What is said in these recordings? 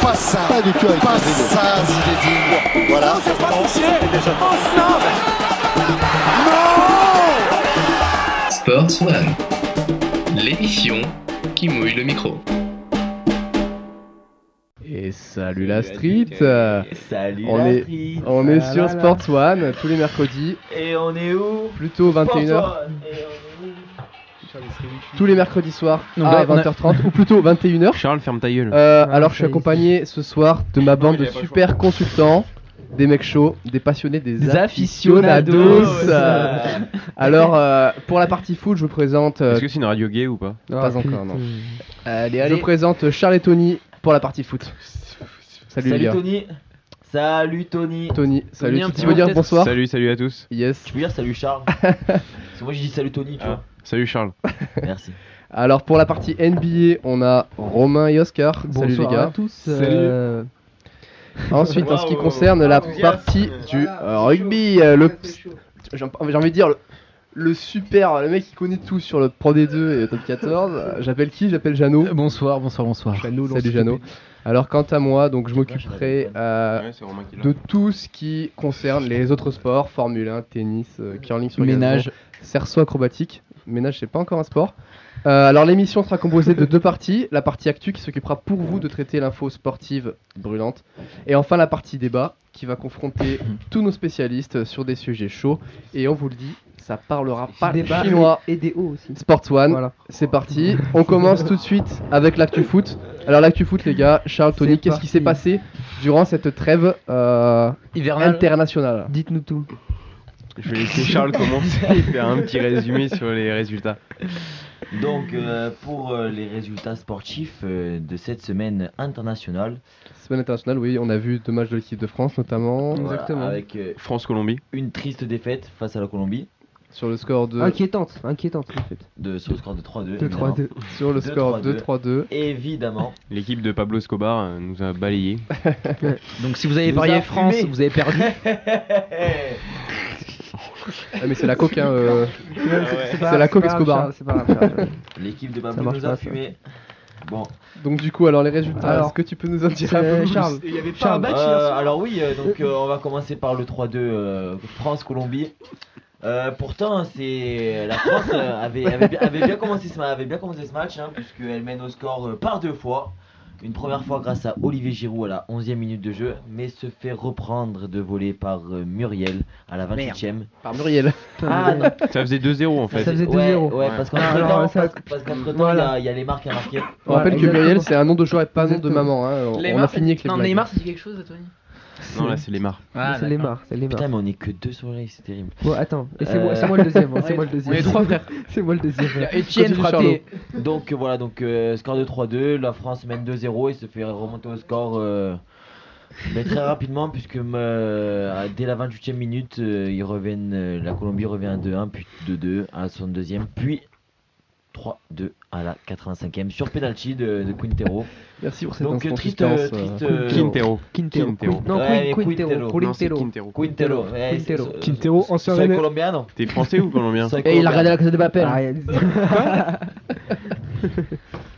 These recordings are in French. pas ça. Pas du tout avec Pas Zidane. ça, Zinedine. Voilà. C'est pas touché On se lance Sports One, l'émission qui mouille le micro. Et salut la street euh, Salut On la est- street. On est Ah sur là là. Sports One tous les mercredis, Et on est où plutôt 21h, tous les mercredis soirs Donc à là, on a- 20h30, ou plutôt 21h. Charles, ferme ta gueule. Euh, Ouais, alors je suis ça y est. accompagné ce soir de ma bande de super consultants, des mecs chauds, des passionnés, des, Des aficionados. aficionados. Euh, Alors euh, pour la partie foot, je vous présente... euh, Est-ce que c'est une radio gay ou pas pas encore, non. Je présente Charles et Tony pour la partie foot. Salut, les Salut gars. Tony Salut Tony Tony, salut. un Tu- petit Tu veux mot dire peut-être bonsoir Salut, salut à tous. Yes. Tu peux dire salut Charles Parce que moi j'ai dit salut Tony, tu Ah. vois. Salut Charles. Ah. Merci. Alors pour la partie NBA, on a Romain et Oscar. Salut les gars. tous. euh, Ensuite, en ce qui Waouh, concerne la partie du euh, rugby, euh, le j'ai j'ai envie de dire le, le super, le mec qui connaît tout sur le Pro D2 et Top 14. euh, J'appelle qui J'appelle Jeannot. Bonsoir, bonsoir, bonsoir. Salut Jeannot. Alors quant à moi, donc je m'occuperai euh, c'est Romain qui de tout ce qui concerne les autres sports, Formule 1, tennis, euh, curling sur gazon, Ménage. cerceau acrobatique. Ménage, c'est pas encore un sport. Euh, alors l'émission sera composée de deux parties. La partie actu qui s'occupera pour vous de traiter l'info sportive brûlante. Et enfin la partie débat qui va confronter tous nos spécialistes sur des sujets chauds. Et on vous le dit, ça parlera pas Débat chinois. et des hauts aussi. Sports One, Voilà. c'est parti. On commence tout de suite avec l'actu foot. Alors l'actu foot les gars, Charles, Tony, C'est qu'est-ce qui s'est parti. passé durant cette trêve euh, Hivernal. internationale Dites-nous tout. Je vais laisser Charles commencer et faire un petit résumé sur les résultats. Donc euh, pour euh, les résultats sportifs euh, de cette semaine internationale, Semaine internationale, oui, on a vu deux matchs de l'équipe de France notamment, voilà, Exactement. avec euh, France-Colombie. une triste défaite face à la Colombie sur le score de, Inquiétante, inquiétante en fait. de, sur le score de 3-2. De évidemment. 3-2. sur le Deux, score trois, de deux. 3-2. Évidemment. L'équipe de Pablo Escobar euh, nous a balayé. Donc si vous avez Nous a parié France, fumé. vous avez perdu. Ah, mais c'est la coque, hein, euh, C'est grave, la Coke c'est pas Escobar. grave, C'est pas grave. L'équipe de Ça Pablo marche nous a pas, ça. fumé. Bon, Donc du coup, alors les résultats, Alors, est-ce que tu peux nous en dire un peu plus Charles. Charles. Euh, alors oui, euh, donc euh, on va commencer par le 3-2 euh, France-Colombie. Euh, pourtant, c'est la France euh, avait, avait bien- avait bien commencé ce, ma- avait bien commencé ce match, hein, puisqu'elle mène au score euh, par deux fois. Une première fois grâce à Olivier Giroud à la 11e minute de jeu, mais se fait reprendre de voler par euh, Muriel à la 28e. Par Muriel. Ah non, Ça faisait 2-0 en fait. Ça faisait ouais, 2-0. ouais, Ouais. parce Alors, qu'entre-temps, ça- parce- parce qu'entre-temps, il y a- Voilà. il y, a les marques à marquer. On rappelle que Exactement. Muriel, c'est un nom de joueur et pas un nom de Exactement. maman. hein, on- On a Neymar, fini avec les Non, blagues. Neymar, ça dit quelque chose à Tony Non, là c'est les marques. Mais Ah, C'est les marres, c'est les marres. Putain, mais on est que deux sur les, c'est terrible. Bon, attends, et c'est Euh, moi, c'est moi le deuxième. hein, C'est moi le deuxième. On est trois frères. C'est moi le deuxième. Etienne Continue, frappé. Donc euh, voilà, donc euh, score de 3-2, la France mène 2-0 et se fait remonter au score euh, mais très rapidement puisque euh, dès la 28e minute, euh, ils reviennent euh, la Colombie revient à 2-1 puis 2-2 à la 62e puis 3-2 à la 85e sur penalty de, de Quintero. Merci pour cette Donc euh, instant triste suspense, euh, triste euh. euh, Quintero. Quintero. Quintero. Non, Ouais, Quin- Quintero. Quintero. Non, c'est Quintero. Quintero. Quintero. ouais, c'est- Quintero. c'est- Quintero, c'est- ancien c'est René. colombien non T'es français ou colombien C'est Et il a Colombien. regardé la case de Papel. Ah,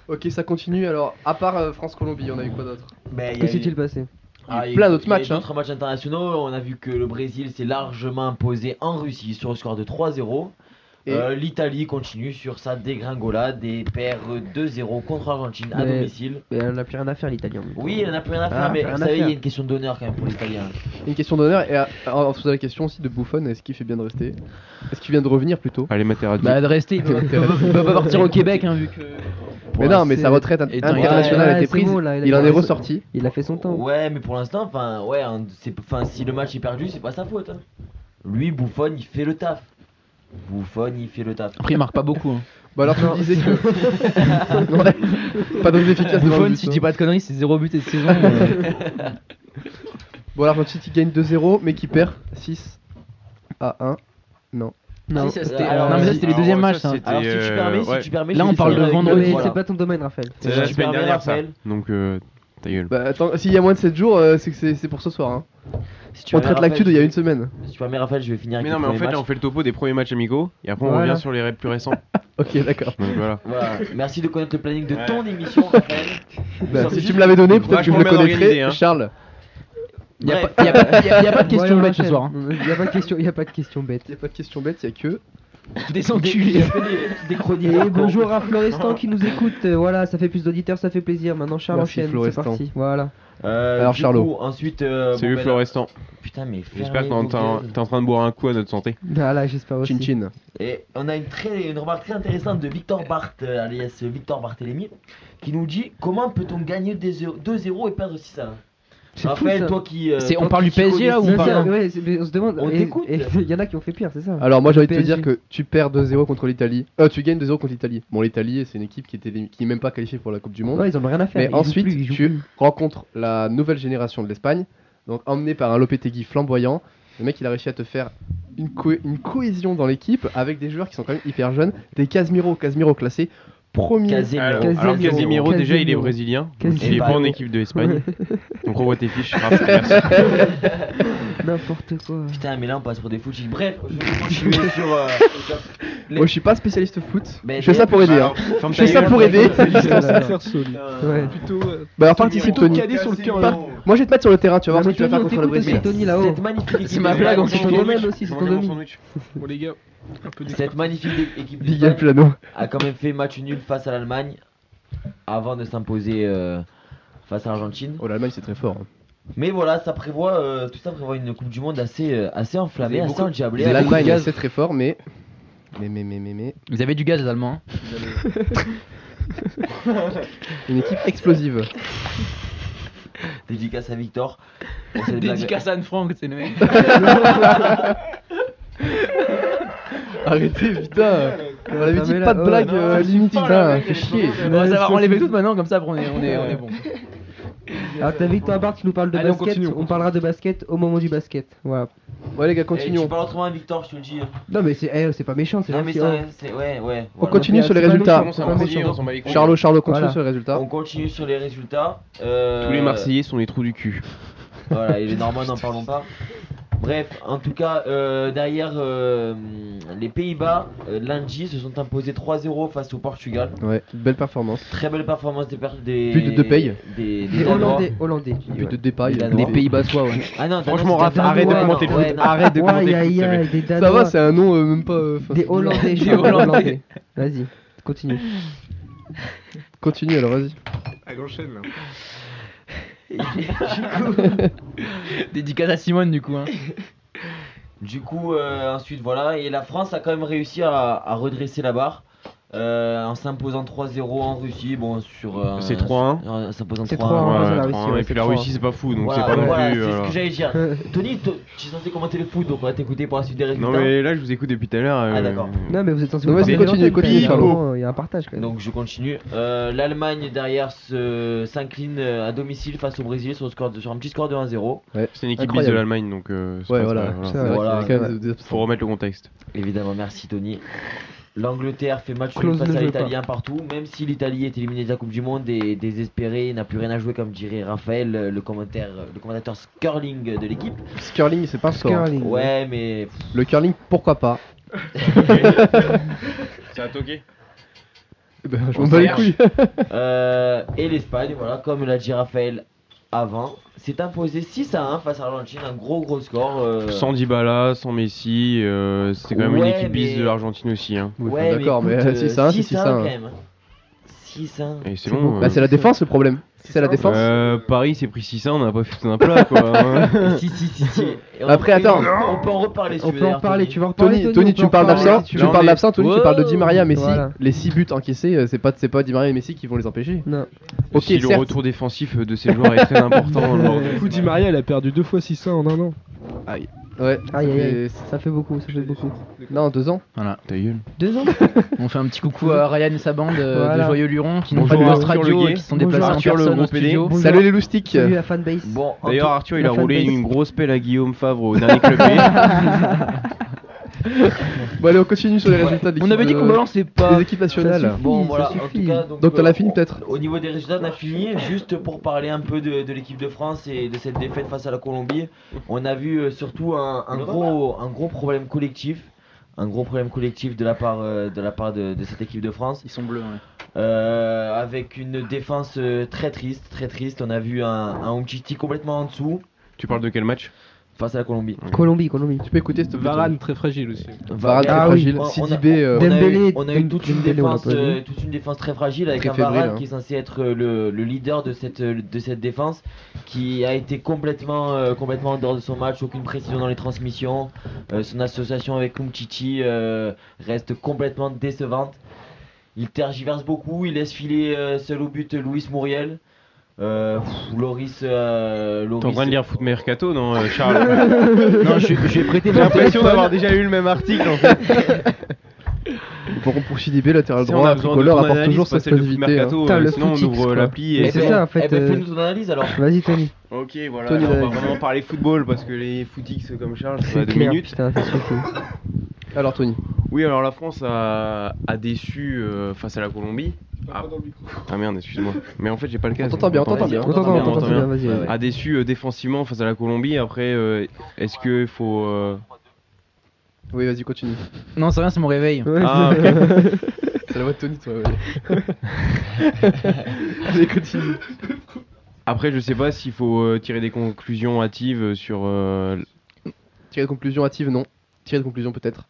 Ok, ça continue. Alors, à part euh, France-Colombie, on a eu quoi d'autre Mais il y Que a eu- s'est-il passé Ah, il- plein d'autres il y a eu matchs, hein. d'autres matchs internationaux. On a vu que le Brésil s'est largement imposé en Russie sur le score de 3-0. Et- Euh, L'Italie continue sur sa dégringolade et perd 2-0 contre l'Argentine à Mais- domicile. Mais On n'a plus rien à faire, l'Italien. Oui, elle n'a plus rien à faire, Ah, mais plus vous rien à savez, il y a faire. une question d'honneur quand même pour l'Italien. Une question d'honneur. Et alors, on se pose la question aussi de Buffon est-ce qu'il fait bien de rester Est-ce qu'il vient de revenir plutôt Allez, Materazzi. Bah, de rester. Il peut il peut pas partir au Québec, hein, vu que. Ah, Mais non, mais sa retraite Et dans- internationale Ouais, a été c'est prise. bon, là, il a il en fait est son- ressorti. Il a fait son temps. Ouais, mais pour l'instant, enfin, ouais, hein, c'est- enfin, si le match est perdu, c'est pas sa faute. hein. Lui, Bouffon, il fait le taf. Bouffon, il fait le taf. Après, il marque pas beaucoup. Hein. Bah alors tu me disais que. Ouais, pas très efficace devant le Buffon, but, si hein. tu dis pas de conneries, c'est zéro but cette saison. euh, Bon alors Manchester City gagne 2-0 mais qui perd 6 à 1. Non. si, ça, c'était- Alors, non, mais ça, vas-y. c'était le deuxième Alors, match. Euh, ça, ça. c'était, Alors, si tu euh, permets, ouais. si tu permets, Là, je on vais parle de finir avec- vendredi, Mais voilà. c'est pas ton domaine, Raphaël. C'est la Je semaine permets, dernière ça. Raphaël. Donc euh, ta gueule. Bah attends, s'il y a moins de 7 jours, euh, c'est que c'est c'est pour ce soir. Hein. Si tu On vas traite bien, l'actu Raphaël, d'il y a une semaine. Si tu vas bien, Raphaël, je vais finir avec Mais non, les mais en premiers fait, là, on matchs. fait le topo des premiers matchs amicaux et après, on Voilà. revient sur les rêves plus récents. Ok, d'accord. Donc voilà. Voilà. Merci de connaître le planning de Ouais. ton émission, Raphaël. Nous Bah, sommes si juste- tu me l'avais donné, peut-être que je Vachement le bien connaîtrais. organisé, hein. Charles, Il n'y a, Bref. pas- y a- y a- y a pas de question Voilà, bête ce Raphaël. soir. hein. Il y a pas de question, il y a pas de question bête. il n'y a pas de question bête, il n'y a que. Des enculés. Des chroniques. Et Eh, bonjour à Florestan qui nous écoute. Euh, Voilà, ça fait plus d'auditeurs, ça fait plaisir. Maintenant, Charles Merci, enchaîne. C'est Florestan. parti. Voilà. Euh, Alors, du Charlot. coup, Ensuite. euh, Salut bon, ben, Florestan. Putain, mais J'espère hein. fermez que t'es en, vos train- gueules. t'es en train de boire un coup à notre santé. Voilà, Bah, j'espère aussi. Chin chin. Et on a une, très, une remarque très intéressante de Victor Barth, euh, alias Victor Barthélémy, qui nous dit Comment peut-on gagner des zéro- 2-0 et perdre 6-1 C'est fou, Raphaël, ça. toi qui. euh, C'est- toi on parle qui du PSG, là, connais- ou C'est on ça, parle ouais, c'est- mais on se demande. On et- t'écoute. et Il y en a qui ont fait pire, c'est ça. Alors moi j'ai envie de te PSG. dire que tu perds 2-0 contre l'Italie. Euh, tu gagnes 2-0 contre l'Italie. Bon l'Italie c'est une équipe qui était qui n'est même pas qualifiée pour la Coupe du Monde. Ouais, ils en ont rien à faire. Mais ils jouent ensuite plus, ils jouent tu plus. rencontres la nouvelle génération de l'Espagne, donc emmené par un Lopetegui flamboyant. Le mec il a réussi à te faire une, co- une cohésion dans l'équipe avec des joueurs qui sont quand même hyper jeunes. Des Casemiro, Casemiro classé premier. Casemiro. Alors, Casemiro. alors, Casemiro, déjà, il est Casemiro. brésilien. donc Il est Casemiro. pas en équipe de Espagne. Donc revois tes fiches. Raph, merci. N'importe quoi. Putain, mais là on passe pour des foutus. Bref, je vais continuer sur. euh, Moi je suis pas spécialiste foot. Mais je fais ça pour aider. hein. Alors, ferme Je fais ta ça gueule. pour aider. euh, Ouais. Bah alors participe Tony. Par- Moi je vais te mettre sur le terrain, tu vas voir ce Non, que tu vas mais faire Tony, contre le on t'écoute Brésil. aussi, Tony, là-haut. Cette magnifique équipe. C'est ma de- blague, on C'est ton Tony. domaine aussi, c'est ton domaine. Bon les gars, un peu d'écart. Cette magnifique équipe Big d'Espagne up Lano. a quand même fait match nul face à l'Allemagne avant de s'imposer euh, face à l'Argentine. Oh l'Allemagne c'est très fort. hein. Mais voilà, ça prévoit, euh, tout ça prévoit une Coupe du Monde assez, euh, assez enflammée, Vous avez assez beaucoup- endiablée. vous avez beaucoup de L'Allemagne gaz. c'est très fort mais mais mais mais mais mais Vous avez du gaz, les Allemands. hein. une équipe explosive. Dédicace à Victor. hein. pour cette blague. Eh, Dédicace à Anne Frank, c'est le mec. Arrêtez, putain On avait Non, dit mais là, pas de ouais, blague non, euh, limite, putain, fais chier On va savoir enlever tout maintenant, comme ça après on est, on est, on est bon. Alors t'as Victor Barth qui nous parle de Allez, on basket, continue, on on, parlera de basket au moment du basket. Voilà. Ouais les gars, Eh, continuons. tu parles autrement à Victor, je te le dis. Non mais c'est eh, c'est pas méchant, c'est Non, mais gentil. ça, hein. c'est. Ouais, ouais. On voilà. continue C'est sur les pas résultats. méchant, c'est On s'en fout, on s'en bat les couilles. Charlot, Charlot, continue Voilà. sur les résultats. On continue sur les résultats. Euh, Tous les Marseillais sont des trous du cul. Voilà, et les Normands, n'en parlons pas. Bref, en tout cas, euh, derrière euh, les Pays-Bas, euh, lundi, se sont imposés 3-0 face au Portugal. Ouais, belle performance. Très belle performance des. per- des But de Depay. Des, des Des Danois. Hollandais, Hollandais. tu dis, But ouais. de dépaille. Les Danois. Des Pays-Bassois, ouais. Ah non, Franchement, Danois, c'est Raph, arrête de Danois, commenter le non, ouais, foot. non. Arrête de commenter Aïe le foot, aïe ça fait. aïe, des Ça va, Danois, c'est un nom euh, même pas. euh, enfin, des c'est- Hollandais, Des Charles, des Hollandais. Hollandais. Vas-y, continue. Continue alors, vas-y. Allez, enchaîne là. Dédicace à Simone du coup. Hein. Du coup, euh, ensuite, voilà. Et la France a quand même réussi à, à redresser la barre. euh, en s'imposant 3-0 en Russie. Bon, sur. euh, C'est 3-1. En s'imposant C'est 3-1. Ouais, Ouais, c'est la ouais, Russie, ouais, ouais, et puis c'est la fort. Russie, c'est pas fou, donc Voilà, c'est pas non voilà, plus. c'est ce euh, que j'allais dire. Tony, to- tu es censé commenter le foot, donc on va t'écouter pour la suite des résultats. Non, mais là, je vous écoute depuis tout à l'heure. euh, Ah, d'accord. Non mais vous êtes censé Non, vous vas-y, partager continue, l'antenne, continue, quand même, Charlot. vraiment, Il y a un partage quand même. Donc je continue. Euh, L'Allemagne derrière se- s'incline euh, à domicile face au Brésil sur, le score de- sur un petit score de 1-0. C'est une équipe bis Incroyable. de l'Allemagne, donc. euh, c'est Ouais, pas- voilà. C'est c'est pas- voilà. vrai Voilà. qu'il y a quand même des- des- Faut remettre le contexte. Évidemment, merci Tony. L'Angleterre fait match nul Close face le à jeu, l'Italien partout, même si l'Italie est éliminée de la Coupe du Monde et désespérée, n'a plus rien à jouer comme dirait Raphaël, euh, le, commentaire, le commentateur Skirling de l'équipe. Parce que Curling, c'est pas fort. hein. Curling. Ouais, mais pff, Le curling, pourquoi pas Ça a toqué Eh ben, Je On m'en bats les cherche. couilles. Euh, et l'Espagne, voilà, comme l'a dit Raphaël avant, s'est imposé 6 à 1 face à l'Argentine, un gros gros score. euh, Sans Dybala, sans Messi, euh, c'était quand même une Ouais, équipe bis mais- de l'Argentine aussi. Hein. Oui, enfin, d'accord, mais écoute, euh, 6-1, c'est 6-1 quand 6-1. même. hein. 6-1. Et c'est C'est bon. beaucoup. euh, Bah, c'est la défense le problème. Si c'est la défense. euh, Paris s'est pris 6-1, on n'a pas fait tout un plat quoi. Euh, si, si, si, si. Et on Après, peut- attends. On peut en reparler si On tu veux, peut en d'ailleurs, parler, Tony. tu vas en reparler. Tony, Tony, on peut tu en parles reparler. d'absent, tu tu vois. parles d'absent, Tony, tu parles de Di Maria, Messi. Voilà. Les 6 buts encaissés, euh, c'est pas, c'est pas Di Maria et Messi qui vont les empêcher. Non. Ok, si le certes. retour défensif de ces joueurs est très important. lors de- Du coup, Di Maria, elle a perdu deux fois 600 en un an. Ouais. ça Aïe, aïe, fait- Ça fait beaucoup, ça fait beaucoup. Non, deux ans. Ta gueule. Deux ans On fait un petit coucou à Ryan et sa bande euh, de Voilà. Joyeux Luron qui n'ont pas Bonjour de Arthur Le radio Guay. et qui se sont déplacés Bonjour en Arthur Le personne au gros PD. studio. Bonjour. Salut les loustiques. Salut la fanbase. Bon, en D'ailleurs, Arthur, il la a roulé fanbase. une grosse pelle à Guillaume Favre au dernier club. Bon, allez, on continue sur les résultats des On avait dit qu'on balançait pas. des équipes nationales. Bon, ça voilà. En suffit. tout cas, donc, Donc, t'en euh, as fini peut-être Au niveau des résultats, on a fini. Juste pour parler un peu de, de l'équipe de France et de cette défaite face à la Colombie, on a vu euh, surtout un, un gros, un gros problème collectif. Un gros problème collectif de la part, euh, de, la part de, de cette équipe de France. Ils sont bleus, ouais. Euh, avec une défense euh, très triste, très triste. On a vu un, un Umtiti complètement en dessous Tu parles de quel match face à la Colombie. Colombie, Colombie. Tu peux écouter cette Varane, très fragile aussi. Varane très Ah oui. fragile. On- on a- Sidibé. euh, On a eu, Dembélé, on a eu toute, une Dembélé, on l'a défense, pas vu. euh, toute une défense très fragile avec Très un Varane fébrile, hein. qui est censé être le, le leader de cette, de cette défense qui a été complètement, euh, complètement en dehors de son match, aucune précision dans les transmissions. Euh, son association avec Umtiti euh, reste complètement décevante. Il tergiverse beaucoup, il laisse filer euh, seul au but Luis Muriel. Euh, pff, Loris, euh, Loris- T'es en train de lire Foot Mercato, non, euh, Charles Non, je je vais prêter J'ai mon l'impression téléphone. d'avoir déjà lu le même article en fait. Pour, pour Sidibé, latéral Si droit, on a la besoin de ton tricolore apporte analyse, toujours sa pas celle de Foot stabilité. hein. Mercato, Putain, euh, le sinon on footix, ouvre quoi. l'appli Eh Mais et c'est ben, ça, en fait, eh ben, euh, fais-nous ton analyse alors. Vas-y, Tony. Ok, voilà, Tony on va Dalek. vraiment parler football parce que les footix comme Charles, ça va C'est deux clair, minutes. putain, ça suffit. Alors, Tony, Oui, alors la France a, a déçu euh, face à la Colombie. Ah. Ah merde, excuse-moi. Mais en fait, j'ai pas le cas. on t'entend bien, on t'entend bien. On t'entend, bien, on on t'entend t'entend bien, vas-y. Ouais, vas-y. A déçu euh, défensivement face à la Colombie. Après, euh, est-ce qu'il faut. euh, Oui, vas-y, continue. Non, c'est rien, c'est mon réveil. Ouais, Ah, ok. C'est la voix de Tony, toi. Après, je sais pas s'il faut euh, tirer des conclusions hâtives sur. euh, Tirer de conclusion hâtive, non. Tirer de conclusion, peut-être.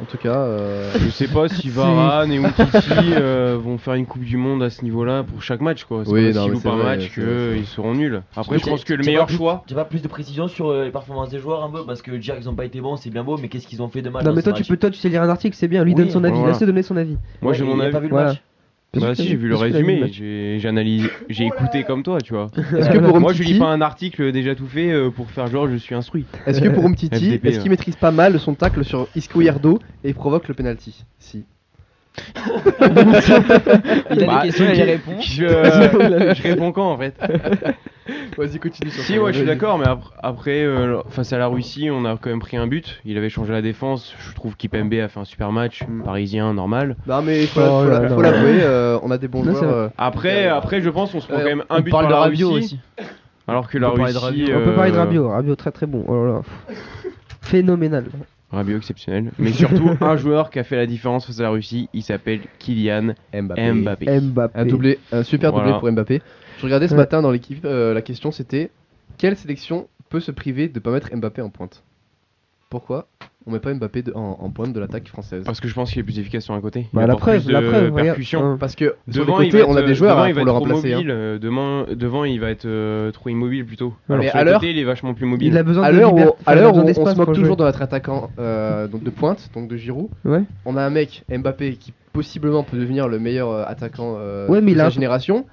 En tout cas, euh, je sais pas si Varane et Umtiti euh, vont faire une Coupe du Monde à ce niveau-là pour chaque match, quoi. C'est Oui, pas non, parce mais qu'ils c'est loupent un vrai, match c'est vrai, qu'ils seront nuls. Après, Mais je pense t'es- que le t'es meilleur pas- choix. Tu pas plus de précision sur euh, les performances des joueurs un peu parce que dire qu'ils ont pas été bons c'est bien beau mais qu'est-ce qu'ils ont fait de mal Non, dans mais ce toi, tu match peux, toi, tu sais lire un article, c'est bien. Lui Oui, donne son avis, voilà. laisse-le donner son avis. Moi, Ouais, j'ai il- mon il a avis. pas vu le Voilà. match. Bah si, j'ai vu le Parce que la résumé, vie- j'ai j'analyse, j'ai écouté comme toi, tu vois. est-ce que pour Euh, Moi, je lis Umtiti, pas un article déjà tout fait euh, pour faire genre je suis instruit. est-ce que pour Umtiti, FDP, est-ce ouais. qu'il maîtrise pas mal son tacle sur Isco Yardo et provoque le penalty Si. Il a Bah, des questions, il ok. y répond. Je, euh, je réponds quand en fait Vas-y, continue. sur Si, ton- ouais, je suis vas-y. d'accord, mais après, après, euh, face à la Russie, on a quand même pris un but. Il avait changé la défense. Je trouve qu'Ipembe a fait un super match, Mm. parisien, normal. Non, mais faut la- faut Oh là la- là. faut l'avouer, euh, on a des bons Non, c'est joueurs. vrai. euh, Après, après je pense qu'on se prend Ouais, quand même un Euh, On but parle par de la Rabiot Russie, aussi. Alors que la On peut parler Russie. de Rabiot. On peut parler de euh, Rabiot, Rabiot très très bon. Oh là là. Phénoménal. Rabiot exceptionnel. Mais surtout, un joueur qui a fait la différence face à la Russie, il s'appelle Kylian Mbappé. Mbappé. Mbappé. Un doublé, un super doublé Voilà. pour Mbappé. Je regardais ce Ouais. matin dans l'équipe, euh, la question c'était quelle sélection peut se priver de pas mettre Mbappé en pointe Pourquoi on met pas Mbappé de- en, en pointe de l'attaque française Parce que je pense qu'il est plus efficace sur un côté. Bah, il la apporte preuve, plus la de preuve. regarde. percussion. Hein. Parce que sur Devant, les il côtés, va on a être- des joueurs devant, hein, il va pour le être trop remplacer. hein. mobile, euh, demain- devant, il va être euh, trop immobile plutôt. Mais Alors, sur à le l'heure- côté, il est vachement plus Il mobile. a besoin À de l'heure où, liberté, à il a l'heure besoin où on d'espace se moque pour toujours de jouer. notre attaquant euh, donc de pointe, donc de Giroud, Ouais. on a un mec, Mbappé, qui possiblement peut devenir le meilleur euh, attaquant euh, Ouais, mais de il a sa un- génération,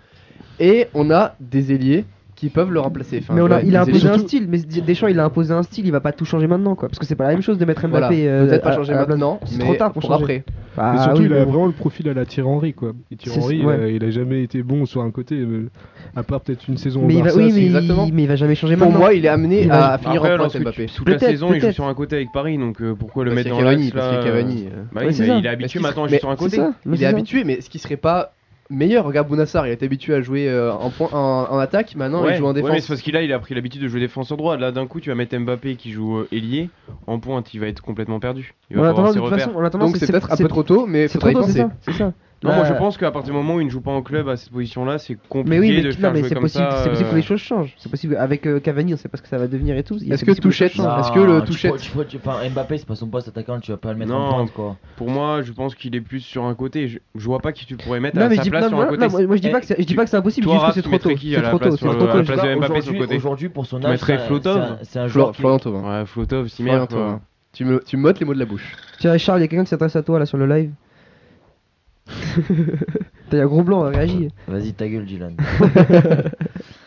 et on a des ailiers qui peuvent le remplacer. Enfin, mais on a- ouais, il a des imposé ailiers. un style, mais Deschamps il a imposé un style, il va pas tout changer maintenant quoi. Parce que c'est pas la même chose de mettre Mbappé. Voilà, euh, peut-être à- pas changer à la place- maintenant, c'est mais trop tard pour changer. après. Bah, Mais surtout, oui, il mais a bon. vraiment le profil à la Thierry Henry, quoi. Et Thierry C'est- Henry, ouais. euh, il a jamais été bon sur un côté, euh, à part peut-être une saison au Mais il va, Barça, oui, c'est- mais, exactement. il, mais il va jamais changer Pour maintenant. moi, il est amené Il à, va- finir Après, en pointe lorsque Mbappé. tu- toute la Peut-être, saison, il joue peut-être. sur un côté avec Paris, donc euh, pourquoi le Parce mettre qu'il dans y a Cavani, l'axe parce qu'il y là a euh, Cavani. euh, bah Ouais, oui, c'est mais ça. il est habitué Parce qu'il- maintenant à mais jouer sur un côté. C'est ça, mais Il c'est est ça. habitué, mais ce qui serait pas meilleur, regarde Bounassar, il était habitué à jouer euh, en, point, en, en attaque, maintenant ouais, il joue en ouais, mais défense. c'est parce qu'il a, il a pris l'habitude de jouer défenseur droit. Là, d'un coup, tu vas mettre Mbappé qui joue euh, ailier en pointe, il va être complètement perdu. Il va En pas avoir attendant, ses de toute repères. façon, en attendant, Donc c'est peut-être un c'est- peu trop tôt, mais C'est faudrait trop y tôt, c'est penser. ça. C'est ça. Non, moi je Bah, pense qu'à partir du moment où il ne joue pas en club à cette position-là, c'est compliqué Mais oui, mais, de non, le faire mais jouer c'est comme possible, ça. c'est possible que les euh, choses changent. C'est possible avec euh, Cavani, on sait pas ce que ça va devenir et tout. Il y a- Est-ce c'est que possible ça Touchette, change. est-ce que le touchette- Ah, tu vois, tu- enfin, Mbappé c'est pas son poste attaquant, tu vas pas le mettre Non. en pointe quoi. Pour moi, je pense qu'il est plus sur un côté. Je, je vois pas qui tu pourrais mettre Non à mais sa je dis, place non, sur mais un voilà, côté. non, moi, moi, je dis pas que c'est- je dis Tu- pas que c'est impossible, toi, juste que Raph, c'est tu trop tôt. mettrais qui à C'est la trop place tôt, sur c'est le- trop à tôt. la place de Aujourd'hui- Mbappé sur le côté. Aujourd'hui pour son Tu âge, mettrais c'est un- Flotov. c'est un- c'est un Flor- joueur qui- Florian Thauvin. Ouais, Flotov, Simer. Florian quoi. Thauvin. Tu me, tu me m'ôtes les mots de la bouche. Tiens Charles, il y a quelqu'un qui s'intéresse à toi là sur le live. T'as un gros blanc, réagis. Vas-y ta gueule Dylan.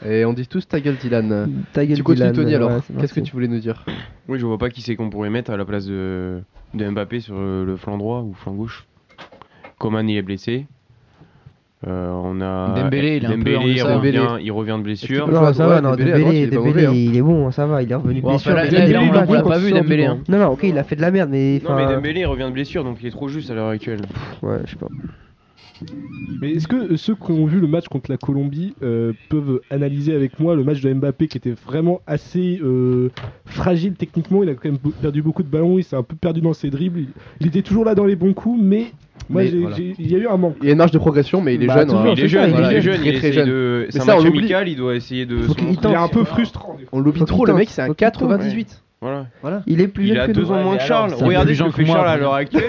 Et on dit tous ta gueule, Dylan. Ta gueule Tu continues, Dylan, Tony, ouais, alors. c'est Qu'est-ce que parti. tu voulais nous dire Oui, je vois pas qui c'est qu'on pourrait mettre à la place de, de Mbappé sur le, le flanc droit ou flanc gauche. Coman, il est blessé. Euh, on a Dembélé, il est un peu en Dembélé, il deçà. revient, il revient de Est-ce blessure. qu'il peut- Non, ça va, non, Dembélé, à droite, Dembélé, il est pas Dembélé, mauvais, il est bon, ça va, il est revenu Bon, blessure. enfin, Il là- a là, début on l'a- de match on l'a quand pas tu vu, sors du Dembélé, banc. hein. Non, non, ok, il a fait de la merde, mais. Non mais enfin, Dembélé il revient de blessure donc il est trop juste à l'heure actuelle. Ouais, je sais pas. Mais est-ce que ceux qui ont vu le match contre la Colombie euh, peuvent analyser avec moi le match de Mbappé qui était vraiment assez euh, fragile techniquement Il a quand même be- perdu beaucoup de ballons, il s'est un peu perdu dans ses dribbles. Il, il était toujours là dans les bons coups, mais moi, Mais j'ai- voilà. j'ai- il y a eu un manque. Il y a une marge de progression, mais il est Bah, jeune. toujours, voilà. il est jeune, voilà, il est jeune, très, il très essaye jeune. de. C'est Mais un ça, on match l'oublie. amical, il doit essayer de. Faut se qu'il montrer. Il est un peu frustrant. des fois. On l'oublie Faut trop, qu'il le mec tente, c'est un faut qu'il tente. 98. Voilà. Voilà. Il est plus Il jeune a que deux nous. ans Ouais, moins que mais Charles. alors, c'est un Regardez peu ce que plus fait jeune que moi, Charles à l'heure actuelle.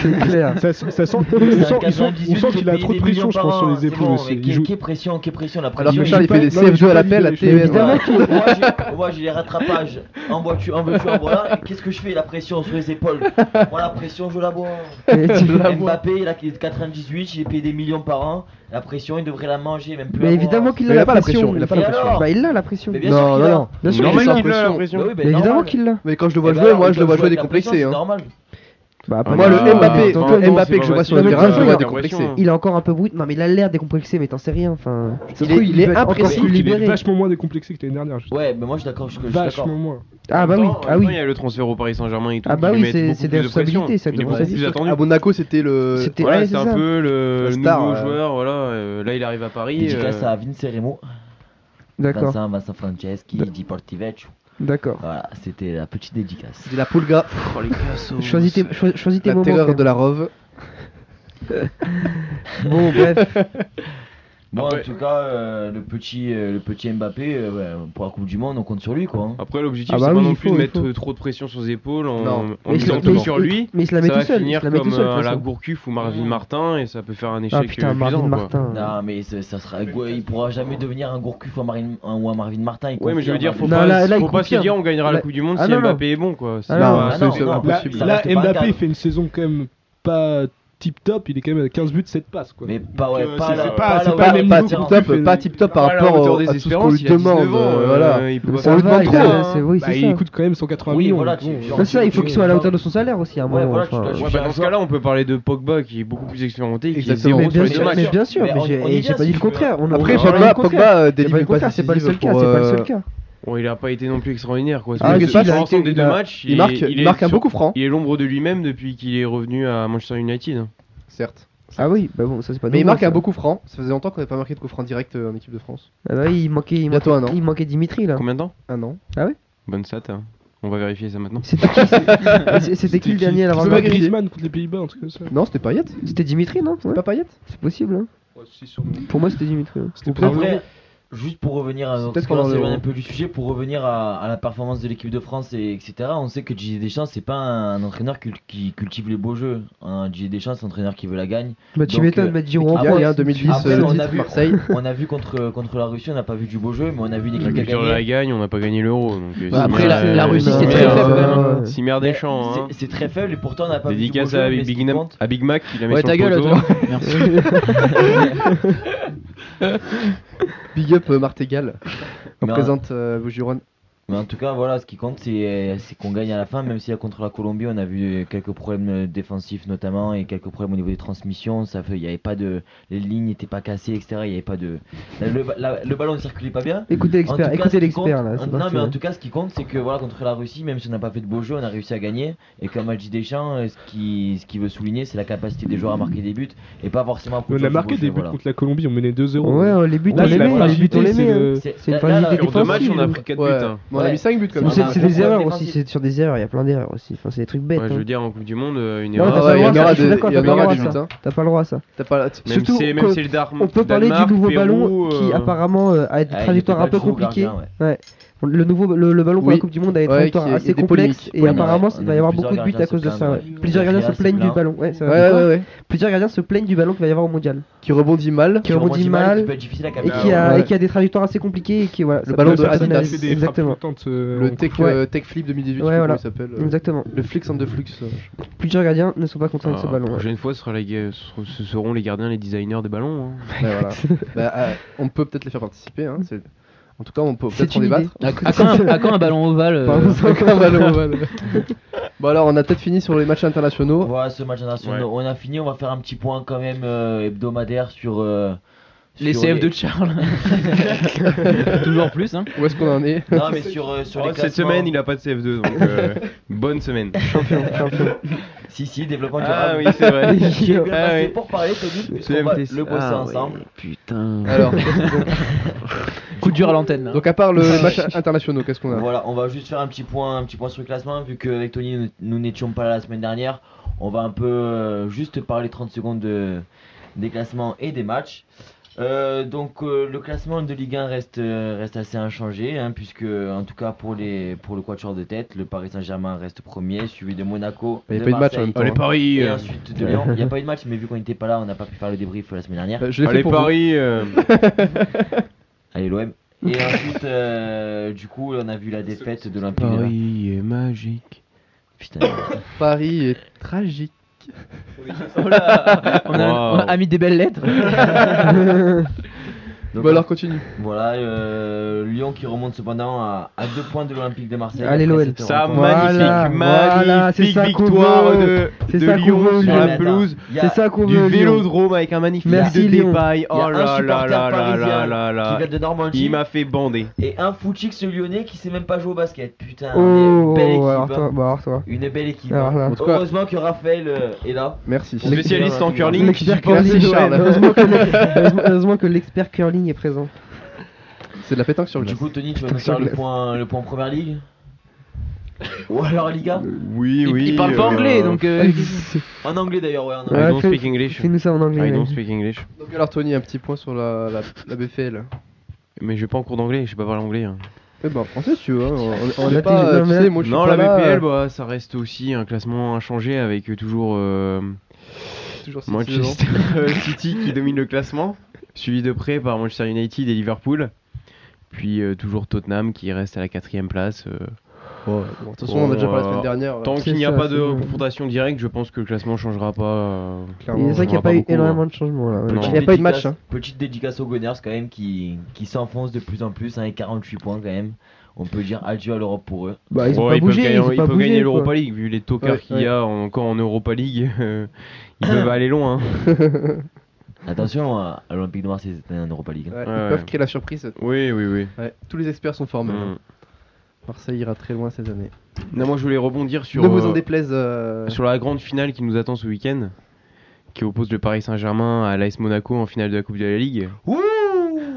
C'est clair. Ça, ça sent, on sent, ils sont- on sent qu'il a trop de pression, je pense, sur les épaules aussi. Il joue- Qui est pression, qui est pression, la Alors pression. que il Charles il joue fait pas- des non, il joue CF2 à pas l'appel à du tout, il joue TVN. pas. voilà. moi, j'ai- moi j'ai les rattrapages en voiture, en voiture, en voilà. Et Qu'est-ce que je fais La pression sur les épaules. Moi, la pression, je la bois. Mbappé, il a 98, il est payé des millions par an. La pression, il devrait la manger, même plus. Mais la évidemment boire. qu'il Mais a la pression. Il a pas Et la pression. alors Bah, il a la pression. Mais bien sûr Non, qu'il non, a. non. Bien sûr qu'il Normal a. qu'il qu'il a la Bah pression. oui, bah Mais évidemment normal. qu'il l'a. Mais quand je le Eh vois ben jouer, alors, moi il je le doit vois jouer jouer avec la pression, décomplexé. C'est hein. normal. Bah, Ah après, Moi, il bah, a- le Mbappé, attends, attends, attends, le Mbappé c'est que je pas vois sur le facile. terrain, je le vois Ouais, décomplexé. ouais. Il a encore un peu brut. Non, mais il a l'air décomplexé, mais t'en sais rien. Enfin, Il est- il est peut être encore imprécis, plus Il est libéré. vachement moins décomplexé que l'année dernière. je- Ouais, mais moi je suis d'accord. Je je suis d'accord. Vachement moins. Ah, bah En oui. même temps, Ah, en même temps, oui. Il y a le transfert au Paris Saint-Germain et tout. Ah bah qui lui oui, met c'est- beaucoup c'est plus des de pression. responsabilités, ça, Il de est beaucoup plus responsabilité. attendu. À Monaco c'était le. C'était- Voilà, ouais, c'est c'est un ça. peu le La star, nouveau euh. joueur. Voilà, euh, là il arrive à Paris. Dédicace euh, à Vince Remo, D'accord, Vincent, Vincent Franceschi, Di Portivecchio. d'accord. Voilà, c'était la petite dédicace. C'était la Pulga, Oh, les cassos. Choisis tes, cho- choisis tes la moments. terreur frère. de la Rove. Bon, bref. Bon, Après- en tout cas, euh, le, petit, euh, le petit Mbappé, euh, ouais, pour la Coupe du Monde, on compte sur lui, quoi. hein. Après, l'objectif, Ah bah c'est pas oui, non il plus faut, de il mettre faut. trop de pression sur ses épaules en, Non. en Mais il se- misant mais tout il- sur lui. Mais il se la Ça met tout va seul. Il finir se la met comme tout seul. euh, de toute la façon. Gourcuff ou Marvin Martin et ça peut faire un échec Ah putain, euh, Marvin cuisant, quoi. Martin. Non, mais ce- ça sera, ouais, il pourra jamais devenir un Gourcuff ou un, Marine- un- ou un Marvin Martin. il Ouais, mais je veux dire, faut confirme. pas, Non, là- là, faut il pas se confirme. dire on gagnera la Là- Coupe du Monde Ah si non, non. Mbappé est bon, quoi. C'est Ah pas- non, c'est- ah non, c'est non. pas Là, possible. Ça là, reste pas un Mbappé cadre. fait une saison quand même pas tip top, il est quand même à 15 buts, 7 passes. Quoi. Mais pas, ouais, Donc, euh, pas, c'est- la- c'est pas- pas la c'est pas le hauteur même de Pas niveau tip terrain. que- top, pas tip top par Pas à la rapport hauteur au- des à tout ce espérances, qu'on lui il a 19 demande. ans, euh, euh, Voilà. il peut pas Ça faire va, On le demande il trop. a- hein. c'est- oui, Bah, c'est il ça. coûte quand même 180 Oui, millions. voilà, donc tu- bon, C'est ça, il faut qu'il soit à la hauteur de son salaire aussi à un Ouais, moment. voilà, tu enfin. dois jouer. Ouais, bah, dans ce cas-là, on peut parler de Pogba qui est beaucoup plus expérimenté, qui est Exactement. zéro Mais sur bien les deux sûr, matchs. mais bien sûr, Mais mais on- on y j'ai- j'ai vient, si pas dit le tu veux. contraire. on a- Après, on a Pogba, parlé du contraire. Pogba Il y a pas délivre le une passe contraire, c'est pas le décisive seul cas, pour, c'est pas le euh, seul cas. Bon, il a pas été non plus extraordinaire, quoi. Ah, il, mais il pas- fait l'ensemble des il deux a- matchs. Il marque, est il marque un sur- beau coup franc, Il est l'ombre de lui-même depuis qu'il est revenu à Manchester United. certes. Ah oui, bah bon, ça c'est pas Mais il normal, marque un ça. beau coup franc. Ça faisait longtemps qu'on n'avait pas marqué de coup franc direct euh, en équipe de France. Ah bah oui, il manquait, il manquait, Bientôt un an. il manquait Dimitri là. Combien de temps Un an. Bonne sat. hein. On va vérifier ça maintenant. C'était qui c'est- c'est- C'était qui le dernier à l'avoir C'est pas marqué Griezmann contre les Pays-Bas, un truc comme ça. Non, c'était Payet. C'était Dimitri, non Ouais, Pas Payet. C'est possible. hein. Pour moi, c'était Dimitri. hein. C'était peut-être- pas Après, juste pour revenir à C'est donc, peut-être on qu'on en s'éloigne est- un peu du sujet, pour revenir à, à la performance de l'équipe de France et etc. On sait que Didier Deschamps c'est pas un entraîneur cul- qui cultive les beaux jeux. Un Didier Deschamps c'est un entraîneur qui veut la gagne. Bah tu Donc, m'étonnes, euh, mettre Giroud en Il y a- il y a un pointe. 2010 Après, euh, on a titre vu- Marseille. On a vu contre contre la Russie on n'a pas vu du beau jeu, mais on a vu une La équipe qui a culture de la gagné. gagne, on n'a pas gagné l'euro. donc, euh, Bah, c'est après, mer- la- la euh, Russie, c'est c'est mer- très faible, euh, quand même. C'est mer Mais des champs. hein. c'est- C'est très faible et pourtant on n'a pas vu du beau Dédicace jeu. à mais ce qui Big, Nam- compte- à Big Mac qui la met Ouais, sur ta le gueule, poteau. toi. Merci. Big up euh, Martegal. Non. Représente euh, Vougeron. Mais en tout cas, voilà, ce qui compte, c'est euh, c'est qu'on gagne à la fin, même si là, contre la Colombie, on a vu quelques problèmes euh, défensifs notamment et quelques problèmes au niveau des transmissions. Ça fait, il n'y avait pas de, les lignes n'étaient pas cassées, etc. Il y avait pas de, le, la- le ballon ne circulait pas bien. Écoutez En tout l'expert, cas, ce écoutez qui l'expert compte- là. c'est non, parti, mais en ouais. tout cas, ce qui compte, c'est que voilà, contre la Russie, même si on n'a pas fait de beaux jeux, on a réussi à gagner. Et comme a dit Deschamps, euh, ce qui, ce qui veut souligner, c'est la capacité des joueurs à marquer des buts et pas forcément. à On produire a du marqué beau des jeu, buts voilà. contre la Colombie, on menait 2-0. Ouais, euh, les buts, on Là, les c'est la met, les buts, on fragilité, les c'est met. hein. le- c'est une là- fragilité là, Sur deux défensive, matchs, on a pris 4 Ouais. buts. hein. Bon, On a Ouais. mis 5 buts comme Mais On ça. C'est a un c'est gros des problème erreurs aussi, défensif. c'est sur des erreurs, il y a plein d'erreurs aussi. Enfin, c'est des trucs bêtes. Ouais, hein. Je veux dire, en Coupe du Monde, euh, une Non, Ah t'as erreur. ouais, pas il y en le droit, aura je suis des- d'accord, il y en t'as pas aura le des droit, buts, hein. T'as pas le droit à ça. T'as pas- tu- Même surtout si que- même si le Dar- On peut parler Danemark, du nouveau Pérou, ballon qui euh, apparemment euh, a une Ah, il trajectoire était un pas peu le joueur au compliquée. gardien, ouais. Le nouveau le, le ballon pour Oui. la Coupe du Monde a une Ouais, trajectoire qui est- assez des complexe polémiques. et Ouais, apparemment ouais, ça- on il a va y vu avoir plusieurs beaucoup de buts gardiens à cause se de ça. plaindre, ouais. ouais. Plusieurs gardiens se Là, c'est plaignent du plein. ballon. ouais, ça Ouais, va être ouais, quoi. ouais. Plusieurs gardiens se plaignent du ballon qu'il va y avoir au mondial Qui rebondit mal. Qui rebondit mal qui peut être difficile à et capter. qui a ouais. et qui a des trajectoires assez compliquées et qui voilà. ça ballon peut de faire Adidas. mal. fait des bah, Exactement. Le tech, ouais. euh, tech Flip 2018, je sais Ouais, pas comment voilà. il s'appelle. euh, Exactement. Le Flix and the Flux. euh, Plusieurs gardiens ne sont pas contents de ce Ah, ballon. La ouais. prochaine fois, ce, sera les ga- ce ce seront les gardiens, les designers des ballons. hein. Ouais, voilà. Bah, euh, on peut peut-être les faire participer. hein, c'est- En Ah, tout cas, on peut C'est peut-être en une débattre. À, à quand un, à quand un ballon ovale euh, Pardon, c'est encore mal, mal. Bon alors on a peut-être fini sur les matchs internationaux. Voilà ce match international. On a fini, on va faire un petit point quand même euh, hebdomadaire sur. euh, Les sur CF de Charles. Toujours plus, hein. Où est-ce qu'on en est Non, mais sur, euh, sur Oh, les cette classements. semaine, il a pas de CF2, donc euh, bonne semaine. Champion, champion. Si, si, développement Ah durable. oui, c'est vrai. Qui est bien Ah placé oui. pour parler, Tony, puisqu'on va CMTC. le bosser Ah ouais, ensemble. Putain. Alors, Coup dur à l'antenne. là. donc à part le Ah ouais. match internationaux, qu'est-ce qu'on a Voilà, on va juste faire un petit point, un petit point sur le classement, vu qu'avec Tony, nous- nous n'étions pas là la semaine dernière. On va un peu euh, juste parler 30 secondes de- des classements et des matchs. Euh, donc euh, le classement de Ligue 1 reste, euh, reste assez inchangé, hein, puisque en tout cas pour, les, pour le quatuor de tête, le Paris Saint-Germain reste premier, suivi de Monaco, Il y a de pas eu de match en Marseille même temps. Oh, les paris. et euh, ensuite de Lyon. Il n'y a pas eu de match, mais vu qu'on n'était pas là, on n'a pas pu faire le débrief la semaine dernière. Euh, Je l'ai oh, fait les pour vous. paris. euh, Allez l'OM. Et ensuite, euh, du coup, on a vu la défaite de l'Olympique. Ah de Lyon. Paris est magique. Putain. Paris est tragique. Oh là, on, a, Wow. on a mis des belles lettres. Donc, Bon alors continue. Voilà, euh, Lyon qui remonte cependant à, à deux points de l'Olympique de Marseille. Allez, Après l'OL. cette Ça, rencontre. Voilà, magnifique, voilà, c'est magnifique ça qu'on victoire de, veut. C'est de ça qu'on Lyon veut, sur Lyon. la pelouse. Il y a- C'est ça qu'on du veut. Lyon. vélodrome avec un magnifique Merci, de Lyon. dépaille. Il y a Oh un là là supporter là là parisien là là qui là. vient de Normandie Il m'a fait bander. et un footix ce lyonnais qui sait même pas jouer au basket. Putain, une Oh, belle équipe. oh, alors hein. toi, bah, alors toi. Une belle équipe. Alors hein. là. En tout cas, Heureusement que Raphaël euh, est là. merci. Spécialiste en curling. qui L'expert supporte curling, Merci, ouais, Charles. heureusement que le- heureusement- heureusement que l'expert curling est présent. C'est de la pétanque sur Du glace. coup, Tony, tu vas nous Sur faire le glace. point, le point première ligue Ou alors Liga Oui, Il- oui. il parle pas euh, anglais, donc. euh, En anglais d'ailleurs, ouais. En anglais. I Ouais, don't fais- speak English. Fais-nous ça en anglais. I mec. don't speak English. Donc alors Tony, un petit point sur la, la, la BFL. Mais je vais pas en cours d'anglais, je sais pas parler anglais. hein. Eh ben en français si tu veux. hein. On, on La est pas. télé- euh, non, tu mais- sais, moi je suis non, pas la là, BPL, euh, bah, ça reste aussi un classement inchangé avec euh, toujours euh, toujours six saisons. Manchester euh, City qui domine le classement, suivi de près par Manchester United et Liverpool. Puis euh, toujours Tottenham qui reste à la quatrième place. euh. Bon, de toute façon, on a déjà parlé la semaine dernière. Tant c'est qu'il n'y a ça, pas c'est de vrai. confrontation directe, je pense que le classement changera pas. euh. Il clairement. est vrai qu'il jouera n'y pas a pas eu beaucoup, énormément de changements là. ouais. Non. Il n'y a pas eu de match. Dédicace- Hein. Petite dédicace aux Gunners quand même qui, qui s'enfoncent de plus en plus hein, et 48 points quand même. On peut dire adieu à l'Europe pour eux. Bah, ils ont Ouais, pas ils bougé. peuvent ils ont gagner, ils pas peuvent bougé, gagner quoi. l'Europa League, vu les tokers Ouais, qu'il ouais. y a en- encore en Europa League. euh, ils peuvent aller loin. hein. Attention euh, à, à l'Olympique de Marseille, c'était un Europa League. Ouais, hein. Ils Ouais, peuvent ouais. créer la surprise. Oui, oui, oui. Ouais, Tous les experts sont formés. hein. Mm. Marseille ira très loin cette année. Non, moi je voulais rebondir sur, ne vous en euh, déplaise. euh, sur la grande finale qui nous attend ce week-end, qui oppose le Paris Saint-Germain à l'AS Monaco en finale de la Coupe de la Ligue. Ouh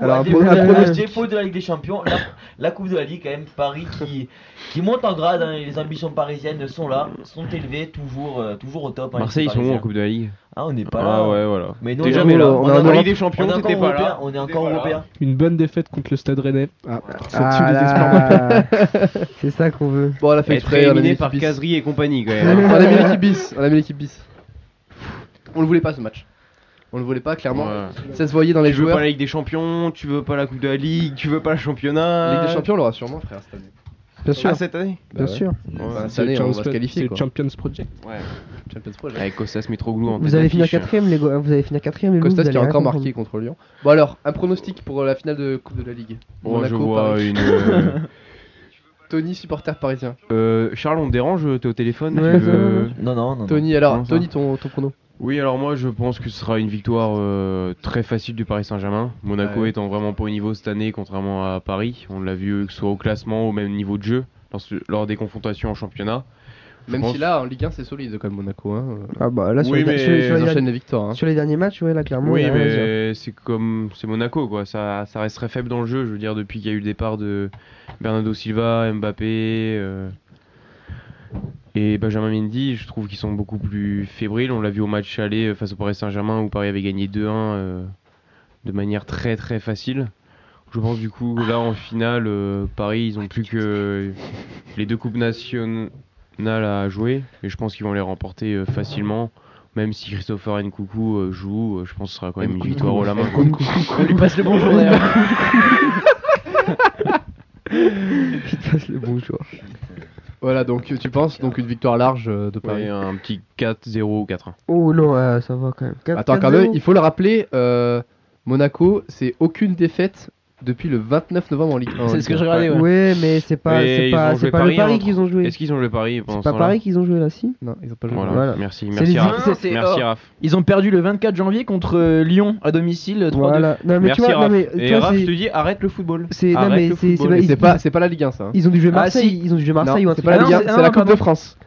Alors, Ouais, un pro- dé- un le pronostic. défaut de la Ligue des Champions, la, la Coupe de la Ligue quand même, Paris qui, qui monte en grade, hein, et les ambitions parisiennes sont là, sont élevées, toujours, euh, toujours au top. hein, Marseille, ils les sont où en Parisiens. Coupe de la Ligue Ah, on n'est pas là. Ah ouais, voilà. Mais nous, T'es on est- jamais là. on On est a encore- la Ligue des on est Champions, encore t'étais pas européen, là. on est T'étais encore pas là. européen. Une bonne défaite contre le Stade Rennais. Ah, c'est au-dessus Ah des espoirs. là. C'est ça qu'on veut. Bon, elle a fait Être exprès. On a mis éliminé l'équipe par bis. Casery et compagnie quand On même. a mis l'équipe bis. On a mis l'équipe bis. On le voulait pas ce match. On le voulait pas clairement. Ouais. Ça se voyait dans les Tu veux pas joueurs. la Ligue des Champions, tu veux pas la Coupe de la Ligue, tu veux pas le championnat. La Ligue des Champions, on l'aura sûrement, frère, cette année. Bien sûr. Ah, cette année Bien sûr. Bah, cette C'est le année, on va Champions- se c'est qualifier. le Quoi. Champions Project. Champions Pro, Avec Costas Mitroglou en Vous tête avez fini à d'affiche. quatrième, les gars. Vous avez fini à quatrième. les loups, Costas vous qui a allez encore rien marqué contre Lyon. Bon, alors, un pronostic pour la finale de Coupe de la Ligue. Oh, je vois Paris. une. euh, Tony, supporter parisien. euh, Charles, on te dérange T'es au téléphone tu Ouais, veux- ça va, ouais. Non, non, non. Tony, alors, Comment ça Tony, ton, ton prono. Oui, alors moi je pense que ce sera une victoire euh, très facile du Paris Saint-Germain. Monaco Ouais. étant vraiment pas au niveau cette année, contrairement à Paris. On l'a vu que ce soit au classement, au même niveau de jeu, lors, lors des confrontations en championnat. Je Même pense- si là, en Ligue 1, c'est solide quand même, Monaco. Hein. Ah bah là, sur Oui, les- mais sur les- sur Ils les- enchaînent les victoires. hein. sur les derniers matchs, ouais, là, clairement. Oui, il y a rien à dire. mais c'est comme c'est Monaco quoi. Ça, ça reste très faible dans le jeu. Je veux dire depuis qu'il y a eu le départ de Bernardo Silva, Mbappé euh, et Benjamin Mendy, je trouve qu'ils sont beaucoup plus fébriles. On l'a vu au match aller euh, face au Paris Saint-Germain où Paris avait gagné 2-1 euh, de manière très très facile. Je pense du coup là en finale euh, Paris ils ont plus que les deux coupes nationales à jouer et je pense qu'ils vont les remporter euh, facilement. Même si Christopher Nkoukou euh, joue, euh, je pense que ce sera quand même une victoire au la main. quoi. On lui passe le bonjour d'ailleurs. Qui te passe le bonjour. Voilà, donc tu penses donc une victoire large euh, de Paris. Ouais, un petit 4-0 ou 4-1. Oh non, euh, ça va quand même. Quatre- Attends, quand 4-0. même, il faut le rappeler, euh, Monaco, c'est aucune défaite depuis le 29 novembre en Ligue 1. C'est ce que je regardais, ouais. Ouais, mais c'est pas, Et c'est ils pas, ont joué c'est pas Paris le Paris entre- qu'ils ont joué. Est-ce qu'ils ont joué Paris pendant C'est ce pas temps-là Paris qu'ils ont joué là, si Non, ils ont pas joué. Voilà. Voilà. Merci, C'est merci les- Raph. c'est- c'est- Merci oh. Raph. Ils ont perdu le 24 janvier contre euh, Lyon à domicile 3-2. Voilà. Non, mais Merci tu vois, non, Raph. mais Et toi, Raph c'est- te dit arrête le football. c'est. Non, Arrête mais le c'est- c'est football. pas- Mais ils- C'est pas, c'est pas la Ligue 1 ça. hein. Ils ont dû jouer Ah, Marseille, si. ils ont dû jouer Marseille Non, ou un c'est truc pas la comme Ligue ça. 1, c'est- ah, c'est la Coupe pardon. de France.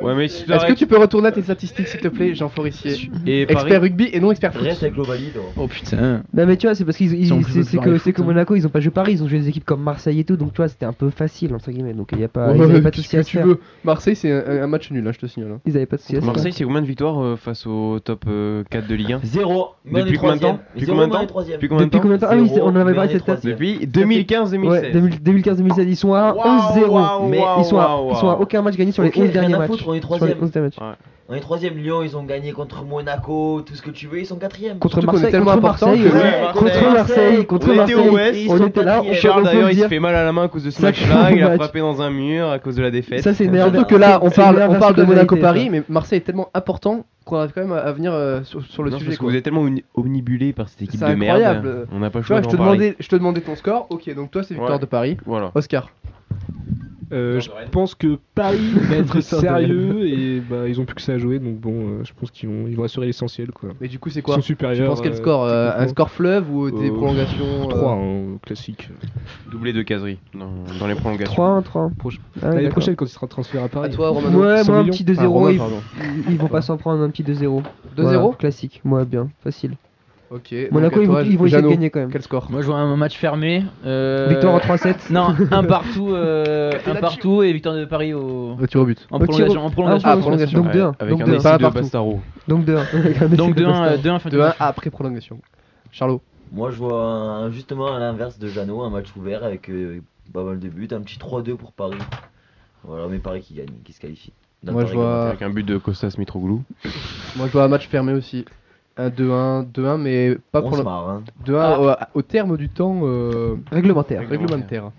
Ouais, mais si tu Est-ce que arrêtes- tu peux retourner à tes statistiques s'il te plaît, Jean Forissier Et Paris. Expert rugby et non expert foot. Reste avec le valide. oh. Oh putain. Non, mais tu vois, c'est parce qu'ils. Ils ont ils- plus C'est de c'est Paris que foot, c'est que hein. Monaco, ils ont pas joué Paris, ils ont joué des équipes comme Marseille et tout, donc tu vois, c'était un peu facile entre guillemets. Donc il y a pas, ils Ouais, avaient pas de puisque soucis à se tu faire. veux. Marseille, c'est un, un match nul, hein, je te signale. hein. Ils avaient pas de soucis à se faire. Marseille, c'est combien de victoires euh, face au top euh, 4 de Ligue 1 Zéro. mais on est Depuis combien de temps troisième. Depuis Zéro, combien de mais on est temps troisième. Depuis combien de Depuis temps combien de temps Ah oui, c'est- Zéro, on en mais avait est parlé cette tête. troisième. Depuis 2015-2016. Ouais, 2015-2016, ils sont à Waouh, 11-0. waouh, mais waouh, ils, sont à, waouh, ils sont à waouh. aucun match gagné sur Ok, les 11 rien derniers à matchs. foutre, on est Sur les troisième. 11 derniers matchs. On est troisième. Lyon, ils ont gagné contre Monaco, tout ce que tu veux, ils sont quatrième. Contre Surtout qu'on est Marseille, tellement contre important Marseille, que- ouais, Ouais, contre Marseille. Marseille, contre On était Marseille, au Ouest, et ils on sont était là, quatrième. on Et peut- on Charles peut d'ailleurs le il se dire. fait mal à la main à cause de ce Sacré match-là, il a match. frappé dans un mur à cause de la défaite. Ça, c'est une Surtout merde. que là, on C'est- c'est parle, l'inverse on parle de la vérité, Monaco-Paris, ça. mais Marseille est tellement important qu'on arrive quand même à à venir euh, sur, sur le Non, sujet. parce que quoi. vous êtes tellement omni- omnibulé par cette équipe C'est de merde. incroyable. On n'a pas le Tu vois, choix je d'en te, parler. demandais, je te demandais ton score. Ok, donc toi, c'est victoire Ouais. de Paris. Voilà. Oscar. Euh, je pense que Paris va être sérieux et bah, ils ont plus que ça à jouer donc bon euh, je pense qu'ils vont ils vont assurer l'essentiel quoi. Mais du coup, c'est Ils quoi sont Tu supérieurs. penses quel euh, score euh, Un techniquement. score fleuve ou des Euh, prolongations euh, 3 hein, au classique. Doublé de caserie dans, dans les prolongations. 3-1, 3-1. Proche- Ah ouais, L'année d'accord. prochaine quand il sera transféré à À Paris. toi, Romano. Ouais, 100 moi un millions. petit 2-0, Enfin, Romain, ils- pardon. ils, vont pas s'en prendre un petit 2-0. 2-0 Voilà, Classique, ouais, bien, facile. Ok. Monaco, donc à ils vont, toi, ils vont essayer de Jeannot. gagner quand même. Quel score Moi je vois un match fermé. euh, Victoire en 3-7. Non, un partout, euh, un partout et victoire de Paris au. Euh, Tir au but. En Au tir au- prolongation, en prolongation. Ah, prolongation. Donc 2-1. Avec Donc un 2-1. essai Pas de partout. Bastaro. Donc 2-1. Donc 2-1, 2-1 fin de 2 1 match. après prolongation. Charlot. Moi, je vois un- justement à l'inverse de Jeannot, un match ouvert avec euh, pas mal de buts, un petit 3-2 pour Paris. Voilà, mais Paris qui gagne, qui se qualifie. Dans Moi, le je temps vois- Avec un but de Costas Mitroglou. Moi, je vois un match fermé aussi. Un 2-1, 2-1, mais pas réglementaire. On se prolongation. marre, hein. 2-1 euh, Ah. au terme du temps. euh, Réglementaire. réglementaire.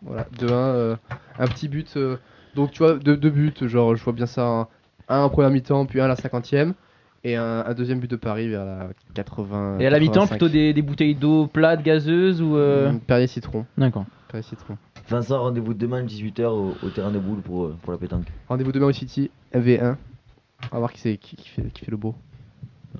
Voilà, 2-1, euh, un petit but. euh, donc tu vois, deux, deux buts, genre je vois bien ça, un, un en première mi-temps, puis un à la 50e, et un, un deuxième but de Paris vers la 80. Et à la mi-temps, 85. plutôt des, des bouteilles d'eau plates, gazeuses ou. euh, Mm, Perrier Citron. D'accord. Perrier Citron. Vincent, rendez-vous demain, 18h, au, au terrain de boule pour, euh, pour la pétanque. Rendez-vous demain au City, MV1. On va voir qui, c'est, qui, qui fait, qui fait le beau.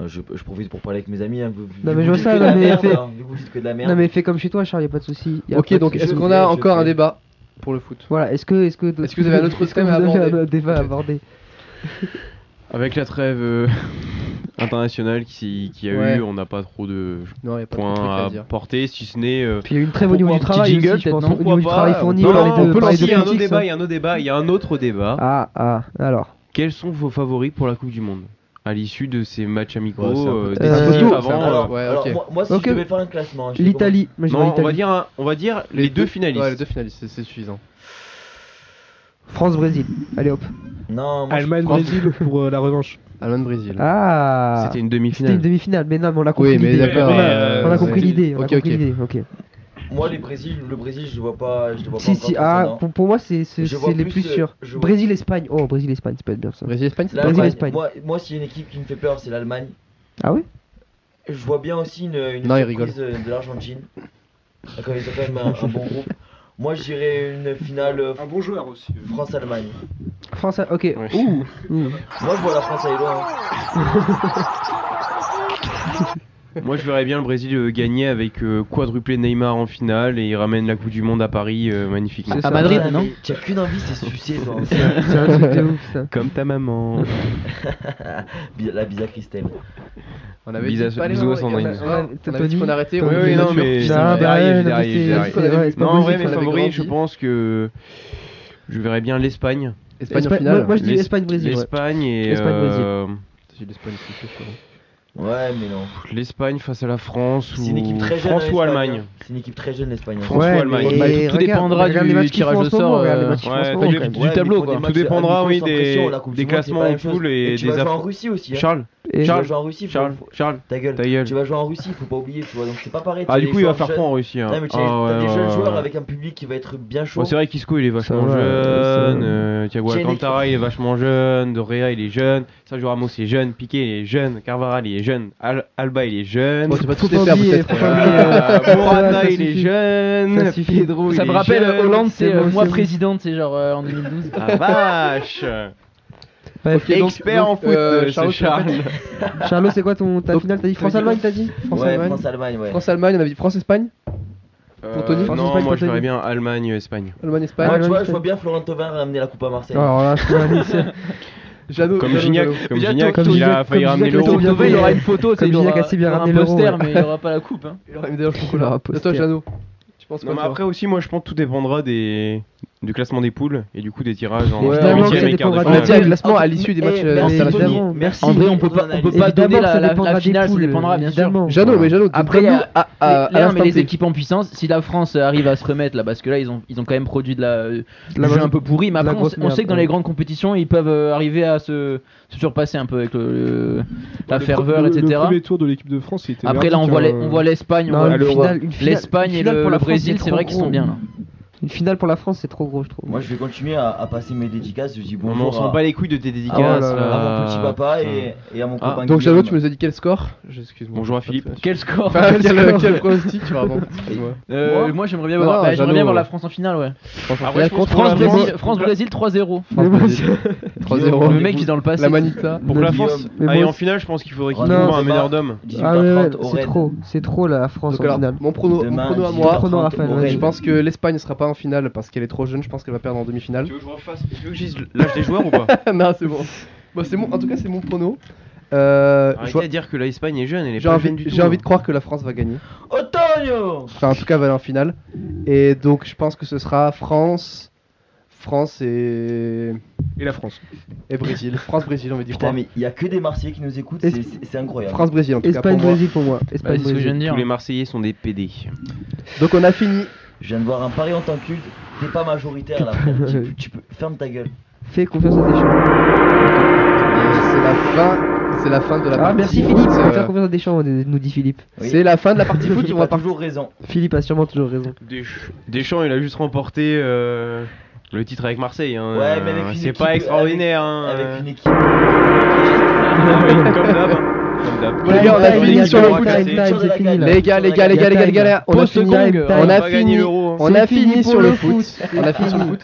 Euh, Je, je profite pour parler avec mes amis. hein, vu- vu Non, que mais je vous vois dites ça, que de non, la mais merde, fait- hein, vu que vous dites que de la merde. Non mais fais comme chez toi Charles, y a pas de souci. Y a Ok, pas de donc souci. est-ce je qu'on fais, a je encore un fais. débat pour le foot Voilà, est-ce que est-ce que Est-ce que vous avez un autre est-ce que thème à vous avez aborder un débat à aborder Avec la trêve euh, internationale qui, qui a Ouais. eu, on n'a pas trop de Non, il a pas trop de trucs points à à dire. porter, si ce n'est. euh, Puis il y a eu une trêve au niveau Pourquoi du un petit travail jingle, aussi, je pense, hein. peut-être, au niveau du travail fourni non, par les deux on peut par les deux lancer, il hein. y a un autre critiques, débat, ça. il y a un autre débat, il y a un autre débat. Ah ah, alors. Quels sont vos favoris pour la Coupe du Monde à l'issue de ces matchs amicaux Ouais, c'est un peu- euh, c'est un peu décisifs tôt, avant, c'est un peu- euh, Alors, ouais, alors, ok. moi, moi, si Ok. je devais faire un classement, hein, je sais L'Italie, moi je Non, vois on va l'Italie. dire, un- on va dire les, deux finalistes. Ouais, les deux finalistes, c'est, c'est suffisant. France Brésil. Allez hop. comment. Non, moi, je- Allemagne Brésil pour euh, la revanche. Allemagne-Brésil. Ah C'était une C'était une demi-finale. demi-finale, mais non, mais on a compris oui, mais l'idée. d'accord. On a- euh, On a c'est- compris l'idée, on Ok, a ok. compris l'idée, ok. moi, les Brésil, le Brésil, je vois pas. Je le vois pas Si, encore si, ah, transcendant. pour, pour moi, c'est c'est- Je vois c'est les plus, plus euh, sûrs. je vois- Brésil-Espagne, oh, Brésil-Espagne, ça peut être bien ça. Brésil-Espagne, c'est pas L'Allemagne, mal. Brésil-Espagne. Moi, moi s'il y a une équipe qui me fait peur, c'est l'Allemagne. Ah ouais Je vois bien aussi une, une Non, il surprise euh, de l'Argentine. D'accord, ils ont quand même un, un bon groupe. Moi, j'irais une finale euh, bon joueur aussi. France-Allemagne. France, ok. Ouais. Ouh. Ouh. Moi, je vois la France aller loin. hein. Moi, je verrais bien le Brésil euh, gagner avec euh, quadruplé Neymar en finale et il ramène la Coupe du Monde à Paris euh, magnifiquement. À Madrid, Putain, non mais T'as qu'une envie, c'est sucer, toi. Ah bah, C'est un truc de ouf ça. Comme ta maman. Bi- la Bisa Christelle. On avait Bisous dit à- pas les bisous à noms, Sandrine. on a- on a- Ouais, on t'as avait dit dit- qu'on arrêtait. t'as on Oui, dit- avait oui, des non, matchs mais qui qui sont sont j'arrive, derrière, j'arrive, non, mais j'arrive, c'est- j'arrive. c'est- ouais, c'est pas Non, en vrai, possible, mes on avait favoris, je grandi. pense que je verrais bien l'Espagne. Espagne en Espagne- moi- finale. moi, je dis L'Es- Espagne-Brésil. ouais. L'Espagne et. Espagne-Brésil. euh, J'ai l'Espagne qui fait, je crois. Ouais, mais non. L'Espagne face à la France C'est une équipe ou très jeune. France hein, ou l'Espagne, Allemagne. hein. C'est une équipe très jeune, l'Espagne. hein. France ou mais Allemagne. Bah, tout regarde- dépendra regarde du les matchs qu'ils tirage font en au ce moment, sort, regarde les euh, matchs qu'ils font en ce ouais, moment, t'as quand même. du tableau, quoi. Tout dépendra, oui, des- des classements en en poule et tu des vas jouer en affronts. Russie aussi. hein. Charles, Tu Et- vas Charles, jouer en Russie, faut- Charles, faut- Charles. ta gueule. Ta gueule. Tu vas jouer en Russie, faut pas oublier, tu vois. Donc c'est pas pareil. Ah, t'as du des coup, il va joueurs faire jeunes. froid en Russie. hein. Non, mais tu as Ah, t'as ouais, des ouais, jeunes ouais, joueurs ouais. avec un public qui va être bien chaud. Bon, c'est vrai qu'Isco il est vachement Ça va, euh, jeune, ça- euh, Thiago J'ai une Alcantara il est vachement jeune, Dorea il est jeune, Sergio Ramos il est jeune, Piqué il est jeune, Carvajal il est jeune. Al- Alba, il est jeune. Bon, c'est pas Faut tous pas les faire, oublier, peut-être. faut pas oublier. Euh, Ça va, Morata, ça il est suffit. jeune. Ça suffit. Pedro, il Ça me est rappelle jeune. Hollande, c'est c'est euh, bon, moi c'est bon. présidente, c'est genre euh, en 2012. Ah vache Bref, Ok, donc- Expert en donc, foot, euh, euh, Charles, ce Charles. Charlot, c'est quoi ton ta Donc, finale T'as dit tu veux dire- France-Allemagne, t'as dit Ouais, France-Allemagne. France-Allemagne, ouais. France-Allemagne, on a dit France-Espagne, Euh, Tony France, Non, Espagne, moi je Tony. verrais bien Allemagne-Espagne. Allemagne-Espagne. Moi, tu Allemagne, vois, je vois Espagne. bien Florent Thauvin ramener la coupe à Marseille. Alors là, c'est un lycée. Jeannot- Comme Jeannot- Gignac, Jeannot. comme Déjà, Gignac, comme il a Gignac, failli comme ramener Gignac, l'euro. comme Gignac, Thauvin, il aura une photo, Comme il Gignac aura a si bien un ramené l'euro, poster, ouais. mais il aura pas la coupe. hein. Il aurait aimé d'ailleurs le Il aura un chocolat. Et toi, poster. Jeannot Tu penses Non, quoi mais toi après aussi, moi je pense que tout dépendra des... du classement des poules et du coup des tirages en Ouais, huitième évidemment que ça et quart de dépendra On a finale. dit Ouais. un classement à l'issue des Eh, matchs. euh, merci, des- la Tony. finale. Merci. André, on pour peut ton pas- on peut analyse. pas donner Évidemment que la- ça la- dépendra la des finale, ça poules, dépendra, bien sûr. évidemment. Jeannot, mais Jeannot, Après, donne-nous euh, à- à- à Là, non, mais l'instant les T. équipes en puissance, si la France arrive à se remettre là, parce que là, ils ont, ils ont quand même produit de la, euh, De la du jeu grosse- un peu pourri, mais de la après, on, grosse sait- on sait merde, que dans ouais. les grandes compétitions, ils peuvent euh, arriver à se, se surpasser un peu avec le- le- la Le- ferveur, le- Le etc. premier tour de l'équipe de France, il était Après, là, on merdique, voit hein. les- on voit l'Espagne, on Non, voit une le- finale- une finale- l'Espagne une et finale le, pour la le France, Brésil, c'est trop vrai qu'ils sont gros. bien là. Une finale pour la France, c'est trop gros, je trouve. Moi, je vais continuer à, à passer mes dédicaces. Je dis Non, mais on bonjour s'en à, bat les couilles de tes Ah, ouais, là, dédicaces. là, à mon là. petit papa putain. et, et à mon euh, Ah, copain. Donc, Jeannot, Guillaume. tu nous as dit quel score Je- Excuse-moi. Bonjour à Philippe. Quel score Enfin, Quel quel, score quel pronostic tu vas avoir Excuse-moi. Euh, Moi Moi, j'aimerais bien Non, voir, bah, Jeannot, j'aimerais bien voir ouais. la France en finale, ouais. Après, je pense que France, la France- Brésil, France, Brésil 3-0. Mais moi, Vas-y. 3-0. Le mec, il est dans le passé. La Manita. Pour que la Guillaume. France Mais aille moi en finale, je pense qu'il faudrait qu'il Non, trouve un c'est meilleur pas- d'homme. 18h30 Ah ouais, ouais, au c'est Rennes. trop, c'est trop la France Donc, en alors, finale. mon prono, mon Demain, prono à 18h30 moi. Prono à Raphaël, au ouais, Je Rennes. pense que l'Espagne ne sera pas en finale parce qu'elle est trop jeune. Je pense qu'elle va perdre en demi-finale. Tu veux que je refasse Tu veux que je dise l'âge des joueurs ou pas non, c'est bon. Bon, c'est mon, en tout cas, c'est mon prono. Euh, je Arrêtez vois- à dire que l'Espagne est jeune, elle est J'ai pas envie, jeune du tout. hein. j'ai envie de croire que la France va gagner. Antonio Enfin, en tout cas, va aller en finale. Et donc, je pense que ce sera France, France et, Et la France. et Brésil. France-Brésil, on va dire. Putain, mais il y a que des Marseillais qui nous écoutent. Est- c'est- C'est c'est incroyable. France-Brésil, en tout cas, pour moi. Espagne-Brésil pour moi. Bah, c'est ce que je viens de Espagne-Brésil. dire. Tous les Marseillais sont des PD. Donc, on a fini. Je viens de voir un pari en tant que culte. T'es pas majoritaire là. frère. tu, peux- tu peux ferme ta gueule. Fais confiance à Deschamps. Et C'est la fin. C'est la fin de la Ah, partie. merci foot, Philippe. Faut euh, faire confiance à Deschamps, nous dit Philippe. Oui. C'est la fin de la partie foot. On Philippe va a partir. toujours raison. Philippe a sûrement toujours raison. Deschamps, il a juste remporté euh, le titre avec Marseille. hein. Ouais, mais avec une c'est équipe- pas extraordinaire. Avec hein. une équipe. Ah oui, comme d'hab. Comme d'hab. Les gars, on a Time, fini time, sur le time, foot. Sur time, time, de c'est la fini, là. Les gars, les gars, les gars, les gars, les gars, les gars, on a Post fini. Gong, On On a va gagner fini. l'euro. hein. On a C'est fini fini sur pour le le foot. On a fini sur le foot.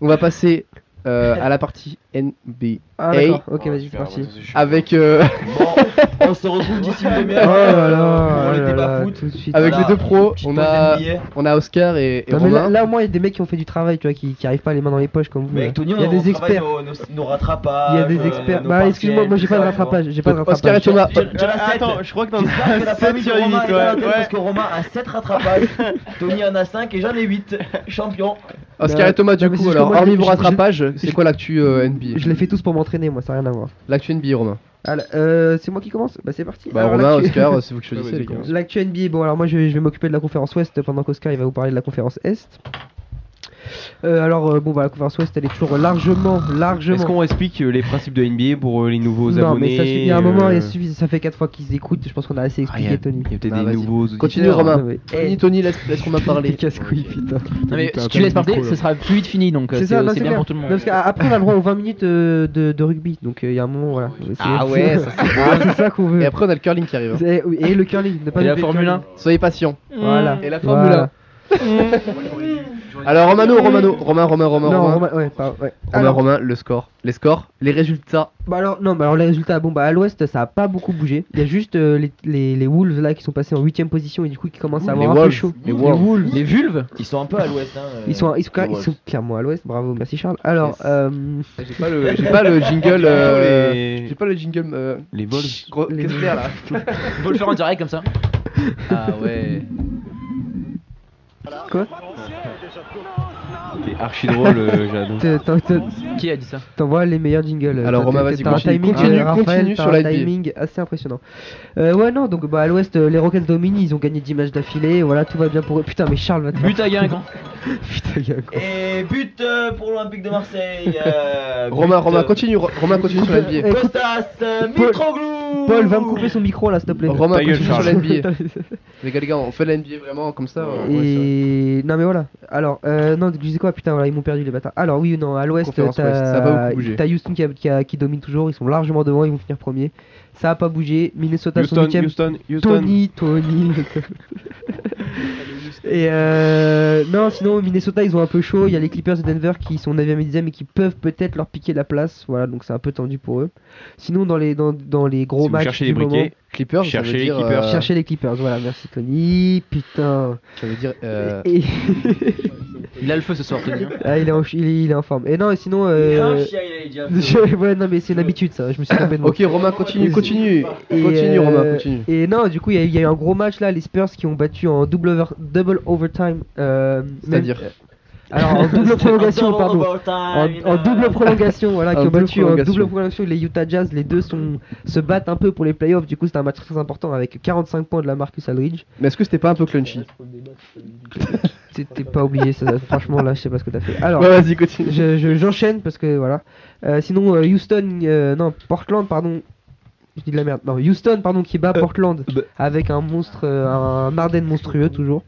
On va passer euh, à la partie NBA Ah Hey. d'accord, ok Ah, vas-y Oh, c'est super, parti. ouais, ça, c'est chaud. avec euh, Bon, on se retrouve d'ici le Oh mai. là euh, là, pour oh les là débats là, foot. tout de suite. avec Voilà, les deux pros. petite On pause a NBA. on a Oscar et, et Non, mais là, Romain. là, au moins il y a des mecs qui ont fait du travail, tu vois, qui, qui arrivent pas les mains dans les poches comme vous. Mais là. avec Tony, il y a on des travaille experts. Nos, nos, nos rattrapages. Il y a des euh, experts. nos Bah excuse-moi, partiels, moi j'ai tout pas de ça, rattrapage, j'ai pas de Donc, Oscar et rattrapage. Thomas. tu vois. J'en ai sept. Attends, je crois que dans J'espère que la famille de 7 Romain est pas la tête parce ouais. que Romain a 7 rattrapages, Tony en a 5 et j'en ai 8. Champion. Oscar et Thomas du Non, mais coup. c'est Alors justement, hormis je- vos je- rattrapages, c'est je- quoi l'actu euh, NBA Je les fais tous pour m'entraîner, moi, ça n'a rien à voir. L'actu NBA Romain. Alors, euh, c'est moi qui commence Bah c'est parti. Bah Alors, Romain, l'actu- Oscar, euh, c'est vous que je Ouais, choisissez les vas-y, gars. commence. L'actu NBA, bon alors moi je vais, je vais m'occuper de la conférence Ouest pendant qu'Oscar il va vous parler de la conférence Est. Euh, alors euh, bon bah la conférence Ouest elle est toujours largement, largement. Est-ce qu'on explique euh, les principes de NBA pour euh, les nouveaux non abonnés mais ça suffit, il y a Bah, un moment, euh, il suffit, ça fait 4 fois qu'ils écoutent, je pense qu'on a assez ah, il y expliqué a- Tony. Il y a peut-être Non, des vas-y. nouveaux auditeurs. Continue Romain. Ouais. Tony, Tony, laisse, laisse Romain parler. casse-couilles putain. Non, mais Putain, si t'as tu laisses le parler, micro, ce là. sera plus vite fini, donc euh, C'est c'est ça, non, c'est c'est bien clair. pour tout le Non, monde. parce qu'après on a le droit aux 20 minutes euh, de, de rugby, donc euh, il y a un moment voilà. C'est- ça c'est Ah, c'est ça qu'on veut. Et après on a le curling qui arrive. hein. Et, oui, et le curling, ne pas Et la oublier le Formule curling. Soyez patients. Voilà. Et la Formule Voilà. 1. Alors Romano, Romano, Romain, Romain, Romain, non, Romain. Romain, ouais, pardon, ouais. Romain, Alors, Romain, le score. Les scores, les résultats. Bah alors, non, bah alors les résultats, bon bah à l'ouest ça a pas beaucoup bougé. Il y a juste euh, les, les, les Wolves là qui sont passés en 8 position et du coup qui commencent à les avoir un peu chaud. Wolves. Les Wolves. Les vulves Ils sont un peu à l'ouest. Hein, Ils sont, ils sont, les ils sont Wolves. clairement à l'ouest, bravo, merci Charles. Alors, Yes. euh, J'ai pas le, j'ai pas le jingle. euh, J'ai pas le jingle. euh, Les vols. gros- Les- Qu'est-ce qu'il y a là On peut le faire en direct comme ça. Ah ouais. C'est archi drôle, euh, j'adore. te- te- te- Qui a dit ça t'envoies les meilleurs jingles. Alors, T'as- Romain, t'as- vas-y, t'as un continue, timing, continue, euh, Raphaël, continue t'as sur un l'IP. timing assez impressionnant. Euh, ouais, non, donc bah à l'ouest, euh, les Rockets dominent, ils ont gagné 10 matchs d'affilée, voilà, tout va bien pour eux. Putain, mais Charles va te faire- But à gain, quand Putain, gars, quoi. Et but euh, pour l'Olympique de Marseille. euh, but, Romain, Romain, euh, continue. Ro- Romain, continue sur Coupe- l'NBA. eh, Costas euh, Paul- Mitroglou Paul, va me couper son micro là, s'il te plaît. Romain, Ta gueule, continue sur Charles. la NBA. les gars, les gars, on fait la NBA vraiment comme ça. euh, ouais, c'est vrai. Et non mais voilà. Alors euh, non, je disais quoi Putain, voilà, ils m'ont perdu les bâtards. Alors oui, non, à l'Ouest, Conférence Ouest, ça a pas t'as beaucoup bougé. t'as Houston qui, a- qui a- qui domine toujours. Ils sont largement devant, ils vont finir premier. Ça a pas bougé. Minnesota sont Houston, huitième. Houston, Houston. Tony, Tony. et euh, non, sinon Minnesota, ils ont un peu chaud. Il y a les Clippers et Denver qui sont 9e et 10e et qui peuvent peut-être leur piquer la place. Voilà, donc c'est un peu tendu pour eux. Sinon, dans les dans, dans les gros Si vous matchs cherchez du les moment, briquets, Clippers, ça Cherchez veut les dire, Clippers. euh, cherchez les Clippers. Voilà, merci Tony. Putain. ça veut dire, euh, Et- Il a le feu ce soir, Tony. hein. Ah, il, est en, il, est, il est en forme. Et non, et sinon. Il a euh, un chien, il a déjà. je- ouais, non, mais c'est une habitude ça. Je me suis complètement. Ok, Romain, continue, continue. Et, Continue, euh, Romain, continue. Et non, du coup, il y, a eu- il y a eu un gros match là, les Spurs qui ont battu en double, over- double overtime. euh, même- C'est-à-dire, Alors, en double prolongation, Encore pardon. overtime, euh. En, il en a- double prolongation, voilà, qui En ont double battu en prolongation. double prolongation les Utah Jazz. Les deux sont, se battent un peu pour les playoffs. Du coup, c'est un match très important avec 45 points de la Marcus Aldridge. mais est-ce que c'était pas un peu clunchy T'es pas oublié, ça, franchement, là, je sais pas ce que t'as fait. Alors, Ouais, vas-y, continue. je- je- j'enchaîne parce que voilà. Euh, sinon, euh, Houston, euh, non, Portland, pardon. Je dis de la merde. Non, Houston, pardon, qui Euh, bat Portland bah. avec un monstre, euh, un Arden monstrueux toujours.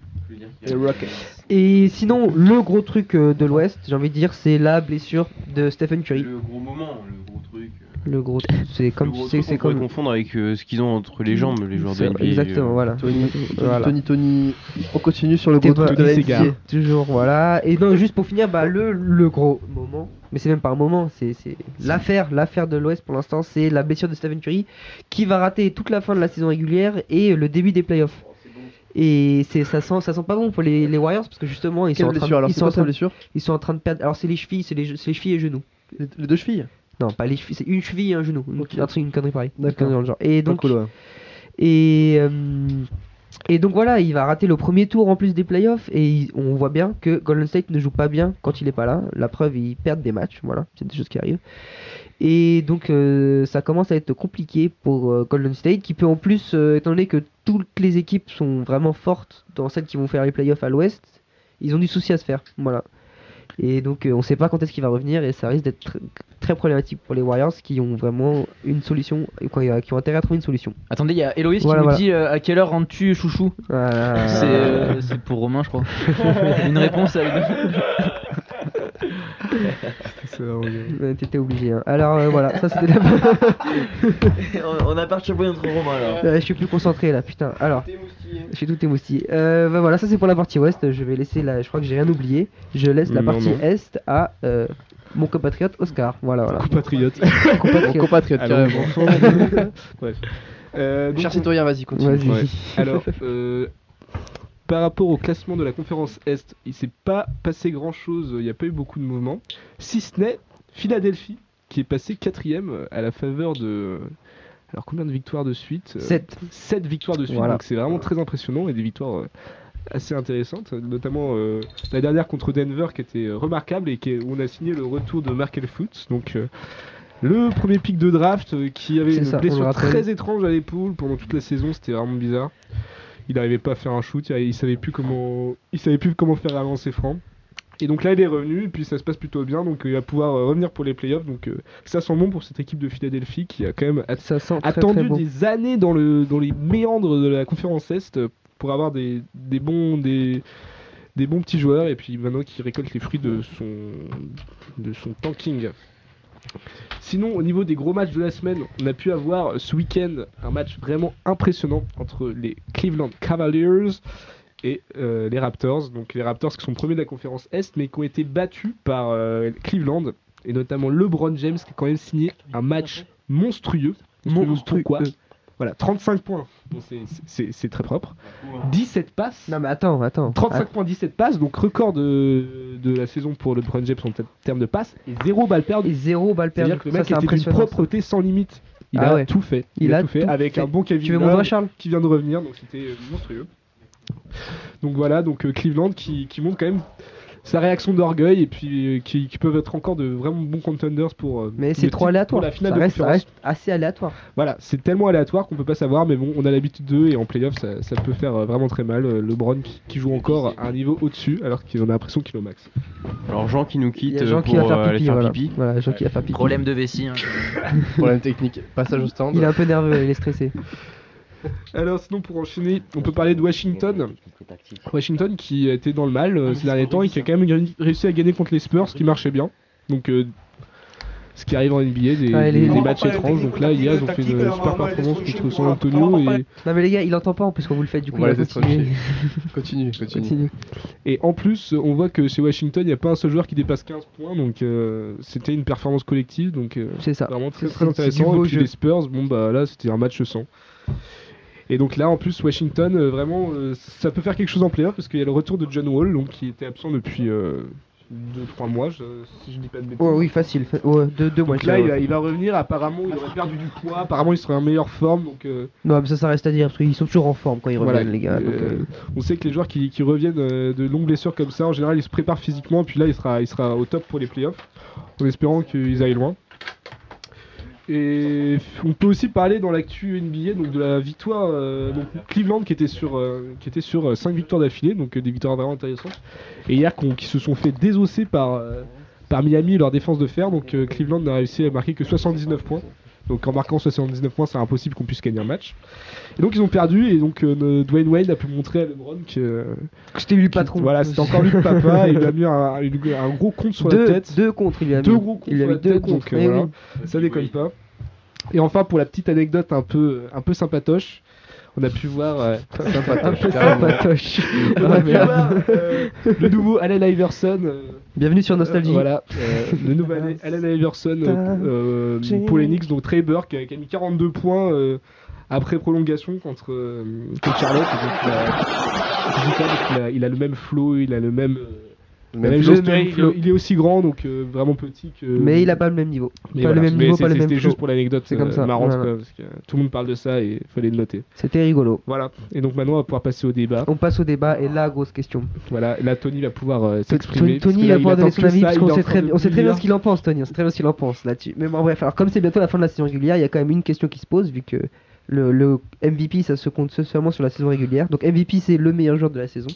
Les Rockets. Et sinon, le gros truc euh, de l'Ouest, j'ai envie de dire, c'est la blessure de Stephen Curry. Le gros moment, le gros truc. euh, Le gros, c'est comme, c'est c'est comme. confondre avec euh, ce qu'ils ont entre les jambes, les joueurs de C'est- NBA. Exactement, euh, voilà. Tony, Voilà. Tony, Tony, on continue sur le T'es gros pas- truc de la Tony Segar. NBA. Toujours, voilà. Et non, juste pour finir, bah, le, le gros moment, mais c'est même pas un moment, c'est c'est l'affaire, l'affaire de l'Ouest pour l'instant, c'est la blessure de Stephen Curry qui va rater toute la fin de la saison régulière et le début des playoffs. Et c'est ça sent, ça sent pas bon pour les, les Warriors parce que justement ils sont, Quelle en train, blessure Alors, ils, c'est sont en quoi sa train, blessure ils sont en train de perdre. Alors c'est les chevilles, c'est les, je- c'est les chevilles et genoux. les, les deux chevilles Non, pas les chevilles, c'est une cheville et un genou. Une, Ok. un truc, une connerie pareille. Une D'accord. connerie dans le genre. Et donc, Pas cool, ouais. et, euh, et donc voilà, il va rater le premier tour en plus des playoffs. Et il- on voit bien que Golden State ne joue pas bien quand il n'est pas là. La preuve, ils perdent des matchs. Voilà, c'est des choses qui arrivent. Et donc euh, ça commence à être compliqué pour euh, Golden State, qui peut en plus, euh, étant donné que toutes les équipes sont vraiment fortes dans celles qui vont faire les playoffs à l'ouest, ils ont du souci à se faire. Voilà. Et donc euh, on ne sait pas quand est-ce qu'il va revenir et ça risque d'être tr- très problématique pour les Warriors qui ont vraiment une solution, qui ont intérêt à trouver une solution. Attendez, il y a Héloïse Voilà, qui nous voilà. dit euh, à quelle heure rentres-tu, chouchou Voilà. C'est euh, c'est pour Romain, je crois. Une réponse à euh, Ouais, T'étais obligé. hein. Alors euh, voilà, ça c'était la. On on a perturbé notre Romain là. Euh, je suis plus concentré là, putain. Alors. Je suis tout émoustillé. Euh, bah, voilà, ça c'est pour la partie ouest. Je vais laisser la. Je crois que j'ai rien oublié. Je laisse la Non, partie non. est à euh, mon compatriote Oscar. Voilà, voilà. Compatriote. Mon compatriote, Alors, carrément. Bref. Euh, donc, Cher on- citoyen, vas-y, continue. Vas-y. Ouais. Alors, euh, par rapport au classement de la conférence Est, il s'est pas passé grand-chose, il n'y a pas eu beaucoup de mouvements, si ce n'est Philadelphie, qui est passé quatrième à la faveur de... Alors combien de victoires de suite Euh, 7. sept victoires de suite, Voilà. donc c'est vraiment très impressionnant et des victoires euh, assez intéressantes, notamment euh, la dernière contre Denver qui était euh, remarquable et qui est- où on a signé le retour de Markel Fultz, donc euh, le premier pic de draft euh, qui avait C'est une ça, on le blessure rappelle. très étrange à l'épaule pendant toute la saison, c'était vraiment bizarre. Il n'arrivait pas à faire un shoot, il savait plus comment, il savait plus comment faire un lancer franc. Et donc là, il est revenu, et puis ça se passe plutôt bien, donc euh, il va pouvoir euh, revenir pour les playoffs. Donc euh, ça sent bon pour cette équipe de Philadelphie qui a quand même atteint Ça sent très attendu très bon. des années dans, le, dans les méandres de la conférence Est euh, pour avoir des, des, bons, des, des bons petits joueurs et puis maintenant qui récolte les fruits de son, de son tanking. Sinon, au niveau des gros matchs de la semaine, on a pu avoir euh, ce week-end un match vraiment impressionnant entre les Cleveland Cavaliers et euh, les Raptors. Donc les Raptors qui sont premiers de la conférence Est mais qui ont été battus par euh, Cleveland et notamment LeBron James qui a quand même signé un match monstrueux. Monstrueux. Pourquoi Voilà, 35 points. Bon, c'est- c'est c'est très propre. 17 passes. Non mais Ah. attends, attends. 35.17 passes, donc record de, de la saison pour le LeBron James en t- termes de passes, et zéro balle Ah, Et perdue. zéro balle perdue. C'est-à-dire que le Ça mec c'est était d'une impressionnant. ça. propreté sans limite. Il Ah a ouais. tout fait. Il a tout avec fait. un bon Kevin Tu veux mon Love doigt Charles qui vient de revenir, donc c'était euh, monstrueux. Donc voilà, donc euh, Cleveland qui, qui monte quand même sa réaction d'orgueil et puis euh, qui, qui peuvent être encore de vraiment bons contenders pour. euh, Mais le c'est titre, trop pour aléatoire. la finale ça, de reste, ça conférence. reste assez aléatoire. Voilà, c'est tellement aléatoire qu'on peut pas savoir, mais bon, on a l'habitude d'eux et en playoff ça, ça peut faire euh, vraiment très mal. Euh, LeBron qui, qui joue encore à un niveau au-dessus alors qu'on a l'impression qu'il est au max. Alors Jean qui nous Il y quitte a Jean pour qui va euh, faire aller pipi. faire voilà. pipi. Voilà, Jean qui va faire pipi. Problème de vessie. hein. Problème technique. Passage au stand. Il est un peu nerveux, il est stressé. Alors sinon pour enchaîner, on peut parler de Washington. Washington qui était dans le mal euh, ces derniers temps et qui a quand même gagné- réussi à gagner contre les Spurs, ce qui marchait bien. Donc euh, ce qui arrive en NBA, des, Ouais, les- des Non, matchs étranges. Donc là, hier, ils ont fait une super performance contre San Antonio et, Non mais les gars, il entend pas en plus quand vous le faites, du coup On va il les va continuer. détroncher. Continue, continue. Continue. et en plus, on voit que chez Washington, il n'y a pas un seul joueur qui dépasse 15 points. Donc euh, c'était une performance collective. Donc euh, C'est ça. vraiment très, C'est- très c'est- c'est du intéressant. beau Et puis jeu. les Spurs, bon bah là c'était un match sans. Et donc là en plus Washington euh, vraiment euh, ça peut faire quelque chose en playoff parce qu'il y a le retour de John Wall donc qui était absent depuis 2-3 mois je- si je dis pas de bêtises. Ouais, oui, facile. fa- ouais, deux, deux mois. Donc je là dirais, il va, ouais. il va revenir apparemment il aurait perdu du poids apparemment il serait en meilleure forme donc euh, Non, mais ça, ça reste à dire parce qu'ils sont toujours en forme quand ils reviennent, voilà, les gars. donc, euh, euh, on sait que les joueurs qui, qui reviennent euh, de longues blessures comme ça en général ils se préparent physiquement puis là il sera, il sera au top pour les playoffs en espérant qu'ils aillent loin. Et on peut aussi parler dans l'actu NBA donc de la victoire euh, donc Cleveland qui était sur euh, qui était sur 5 victoires d'affilée donc euh, des victoires vraiment intéressantes et hier qu'on- qui se sont fait désosser par euh, par Miami et leur défense de fer donc euh, Cleveland n'a réussi à marquer que 79 points. Donc en marquant 79 points, c'est impossible qu'on puisse gagner un match. Et donc ils ont perdu et donc euh, ne- Dwayne Wade a pu montrer à LeBron que euh, C'était lui le patron. qu'il- voilà, c'est encore lui le papa et il lui a mis un, il lui a un gros compte sur deux, la tête. Deux contre, il lui a mis. Deux gros contre il lui a mis sur la deux tête, contre. donc, euh, eh voilà. oui. Ça déconne pas. Et enfin pour la petite anecdote un peu un peu sympatoche, on a pu voir euh, Sympa, peu carrément. Patoche. on a pu voir, euh, le nouveau Allen Iverson euh, Bienvenue sur Nostalgie. euh, voilà, euh, le nouvel Allen Iverson euh, euh, pour les Knicks, donc Trey Burke euh, qui a mis 42 points euh, après prolongation contre, euh, contre Charlotte. Et donc, il a- je dis ça parce qu'il a- il a le même flow, il a le même, Le le même même chose. geste, mais même il- flow. il, est aussi grand, donc euh, vraiment petit que. Mais il a pas le même niveau. mais pas le même Mais niveau, c'est- pas le même C'était flow. juste pour l'anecdote C'est comme euh, ça, marrante, voilà. quoi, parce que euh, tout le monde parle de ça et fallait le noter. C'était rigolo. Voilà, et donc maintenant on va pouvoir passer au débat. On passe au débat et là, grosse question. Voilà, là Tony va pouvoir euh, Tony, s'exprimer. parce Tony, que il là, va pouvoir donner attend son que avis ça, parce il est qu'on en sait train très, de on sait très bien lire. ce qu'il en pense, Tony. On sait très bien ce qu'il en pense là-dessus. Mais bon, bref, alors comme c'est bientôt la fin de la saison régulière, il y a quand même une question qui se pose vu que le, le MVP ça se compte seulement sur la saison régulière. Donc MVP c'est le meilleur joueur de la saison.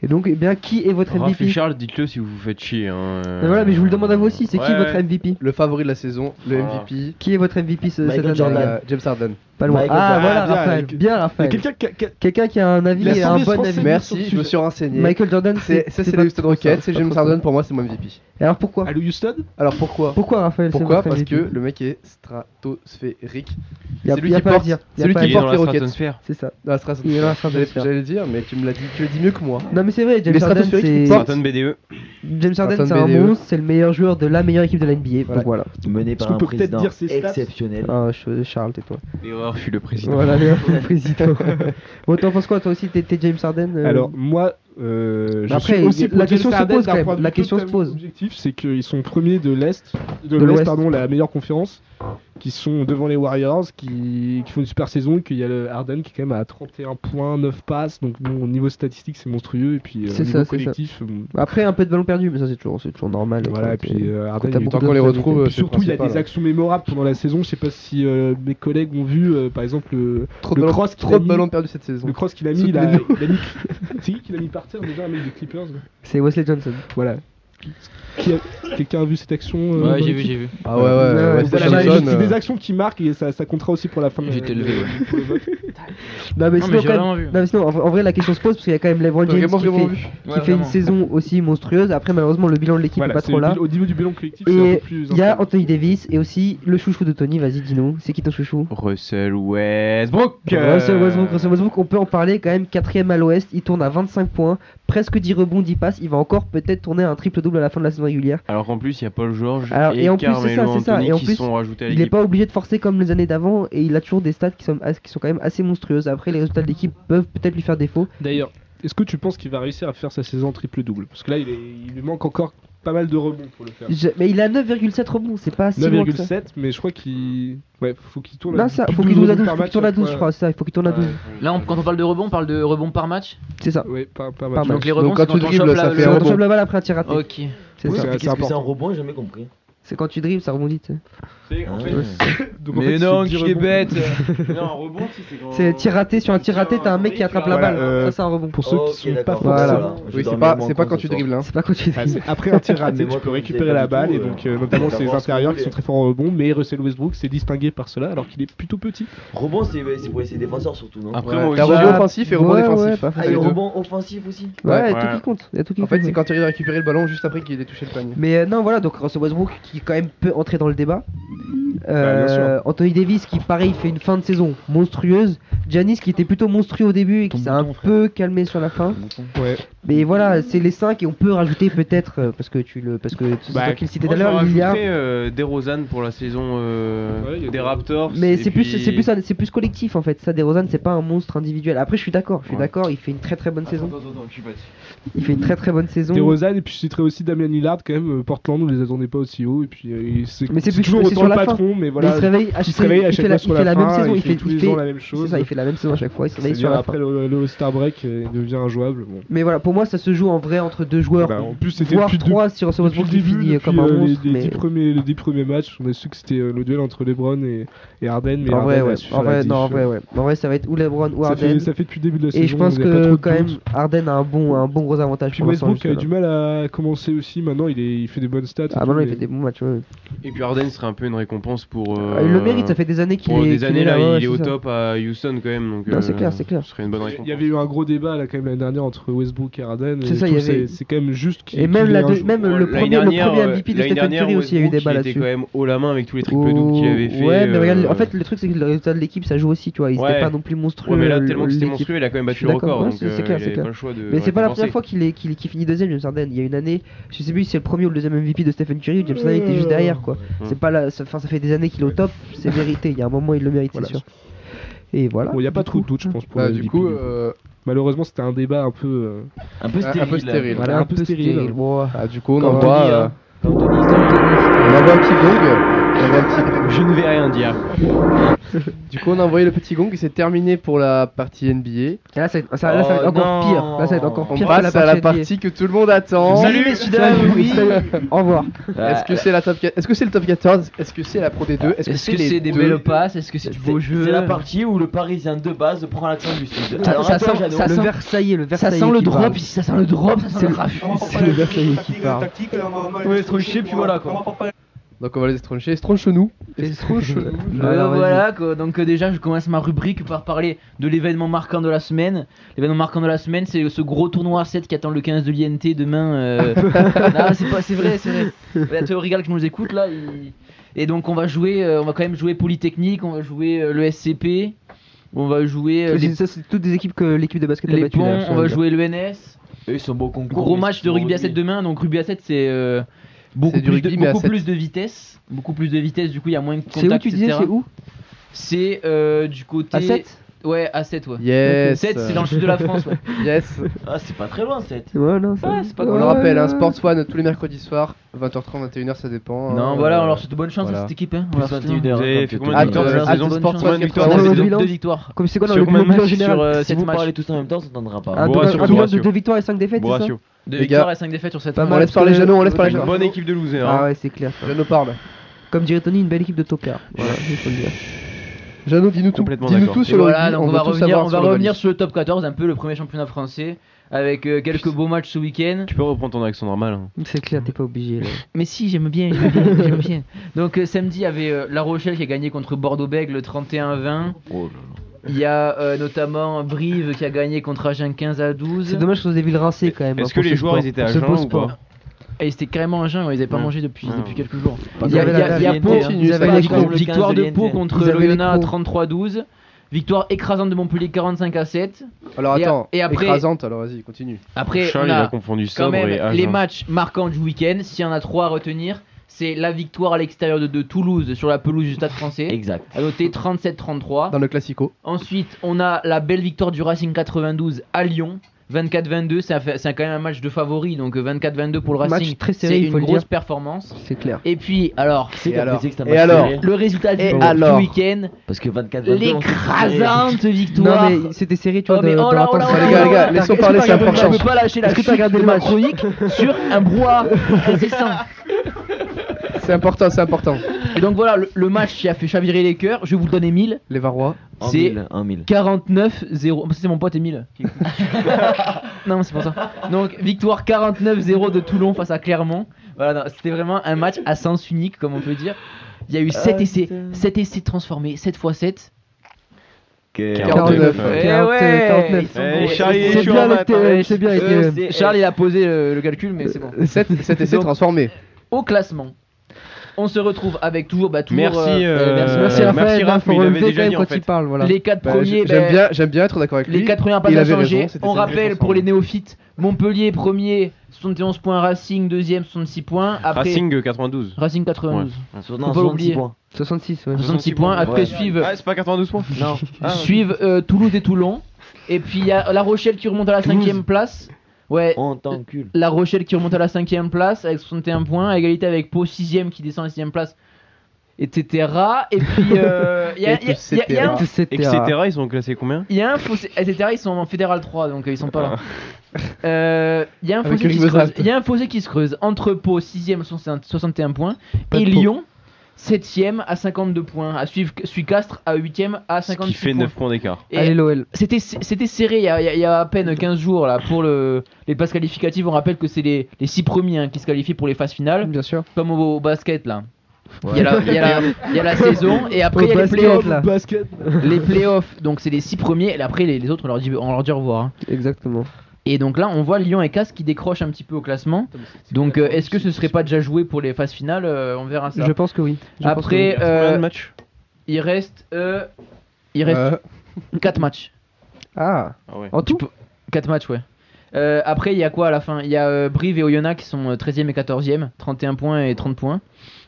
Et donc, eh bien, qui est votre Raph et MVP Charles, dites-le si vous vous faites chier. hein, euh. Mais Voilà, mais je vous le demande à vous aussi. C'est qui Ouais, votre ouais. MVP Le favori de la saison, le Ah. MVP. Qui est votre MVP ce- cette Michael année Jordan. les gars euh, James Harden. Pas loin. Michael Ah, Jordan. voilà, Ah, bien, Raphaël. avec- Bien, Il y a Raphaël. quelqu'un qui a- qui a- Quelqu'un qui a un avis Il a et un semblé se bon renseigner. avis. Merci, je me suis renseigné. Michael Jordan, C'est- ça, c'est les Houston pas trop ça, Rockets, c'est pas James trop ça. Harden, pour moi, c'est mon MVP. Et alors pourquoi Allô Houston Alors pourquoi Pourquoi Raphaël c'est Pourquoi votre Parce que MVP? le mec est stratosphérique. Y a- c'est lui y a qui pas à porte- dire, y a C'est lui pas à qui Il euh, est dire. porte dans les la Rockets. stratosphère. C'est ça. Dans la Il est dans stratosphère. la stratosphère. J'allais le dire, mais tu me l'as dit, tu le dis mieux que moi. Non mais c'est vrai, James Les Harden stratosphériques, c'est ils C'est un BDE. James Harden c'est Harden un E. BDE. monstre, c'est le meilleur joueur de la meilleure équipe de la NBA. Voilà. Donc voilà. Mené Est-ce par qu'on un peut peut-être président dire ses stats exceptionnel. Ah, je- Charles, tais-toi. Erreur fut le président. Voilà, le président. bon, t'en penses quoi Toi aussi, t'es t'es James Harden euh, Alors moi, euh, je Après, suis aussi la pour question James se Harden pose d'un quand même, point de la vue question se totalement pose. Objectif, c'est qu'ils sont premiers de l'est, de, De l'Ouest. l'ouest, pardon, la meilleure conférence, qui sont devant les Warriors, qui, qui font une super saison, et qu'il y a le Harden qui est quand même à 31 points, 9 passes, donc bon, au niveau statistique c'est monstrueux, et puis euh, C'est ça, au niveau c'est collectif, bon, Après, un peu de ballon perdu, mais ça c'est toujours, c'est toujours normal. voilà, quoi, et puis c'est- euh, t'as Harden, il a eu beaucoup tant de qu'on les temps de retrouve, qualité. euh, surtout il y a principal, des hein. actions mémorables pendant la saison, je sais pas si euh, mes collègues ont vu, euh, par exemple le, Trop Le de ballons- cross qu'il trop a de mis. ballons perdus cette saison. le cross qu'il a mis, il a, il a mis, c'est qui qu'il a mis par terre déjà, un mec des Clippers là C'est Wesley Johnson. Voilà. Qui a- Quelqu'un a vu cette action euh, dans Ouais, j'ai l'équipe vu, j'ai vu. Ah ouais, ouais, ouais, Ouais, ouais, Voilà, c'est bah, Johnson, c'est des euh, actions qui marquent et ça, ça comptera aussi pour la fin. de- J'étais levé, ouais. pour le vote. Non, mais sinon, Non, mais j'ai quand même- vraiment vu. non, mais sinon, en, en vrai, la question se pose parce qu'il y a quand même LeBron James Vraiment, qui fait, vraiment vu. qui fait une saison aussi monstrueuse. Après, malheureusement, le bilan de l'équipe est Voilà, pas c'est trop le là. bil- Au niveau du bilan collectif, Et c'est un peu plus. Il y a important. Anthony Davis et aussi le chouchou de Tony. Vas-y, dis-nous, c'est qui ton chouchou Russell Westbrook. euh, Russell Westbrook, Russell Westbrook, on peut en parler quand même, quatrième à l'ouest, il tourne à 25 points, presque 10 rebonds, 10 passes, il va encore peut-être tourner à un triple-double à la fin de la saison régulière. Alors qu'en plus, il y a Paul George Alors, et, et en plus, c'est ça, Carmelo c'est ça, Anthony et en qui plus, sont rajoutés à Il n'est l'équipe. pas obligé de forcer comme les années d'avant et il a toujours des stats qui sont, as- qui sont quand même assez monstrueuses. Après, les résultats de l'équipe peuvent peut-être lui faire défaut. D'ailleurs, est-ce que tu penses qu'il va réussir à faire sa saison triple double Parce que là, il, est- il lui manque encore pas mal de rebonds pour le faire. Je- Mais il a 9,7 rebonds, c'est pas si loin que ça. 9,7, mais je crois qu'il. Ouais, faut qu'il tourne Non, ça, plus de faut 12 qu'il tourne à 12, rebonds par faut qu'il match, tourne à ouais. 12, je crois, ça, il faut qu'il tourne à 12. Là, on- quand on parle de rebond, on parle de rebond par match. C'est ça. Ouais, par, par Par match. Donc les Donc rebonds, quand c'est tu on dribbles, chope ça la- fait C'est un quand rebond. tu la balle après un tir raté. Ok. C'est ça. c'est Qu'est-ce que c'est un important. rebond J'ai jamais compris. Hein C'est quand tu dribbles, ça rebondit. tu sais. C'est- en fait, Donc, en fait, Mais il non, fait qui 10 est rebonds. bête Non, un rebond, si, c'est quand. C'est tir raté sur un tir Tiens, raté, t'as un mec oui, qui tu attrape as- la balle. Voilà, euh, Ça, c'est un rebond. Pour ceux Ok, qui sont pas d'accord. forcément. Voilà. Voilà. Je Oui, c'est dormais pas, moins c'est pas con quand ce tu soir. dribbles. Hein. C'est pas quand tu Ah, dribbles. c'est après un tir Mais raté, tu moi, peux je disais récupérer pas la du balle, tout, et euh, donc euh, notamment faut ces savoir ce que intérieurs vous qui sont voulez. très forts en rebond, mais Russell Westbrook s'est distingué par cela alors qu'il est plutôt petit. Rebond, c'est c'est pour essayer défenseurs surtout, non Après, Ouais. moi T'as aussi, rebond offensif et rebond Ouais, ouais, défensif. pas T'as Ah, Ah. les et deux. rebond offensif aussi Ouais, Ouais. tout qui compte. y a tout qui En fait, compte, c'est ouais. quand il arrive à récupérer le ballon juste après qu'il ait touché le panier. Mais euh, non, voilà, donc Russell Westbrook qui quand même peut entrer dans le débat. Euh, Bah, bien Anthony Davis qui, pareil, fait une fin de saison monstrueuse. Janis qui était plutôt monstrueux au début et qui Ton s'est un bouton, peu calmé sur la fin. Ouais. Mais voilà, c'est les 5 et on peut rajouter peut-être, euh, parce que tu le, parce que c'est Bah, toi qui le citais tout moi, à l'heure, j'aurais il y a. ajouté, euh, des Rosanne pour la saison euh, Ouais, il y des a des- Raptors. Mais et c'est plus, puis- c'est plus, un- c'est plus collectif en fait. Ça, DeRozan, c'est pas un monstre individuel. Après, je suis d'accord, je suis Ouais. d'accord. Il fait une très très bonne saison. Attends, attends, je suis pas sûr. Il fait une très très bonne saison. Des Rosanne, et puis je citerai aussi Damien Lillard quand même, euh, Portland, on les attendait pas aussi haut, et puis euh, il- c'est Mais c'est plus- toujours c'est autant sur le la fin. patron, mais Mais voilà. il se réveille à il chaque se réveille à il chaque fait la- fois sur il la fait la fin, même saison. Il fait, tous il les ans la fait, même c'est chose. ça, il fait la même saison à chaque fois. Il se C'est réveille sur bien, la fin. après le, le All-Star Break, euh, il devient injouable. Bon. Mais voilà, pour moi, ça se joue en vrai entre deux joueurs, Bah, en plus, c'était voire depuis, le- trois si Russell depuis Westbrook le qui début, finit depuis, comme un euh, les- monstre. les, mais dix premiers, les dix premiers matchs, on a su que c'était euh, le duel entre LeBron et, et Harden, mais en vrai, Harden a ouais. su En faire la vrai, non, en diff. vrai, ouais. En vrai, ça va être ou LeBron ou Ça Harden. fait, ça fait depuis le début de la saison. Et je pense il y a pas trop que de quand doute. même, Harden a un bon, un bon gros avantage. Puis pour l'instant, Westbrook a eu jusque-là. du mal à commencer aussi. Maintenant, il, est, il fait des bonnes stats. et Ah tout, maintenant, il mais- fait des bons matchs. ouais. Et puis Harden serait un peu une récompense pour. Ah, Il le mérite, ça fait des années qu'il Pour est. Euh, des qu'il années est là, ouais, il est c'est au ça. top à Houston quand même. Donc, Non, c'est euh, clair, c'est clair. Ce serait une bonne récompense. Il y avait eu un gros débat là quand même l'année dernière entre Westbrook et Harden. et C'est ça, tout, il y avait- C'est quand même juste qu'il. Et qu'il même, ait la un deux- jour- même Bon, le, l'année premier, le dernière, premier euh, MVP de l'année Stephen dernière, Curry aussi, il y a eu des Westbrook, débats Il là-dessus. était quand même haut la main avec tous les triples doubles qu'il avait fait. Ouais, mais regarde, euh, en fait, le truc, c'est que le résultat de l'équipe, ça joue aussi, tu vois. Ils Ouais. étaient pas non plus monstrueux. ouais, mais là, le- tellement que c'était l'équipe. monstrueux, il a quand même Je suis battu le d'accord. record. Ouais, donc, c'est- euh, c'est clair, il c'est avait clair. pas le choix de. Mais c'est pas la récompenser. première fois qu'il est- qu'il qu'il finit deuxième, James Harden. Il y a une année, je sais plus si c'est le premier ou le deuxième MVP de Stephen Curry, James Harden était juste derrière, quoi. C'est pas la, ça, enfin, ça fait des années qu'il est au top, c'est mérité. Il y a un moment, il le mérite, c'est Voilà. sûr. Et voilà. Bon, il n'y a pas du trop coup. de doute, je pense. Pour Bah, le du MVP. coup, euh, malheureusement, c'était un débat un peu. euh, Un peu Un- un stérile. peu stérile. Voilà, un peu stérile. Ouah. ah, du coup, on Comme envoie, Tony, euh, hein. Comme Tony, Tony. on envoie un petit gong. On envoie un petit- Je ne vais rien dire. Du coup, on a envoyé le petit gong et c'est terminé pour la partie NBA. Et là, ça va être- ça- là, ça va être Oh, encore non. pire. Là, ça va être encore On pire. que passe à la NBA. partie que tout le monde attend. Salut, messieurs, dames, oui. Au revoir. Est-ce que c'est la top 4 Est-ce que c'est le top 14 Est-ce que c'est la Pro D2 Est-ce que Est-ce c'est que les c'est des deux belles passes Est-ce que c'est du beau C'est jeu c'est la partie où le Parisien de base prend l'accent du Sud. Ça, Alors, ça attends, sent, Jeannot. ça Le sent- vert- ça sent le drop, ici, ça sent le drop, ça sent le raf. c'est le Versailles qui parle. On est trop chier, puis voilà quoi. Donc on va les estroncher. Estronche nous. Euh, Alors, vas-y. voilà quoi. donc euh, déjà je commence ma rubrique par parler de l'événement marquant de la semaine. L'événement marquant de la semaine c'est ce gros tournoi à 7 qui attend le 15 de l'INT demain. euh. non c'est pas c'est vrai c'est vrai. La théorie Gal qui nous écoute là. il- Et donc on va jouer, euh, on va quand même jouer Polytechnique, on va jouer euh, le SCP, on va jouer euh, les, Ça, c'est toutes des équipes que l'équipe de basket a les battues. ponts, là, je on veux va dire. jouer l'UNS. Eux, Ils sont beaux concours. Gros mais match c'est de du rugby à 7 demain, donc rugby à 7 c'est euh, beaucoup, C'est du plus, de, rugby, mais à beaucoup sept. plus de vitesse. Beaucoup plus de vitesse, du coup il y a moins de contact. C'est où tu disais etc. C'est où C'est euh, du côté. À 7 Ouais, à 7, ouais. Yes. 7, c'est dans le sud de la France, ouais. Yes. Ah, c'est pas très loin, 7. Ouais, non, Ouais, c'est pas On le rappelle, hein, Sports One tous les mercredis soirs, 20h30, 21h, ça dépend. Non, hein, voilà, euh, on leur souhaite bonne chance voilà. à cette équipe. Hein. On Plus leur souhaite 21h. Vous avez hein, fait comme combien tu dis. Ah, de victoires euh, cette ah, saison bonne Sports chance. One, Quatre victoires victoires. cette Deux saison bilan. Deux victoires. Comme c'est quoi dans Sur le combien de bilan matchs général sur, euh, Si Sept vous matchs. parlez tous en même temps, ça t'entendra pas. Un Bon bilan- ratio, un bon bilan de ratio. 2 victoires et 5 défaites, Bon c'est ça ratio. Deux Les victoires gars, et 5 défaites sur cette Pas On match. mal, laisse parce parler que- Jeannot, on laisse parler Une Jeannot. bonne équipe de losers. Ah hein. ouais, c'est clair. Jeannot parle. Comme dirait Tony, une belle équipe de tocards. Voilà, il faut le dire. Jeannot, dis-nous tout. Complètement Dis-nous d'accord. tout Et sur le voilà, rugby, donc on, veut va tout revenir, savoir on sur va le revenir rugby. sur le top 14, un peu le premier championnat français, avec euh, quelques beaux matchs ce week-end. Tu peux reprendre ton accent normal. hein. C'est clair, t'es pas obligé. là. Mais si, j'aime bien, j'aime bien, j'aime bien. Donc euh, samedi, il y avait euh, La Rochelle qui a gagné contre Bordeaux-Bègles 31-20. Il y a euh, notamment Brive qui a gagné contre Agen 15 à 12. C'est dommage que ce soit des villes rincées quand même. hein, Est-ce que pour les ce joueurs sport, ils étaient pour à ce beau jeun ou sport. pas Et ils étaient carrément en juin, ouais, ils n'avaient pas Ouais. mangé depuis, Ouais. depuis quelques jours. Ils Il y a, avaient il y a- la il y a VNT, Pau, hein. Ils avaient par la exemple, contre- contre- victoire de contre- Pau contre Ils avaient Loyona les 33-12, victoire écrasante de Montpellier 45 à 7. Alors Et- attends, et après- écrasante, alors vas-y, continue. Après, Charles, on il a a confondu quand sobre et même les agent. matchs marquants du week-end. S'il y en a trois à retenir, c'est la victoire à l'extérieur de, de Toulouse sur la pelouse du Stade français, Exact. à noter 37-33. Dans le classico. Ensuite, on a la belle victoire du Racing 92 à Lyon. 24-22, ça fait- c'est quand même un match de favori. Donc euh, 24-22 pour le Match Racing, très serré, c'est il une faut le grosse dire. performance. C'est clair. Et puis, alors, Qui c'est qui a alors précisé que c'est un Et match alors serré le résultat du, Et du alors week-end, Parce que 24 l'écrasante Non victoire. mais c'était serré tu vois Oh, mais de, oh de là, oh là, Raptor. oh là, Les gars, les gars, oh là, laissons est-ce parler, que c'est t'as regardé- important. Je peux pas lâcher la Est-ce que t'as chute regardé de le ma match chronique sur un brouhaha incessant. C'est important, c'est important. Et donc voilà, le, le match qui a fait chavirer les cœurs, je vous le donne Emile, Les Varois. c'est 1000. 49-0. Oh, C'est mon pote Emile. non, c'est pour ça. Donc victoire 49-0 de Toulon face à Clermont. Voilà, non, c'était vraiment un match à sens unique, comme on peut dire. Il y a eu Ah, 7 essais, 7 essais transformés, 7 x 7. Ouais, euh, 49. Eh, Charlie, C'est je suis en bien avec maths, hein. tes- c'est bien avec tes- Charles, il a posé euh, le calcul, mais c'est bon. 7 essais Donc- transformés. Au classement, on se retrouve avec toujours. Bah, toujours Merci, euh, euh, merci, Euh, Merci Raphaël, merci là, Raph, faut mais il relever avait déjà quand dit, quand en il fait. parle voilà. Les 4 Bah, premiers. j'ai- J'aime bah, bien, j'aime bien être d'accord avec lui. Les 4 premières Il passes à avait raison, changer. c'était On ça, rappelle l'essentiel. pour les néophytes Montpellier, premier, 71 points. Racing, deuxième, 66 points. Après, Racing euh, 92. Racing 92. Ah, Non, pas 70 oublier. points. 66 ouais. 66 points. Après, Ouais. suivent, Ah, c'est pas 92 points Non. Ah, ouais. suivent euh, Toulouse et Toulon. Et puis, il y a La Rochelle qui remonte à la 5ème place. Ouais. On t'encule. La Rochelle qui remonte à la 5ème place avec 61 points. À égalité avec Pau, 6ème qui descend à la 6ème place. Etc. Et puis, euh, il y a- il y a- il y a- il y a un Etc. Etc. Ils sont classés combien Il y a un fossé, etc. Ils sont en Fédéral 3, donc euh, ils sont pas là. Euh, Il y a un Avec fossé qui se Rigosat. creuse. Il y a un fossé qui se creuse entre Pau 6ème 61 points Pas et de Pau. Lyon 7ème à 52 points. À suivre Suicastre à 8ème à Ce 56 qui fait points. 9 points d'écart. Et Allez l'OL. c'était c'était serré il y, a, il y a- il y a à peine 15 jours là pour le, les passes qualificatives. On rappelle que c'est les, les 6 premiers hein, qui se qualifient pour les phases finales, Bien sûr. comme au, au basket là. Il y a la- il y, a la- il y a la saison et après Au il y a les basket, playoffs. là. Basket. Les playoffs, donc c'est les 6 premiers et après les, les autres on leur dit, on leur dit au revoir. hein. Exactement. Et donc là, on voit Lyon et Castres qui décrochent un petit peu au classement. Donc, euh, est-ce que ce serait pas déjà joué pour les phases finales Euh, On verra ça. Je pense que oui. Je pense que oui. Après, euh, Combien de matchs il reste, euh, il reste Euh, 4 matchs. Ah, Ah ouais. en tout 4 matchs, ouais. Euh, après, il y a quoi à la fin Il y a euh, Brive et Oyonnax qui sont euh, 13e et 14e, 31 points et 30 points.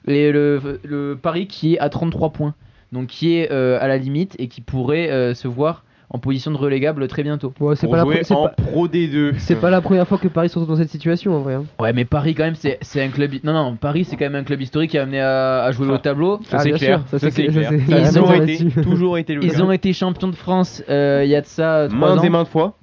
Et le, le Paris qui est à 33 points, donc qui est euh, à la limite et qui pourrait euh, se voir en position de relégable très bientôt. Ouais, c'est Pour pas, la jouer pre- c'est en pas- Pro D2. c'est pas la première fois que Paris se retrouve dans cette situation en vrai. hein. Ouais, mais Paris, quand même, c'est c'est un club. hi- Non, non, Paris, c'est quand même un club historique qui a amené à, à jouer au tableau. Ça Ah, c'est bien clair. sûr, ça, c'est clair, ça, c'est- Ça a Ils ont toujours été- été, toujours été le Ils cas. ont été champions de France euh, il y a de ça 3 maintes et ans. maintes fois.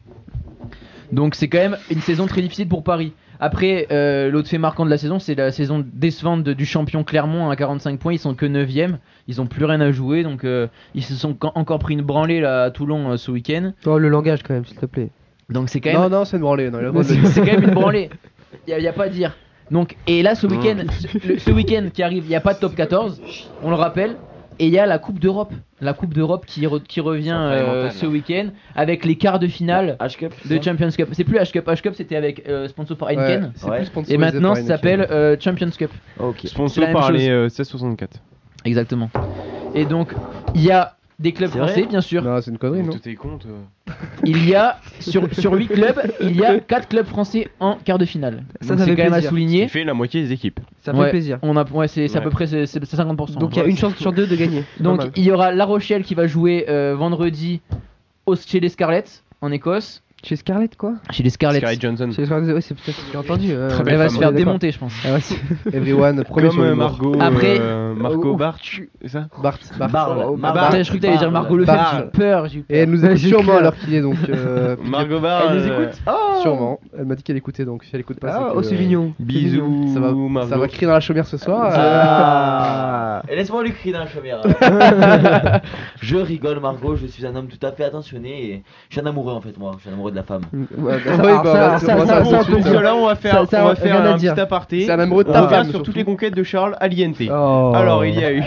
Donc c'est quand même une saison très difficile pour Paris. Après, euh, l'autre fait marquant de la saison, c'est la saison décevante de- du champion Clermont hein, à 45 points. Ils sont que 9ème. Ils ont plus rien à jouer. Donc euh, ils se sont quand- encore pris une branlée là, à Toulon euh, ce week-end. Oh, le langage quand même, s'il te plaît. Donc c'est quand même Non, non, c'est une branlée. non, il a le droit de le dire. c'est quand même une branlée. Il n'y a, pas à dire. Donc, et là, ce week-end, ce, le- ce week-end qui arrive, il n'y a pas de top 14, on le rappelle. Et il y a la Coupe d'Europe. La Coupe d'Europe qui, re- qui revient euh, ce week-end avec les quarts de finale H-Cup de Champions Cup. C'est plus H-Cup. H-Cup, c'était avec euh, sponsor par Heineken. Ouais, c'est Ouais. plus Et sponsorisé par maintenant, ça Heineken. s'appelle euh, Champions Cup. Ok. C'est la Sponsor même par chose. les euh, 1664. Exactement. Et donc, il y a des clubs C'est vrai français, bien sûr. Non, c'est une connerie, non Tout est compte. Il y a, sur, sur 8 clubs, il y a 4 clubs français en quart de finale. Ça, Donc, ça c'est fait quand même à plaisir. souligner. Il fait la moitié des équipes. Ça fait Ouais. plaisir. On a, ouais, c'est c'est à Ouais. peu près c'est c'est 50%. Donc il y a une chance sur deux de gagner. Donc Pas mal. il y aura La Rochelle qui va jouer euh, vendredi au, chez les Scarlets en Écosse. chez Scarlett quoi Chez les Scarlets. Scarlett Johnson. Chez Scarlett, ouais, c'est peut j'ai entendu. euh, Très ouais. belle Elle va femme. se faire On est démonter, je pense. Ah ouais, c'est- Everyone, premier Comme sur euh, le Margot. Margot, Après- euh, Margot Oh. Bartsch, c'est ça Bart. Bart. Barl. Mar- Putain, je crois que t'allais dire Margot Le Fay, Barre. j'ai eu peur. j'ai eu Et peur. elle nous écoute J'ai sûrement clair. alors qu'il est donc. euh, Margot Bartsch. Elle les euh, écoute Oh Sûrement. Elle m'a dit qu'elle écoutait donc si elle écoute pas. Ah, c'est oh, que- c'est mignon. c'est mignon. Bisous, Ça va, Margot. ça va crier dans la chaumière ce soir. Ah. Et Laisse-moi lui crier dans la chaumière. je rigole, Margot. Je suis un homme tout à fait attentionné. Et... Je suis un amoureux en fait, moi. Je suis un amoureux de la femme. Mm, ouais, Ah ça- oui, alors bah, ça- bah, ça- c'est ça- bon, ça, ça, Bon, on on suit, donc peut- ça. là, on va Ça- faire, ça, on va rien faire à un dire. petit aparté. C'est un amoureux de On ta revient femme, sur surtout. toutes les conquêtes de Charles à l'INT. Oh. Alors, il y a eu.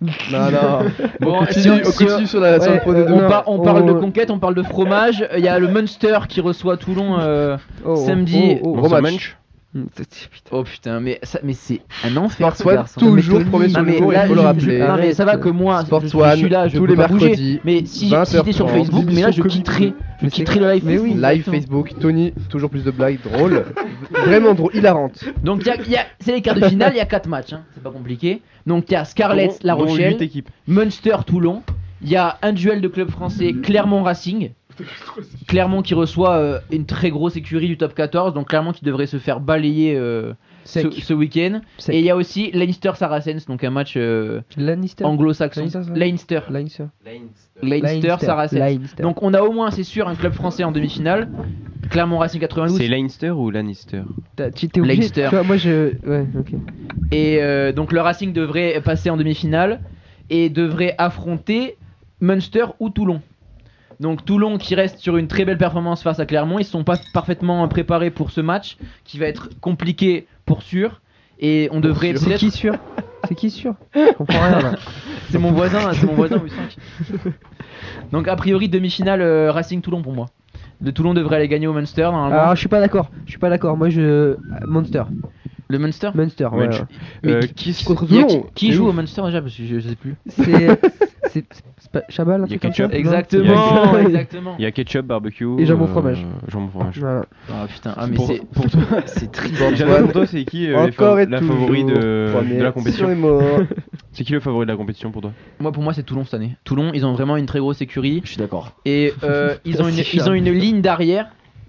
Non, non. Bon, On si euh, Oh. continue, on- on si on- continue sur la sur le Ouais, pro euh, des deux. on, par- on parle on- de conquête, on parle de fromage. Il y a le Munster qui reçoit Toulon euh, Oh, oh, samedi. oh, oh. Gros Bon, ce match. Mm, c'est- putain. Oh putain, mais, ça- mais c'est un Sports enfer. ce One, garçon. toujours mais premier Tony, sur Non, le mais dos, là, il faut le je- rappeler. non, mais ça va que moi, Sports je, je One, suis là, je tous peux les pas bouger. mercredis, Mais si, si 20h30, j'étais sur Facebook, mais là je quitterais, je Mais c'est- quitterais le live mais oui. Facebook. Live Exactement. Facebook, Tony, toujours plus de blagues drôles. Vraiment drôle, hilarante. Donc il y a- il y a- c'est les quarts de finale, il y a 4 matchs, hein, c'est pas compliqué. Donc il y a Scarlett La Dont- dont Rochelle, huit équipes. Munster Toulon, il y a un duel de club français Clermont Racing, Clermont qui reçoit euh, une très grosse écurie du top 14, donc Clermont qui devrait se faire balayer euh, ce, Sec. ce week-end. Sec. Et il y a aussi Leinster Saracens, donc un match euh, Lannister. anglo-saxon. Leinster, ça Leinster. Lannister. Leinster Saracens. Lannister. Donc on a au moins, c'est sûr, un club français en demi-finale. Clermont Racing 92. C'est Leinster ou Lannister T'as- tu t'es obligé. Leinster. Tu vois, moi je. Ouais, ok. Et euh, donc le Racing devrait passer en demi-finale et devrait affronter Munster ou Toulon. Donc Toulon qui reste sur une très belle performance face à Clermont, ils sont pas parfaitement préparés pour ce match qui va être compliqué pour sûr et on devrait C'est peut-être- qui sûr C'est qui sûr Je comprends rien là. c'est mon voisin, c'est mon voisin oui, cinq. Donc a priori demi-finale euh, Racing Toulon pour moi. Le Toulon devrait aller gagner au Munster normalement. Alors je suis pas d'accord. Je suis pas d'accord. Moi je. Monster. le Munster Monster. ouais, Munch. ouais. Mais Euh, qui- qui s- contre Il y a Toulon, Qui, qui c'est joue ouf. au Munster déjà parce que je, je sais plus. C'est. C'est. c'est pas Chabal un Il y a truc comme ça Ketchup. Exactement, Il y a- exactement. Il y a ketchup, barbecue. Et jambon euh, fromage. Jambon fromage. Voilà. Ah putain, ah, mais Pour- c'est pour toi, c'est triste. J'adore pour toi, c'est qui euh, les Encore fa- et la toujours favori de, de la première sur compétition les morts. C'est qui le favori de la compétition pour toi Moi, pour moi, c'est Toulon cette année. Toulon, ils ont vraiment une très grosse écurie Je suis d'accord. et euh, ils ont une, C'est ils ont une ligne d'arrière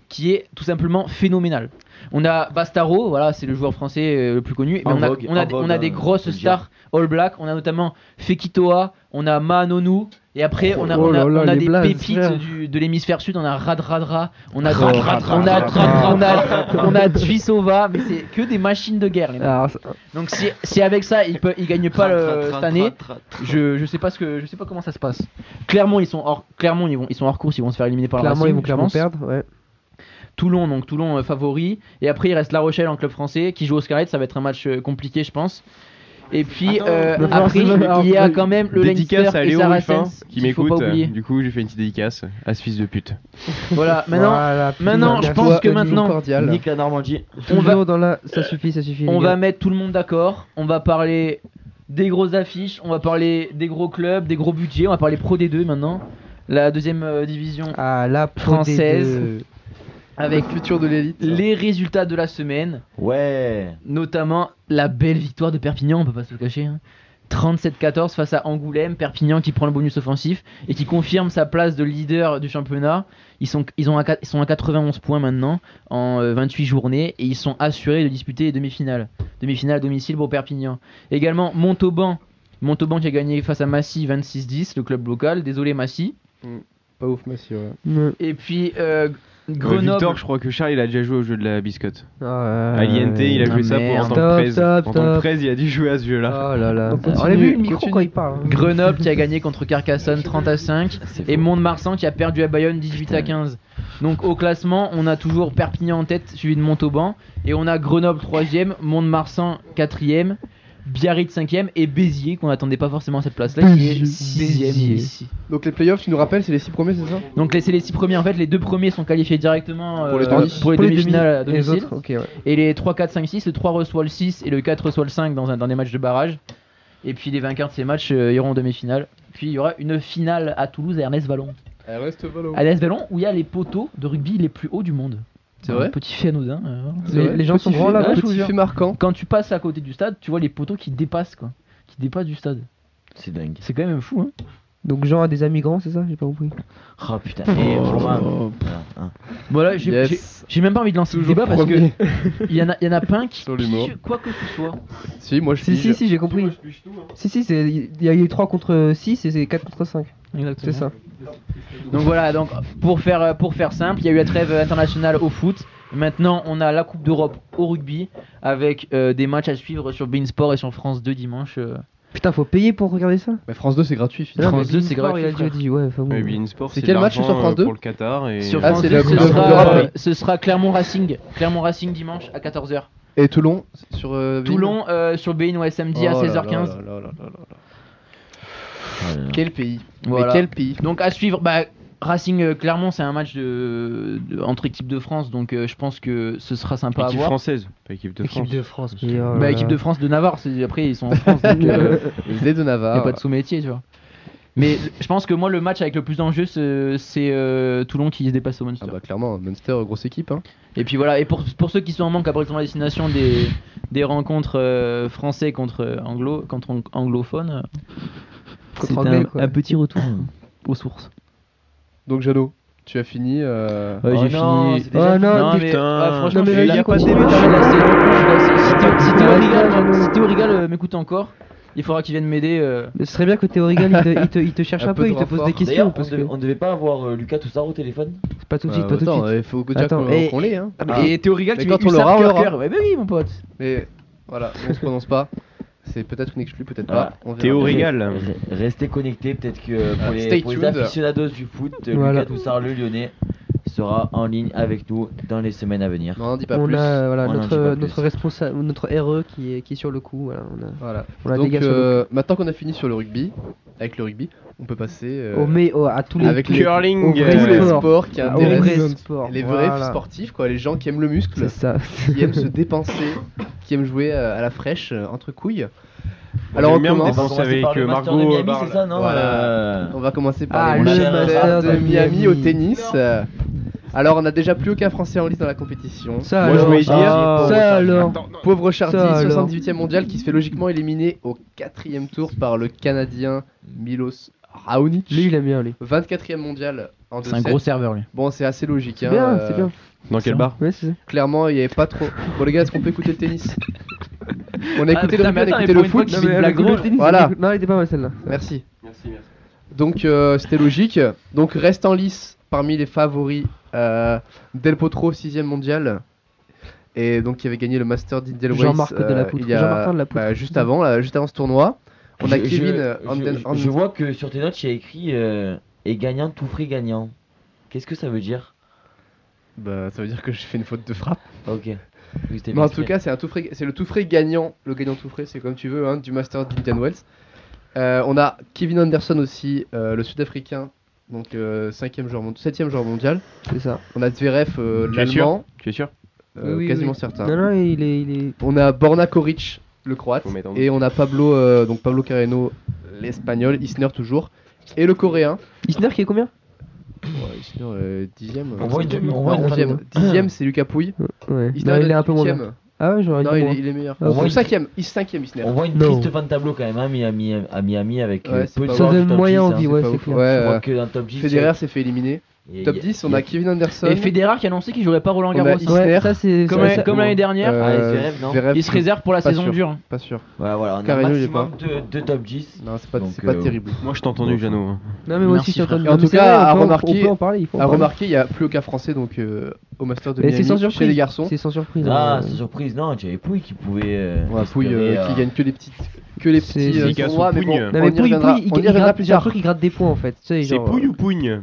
qui est tout simplement phénoménale. On a Bastaro, voilà, c'est le joueur français euh, le plus connu. Mais En on, a, vogue, on, a, en vogue, on a des hein, grosses faut le stars All Black. On a notamment Fekitoa, on a Manonu. Et après, on a, on a, Oh là là, on a les des blazes, frère. pépites du- de l'hémisphère sud. On a Radradra, on a Rad- Dra- Rad- on a Rad- Dra- on a- on a Dvisova. Mais c'est que des machines de guerre, les mecs. Alors, ça- Donc si, si avec ça, ils, peuvent, ils gagnent pas le- cette année. Je Je, je sais pas ce que je sais pas comment ça se passe. Clairement ils sont hors clairement ils vont ils sont hors course, ils vont se faire éliminer par le clairement Racing, ils vont je clairement pense. perdre. Ouais. Toulon donc Toulon euh, favori et après il reste La Rochelle en club français qui joue au Scarlett, ça va être un match euh, compliqué je pense. Et puis euh, Il va falloir après se- alors, il y a euh, quand même le dédicace Leinster à et Léo Ruffin Saracens qui qu'il faut m'écoute. pas oublier. Du coup, j'ai fait une petite dédicace à ce fils de pute. Voilà, maintenant Voilà, maintenant, putain, je pense merci. que Toi, maintenant, Union Cordiale. nique la Normandie. on va- Toujours dans la. Ça suffit, ça suffit. les on gars. va mettre tout le monde d'accord, on va parler des grosses affiches, on va parler des gros clubs, des gros budgets, on va parler Pro D2 maintenant, la deuxième euh, division Ah la Française. avec Avec le futur de l'élite. les résultats de la semaine. Ouais. notamment la belle victoire de Perpignan, on peut pas se le cacher. hein. 37-14 face à Angoulême, Perpignan qui prend le bonus offensif et qui confirme sa place de leader du championnat. Ils sont, ils ont à, quat- ils sont à 91 points maintenant en euh, 28 journées et ils sont assurés de disputer les demi-finales. Demi-finale à domicile pour Perpignan. Également Montauban. Montauban qui a gagné face à Massy 26-10, le club local. Désolé Massy. Pas ouf, monsieur. ouais. Euh, Et puis euh, Ouais, Grenoble. Victor, je crois que Charles, il a déjà joué au jeu de la biscotte. euh, à l'INT, il a Ah, joué ça pour en merde. tant que 13. Stop, En tant que stop, 13, il a dû jouer à ce Oh jeu-là. là là. Donc, On a vu continue, le micro continue. quand il parle. hein. Grenoble qui a gagné contre Carcassonne 30 à 5. Et Mont-de-Marsan qui a perdu à Bayonne 18 à 15. Donc au classement, on a toujours Perpignan en tête, suivi de Montauban. Et on a Grenoble 3ème, Mont-de-Marsan 4ème, Biarritz 5ème et Béziers, qu'on n'attendait pas forcément à cette place-là, qui est Béziers. 6ème. Donc les playoffs, tu nous rappelles, c'est les 6 premiers, c'est ça Donc les- c'est les 6 premiers, en fait, les deux premiers sont qualifiés directement euh, Pour les demi. pour les Pour les demi-finales à Et les domicile. autres, ok, ouais. Et les 3, 4, 5, 6, le 3 reçoit le 6 et le 4 reçoit le 5 dans, un, dans des matchs de barrage. Et puis les vainqueurs de ces matchs euh, iront en demi-finale. Puis il y aura une finale à Toulouse à Ernest Vallon. reste volo. À Ernest Vallon, où il y a les poteaux de rugby les plus hauts du monde. C'est Un vrai Petit fait anodin. euh, voilà. C'est vrai. Les gens sont Petit grands fait- là. je vous Petit jure. fait marquant. Quand tu passes à côté du stade, tu vois les poteaux qui dépassent quoi. Qui dépassent du stade. C'est dingue. C'est quand même fou hein. Donc Jean a des amis grands, c'est ça J'ai pas compris. Oh putain. Et Romain. Ah, Voilà, j'ai Yes. j'ai- j'ai même pas envie de lancer le débat parce que Premier. il y en a il y en a pas un qui Sur l'humour. pige quoi que ce soit. Si, moi je Si, si, pige. si, j'ai compris. Si, si, c'est- il y a eu 3 contre 6 et c'est 4 contre 5. C'est ça. Donc voilà, donc pour faire euh, pour faire simple, il y a eu la trêve internationale au foot. Maintenant, on a la Coupe d'Europe au rugby avec euh, des matchs à suivre sur Beansport et sur France 2 dimanche. euh. Putain, faut payer pour regarder ça Mais France 2, c'est gratuit. finalement. France mais 2, c'est Beansport, gratuit, Il a déjà frère. dit, ouais, enfin bon. Ouais, Beansport, C'est quel de match sur l'argent, France euh, 2 Pour le Qatar. Et... Sur Ah, France c'est 2, la ce Coupe d'Europe sera, euh, d'Europe. ce sera Clermont Racing, Clermont Racing dimanche à 14h. Et Toulon, sur. euh, Toulon euh, sur BN ouais, samedi à Oh là 16h15. là là là là là là. putain. Quel pays. Voilà. Mais quel pays. Donc à suivre, bah, Racing euh, Clermont c'est un match de, de- entre équipes de France donc euh, je pense que ce sera sympa à Équipe voir. française, pas équipe de France. Équipe de France. euh, Bah, équipe de France de Navarre, c'est- après ils sont en France donc euh, Les aides de y a Navarre. pas de sous-métier tu vois. Mais je pense que moi le match avec le plus d'enjeux c'est c'est, euh, Toulon qui se dépasse au Munster. Ah bah clairement, Munster, grosse équipe. Hein. Et puis voilà, et pour, pour ceux qui sont en manque après le tournoi à destination des, des rencontres euh, français contre euh, anglo, contre ang- anglophones, euh, Contre c'est anglais, un, hein, quoi. un petit retour aux sources. Donc Jano, Tu as fini. euh, Ouais, Oh j'ai non, fini. c'est déjà fini. non, mais- Putain. ah, franchement, Non, mais je- vas-y, y a pas de continue. débat. Non, mais là, c'est bah, Si Théo- si Théo Arrête, Rigal- Jeannot. si Théo Rigal euh, m'écoute encore, il faudra qu'il vienne m'aider. euh. Ce serait bien que Théorigal, il te, il te, il te cherche Un un, peu peu, de il te pose renfort. des questions. D'ailleurs, on, Parce que... devait- on devait pas avoir euh, Lucas Toussard au téléphone Pas tout de suite, euh, pas tout de attends, suite. il faut déjà Attends, qu'on et- qu'on l'ait. Hein. Ah. Et Théo Rigal Mais qui quand met on Hussard, l'aura, on cœur, l'aura. cœur. Ouais, bah oui, mon pote. Mais voilà, on se prononce pas. C'est peut-être une exclue, peut-être Voilà. pas. On verra. Théo Régal. Re- Restez connectés, peut-être que euh, pour Ah, les, stay pour les tuned. aficionados du foot, euh, Voilà. Lucas Toussard, le Lyonnais, sera en ligne avec nous dans les semaines à venir. Non, dis pas On plus. a euh, voilà, On en dit notre, pas plus. notre responsable, notre RE qui est, qui est sur le coup. Voilà, on a- Voilà. On la Donc dégage sur le euh, maintenant qu'on a fini sur le rugby, avec le rugby, on peut passer euh, Au mai, au- à tous les, avec tous les- le au Curling. vrai tous les euh, sport. sports qui au intéressent vrai les sport. les vrais voilà. sportifs, quoi, les gens qui aiment le C'est muscle, ça. qui aiment se dépenser, qui aiment jouer euh, à la fraîche euh, entre couilles. Alors Alors, on bien me commence. On va dépenser commencer avec par le euh, Master de Margot. Miami, Barla. c'est ça, non Voilà. Euh, On va commencer par Ah, les le Masters Master de de Miami Miami. au tennis. euh. Alors on a déjà plus aucun Français en lice dans la compétition. Ça Moi, je alors. voulais dire- Ah, ça alors. Pauvre Chardy, Ça, alors. 78e mondial, qui se fait logiquement éliminer au quatrième tour par le Canadien Milos Raonic. Lui, il aime bien, lui. 24e mondial en C'est un 2-7. gros serveur, lui. Bon, c'est assez logique. C'est hein, bien, euh, c'est bien. Dans quel bar Ouais, c'est ça. Clairement, il n'y avait pas trop. Bon, les gars, est-ce qu'on peut écouter le tennis On a Ah, écouté putain, le rugby, on mais a écouté attends, mais le pour une fois foot. qu'il fait de la Le gauche. tennis, Voilà. il est- Non, il était pas mal celle-là. Merci. Merci, merci. Donc, euh, c'était logique. Donc, reste en lice parmi les favoris euh, Del Potro, 6 mondial. Et donc, qui avait gagné le Master d'Indian Wells, Jean-Marc de la Poutre. euh, il y a- Jean-Martin de la Poutre. bah, juste, avant, là, juste avant ce tournoi. On a je- Kevin je- euh, je- Anden- je- Anden- Je vois que sur tes notes, il y a écrit euh, et gagnant, tout frais gagnant. Qu'est-ce que ça veut dire Bah, ça veut dire que j'ai fait une faute de frappe. Ok. Oui, c'était Mais en bien tout fait. cas, c'est un tout frais, c'est le tout frais gagnant, le gagnant tout frais, c'est comme tu veux, hein, du Master d'Indian Wells. Euh, on a Kevin Anderson aussi, euh, le Sud-Africain, donc euh, cinquième joueur, mon- septième joueur mondial. C'est ça. On a Zverev, euh, Tu es sûr l'Allemand, Tu es sûr euh, Oui, oui, quasiment oui. certain. Non, non, il est. il est- On a Borna Koric, le Croate, Faut mettre en- et on a Pablo, euh, donc Pablo Carreno, l'Espagnol, Isner toujours, et le Coréen. Isner qui est combien Ouais, Isner euh, dixième. On voit une demi- on voit une Non, fin de- onzième. Dixième, c'est Lucas Pouille. Ouais. Isner Non, il est un peu moins huitième. bien. Ah ouais, j'aurais Non, dit. il moins. est, il est meilleur. Ah, Ou oui. cinquième, il- cinquième Isner. On voit une No. triste fin de tableau quand même hein, Miami, à Miami avec Ouais, euh, c'est peu pas de ouf. Ça joueurs du donne top moyen 10, hein. envie, ouais, pas c'est ouf. clair. Ouais, Je euh, vois que dans le top 10, Federer s'est fait éliminer. il y a- Top il y a- 10, on a Kevin Anderson. Et Federer qui a annoncé qu'il jouerait pas Roland On a Garros. hein. Isner, Ouais, ça c'est. Comme ça- l'année- ça- comme l'année dernière, Euh, Ah, et Zverev, non Zverev, il se réserve pour la Pas saison sûr. dure. pas sûr. Ouais, voilà, on a un Carreno, il est maximum de, de top 10. Non, c'est pas, Donc, c'est pas euh, terrible. Moi, je t'ai entendu, Jeannot. hein. Non, mais moi Merci, aussi, j'ai entendu. frère. En Non, mais tout c'est cas, vrai, à on peut en- remarquer- On peut en parler. il faut en À parler. remarquer, il n'y a plus aucun français donc euh, au Master de Mais Miami c'est sans chez surprise. les garçons. C'est sans surprise. Ah, hein. c'est surprise, non, j'avais Pouille qui pouvait. euh, Ouais, Pouille euh, espérer, euh, qui gagne que les petites que les petits C'est- euh, Nick à son tournois, mais bon, pougne. Non, Non, on mais y Pouille, reviendra, Pouille, il- on y il reviendra gratte- plus j'ai tard. l'impression qu'il gratte des points en fait. Tu sais, C'est genre, Pouille ou Pougne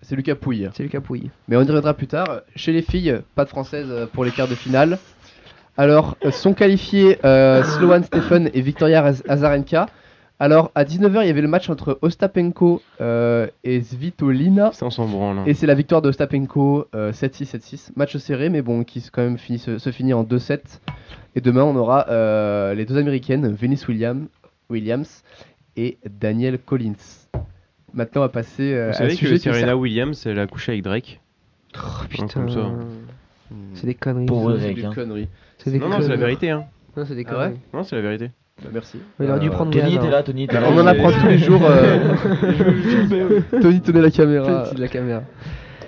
C'est Lucas Pouille. C'est Lucas Pouille. Mais on y reviendra plus tard. Chez les filles, pas de françaises euh, pour les quarts de finale. Alors, euh, sont qualifiés euh, Sloane Stephen et Victoria Raz- Azarenka. Alors, à 19h, il y avait le match entre Ostapenko euh, et Svitolina. Ça, on s'en branle. hein. Et c'est la victoire de Ostapenko euh, 7-6, 7-6. Match serré, mais bon, qui se- quand même finit, se, se finit en 2-7. Et demain, on aura euh, les deux américaines, Venus William, Williams et Daniel Collins. Maintenant, on va passer euh, à Vous un savez que sujet qui Serena Williams, elle a couché avec Drake Oh putain. comme ça. C'est des conneries. Pauvre ça. C'est Drake. des hein. conneries. C'est des Non, non, c'est la conneries. vérité. Hein. Non, c'est des Ah ouais conneries. Non, c'est la vérité. Bah, merci. Il aurait dû Euh, prendre Tony gaz, était hein. là, Tony était là. on en apprend tous les jours. euh, Tony tenait la Tony caméra. tenait la caméra.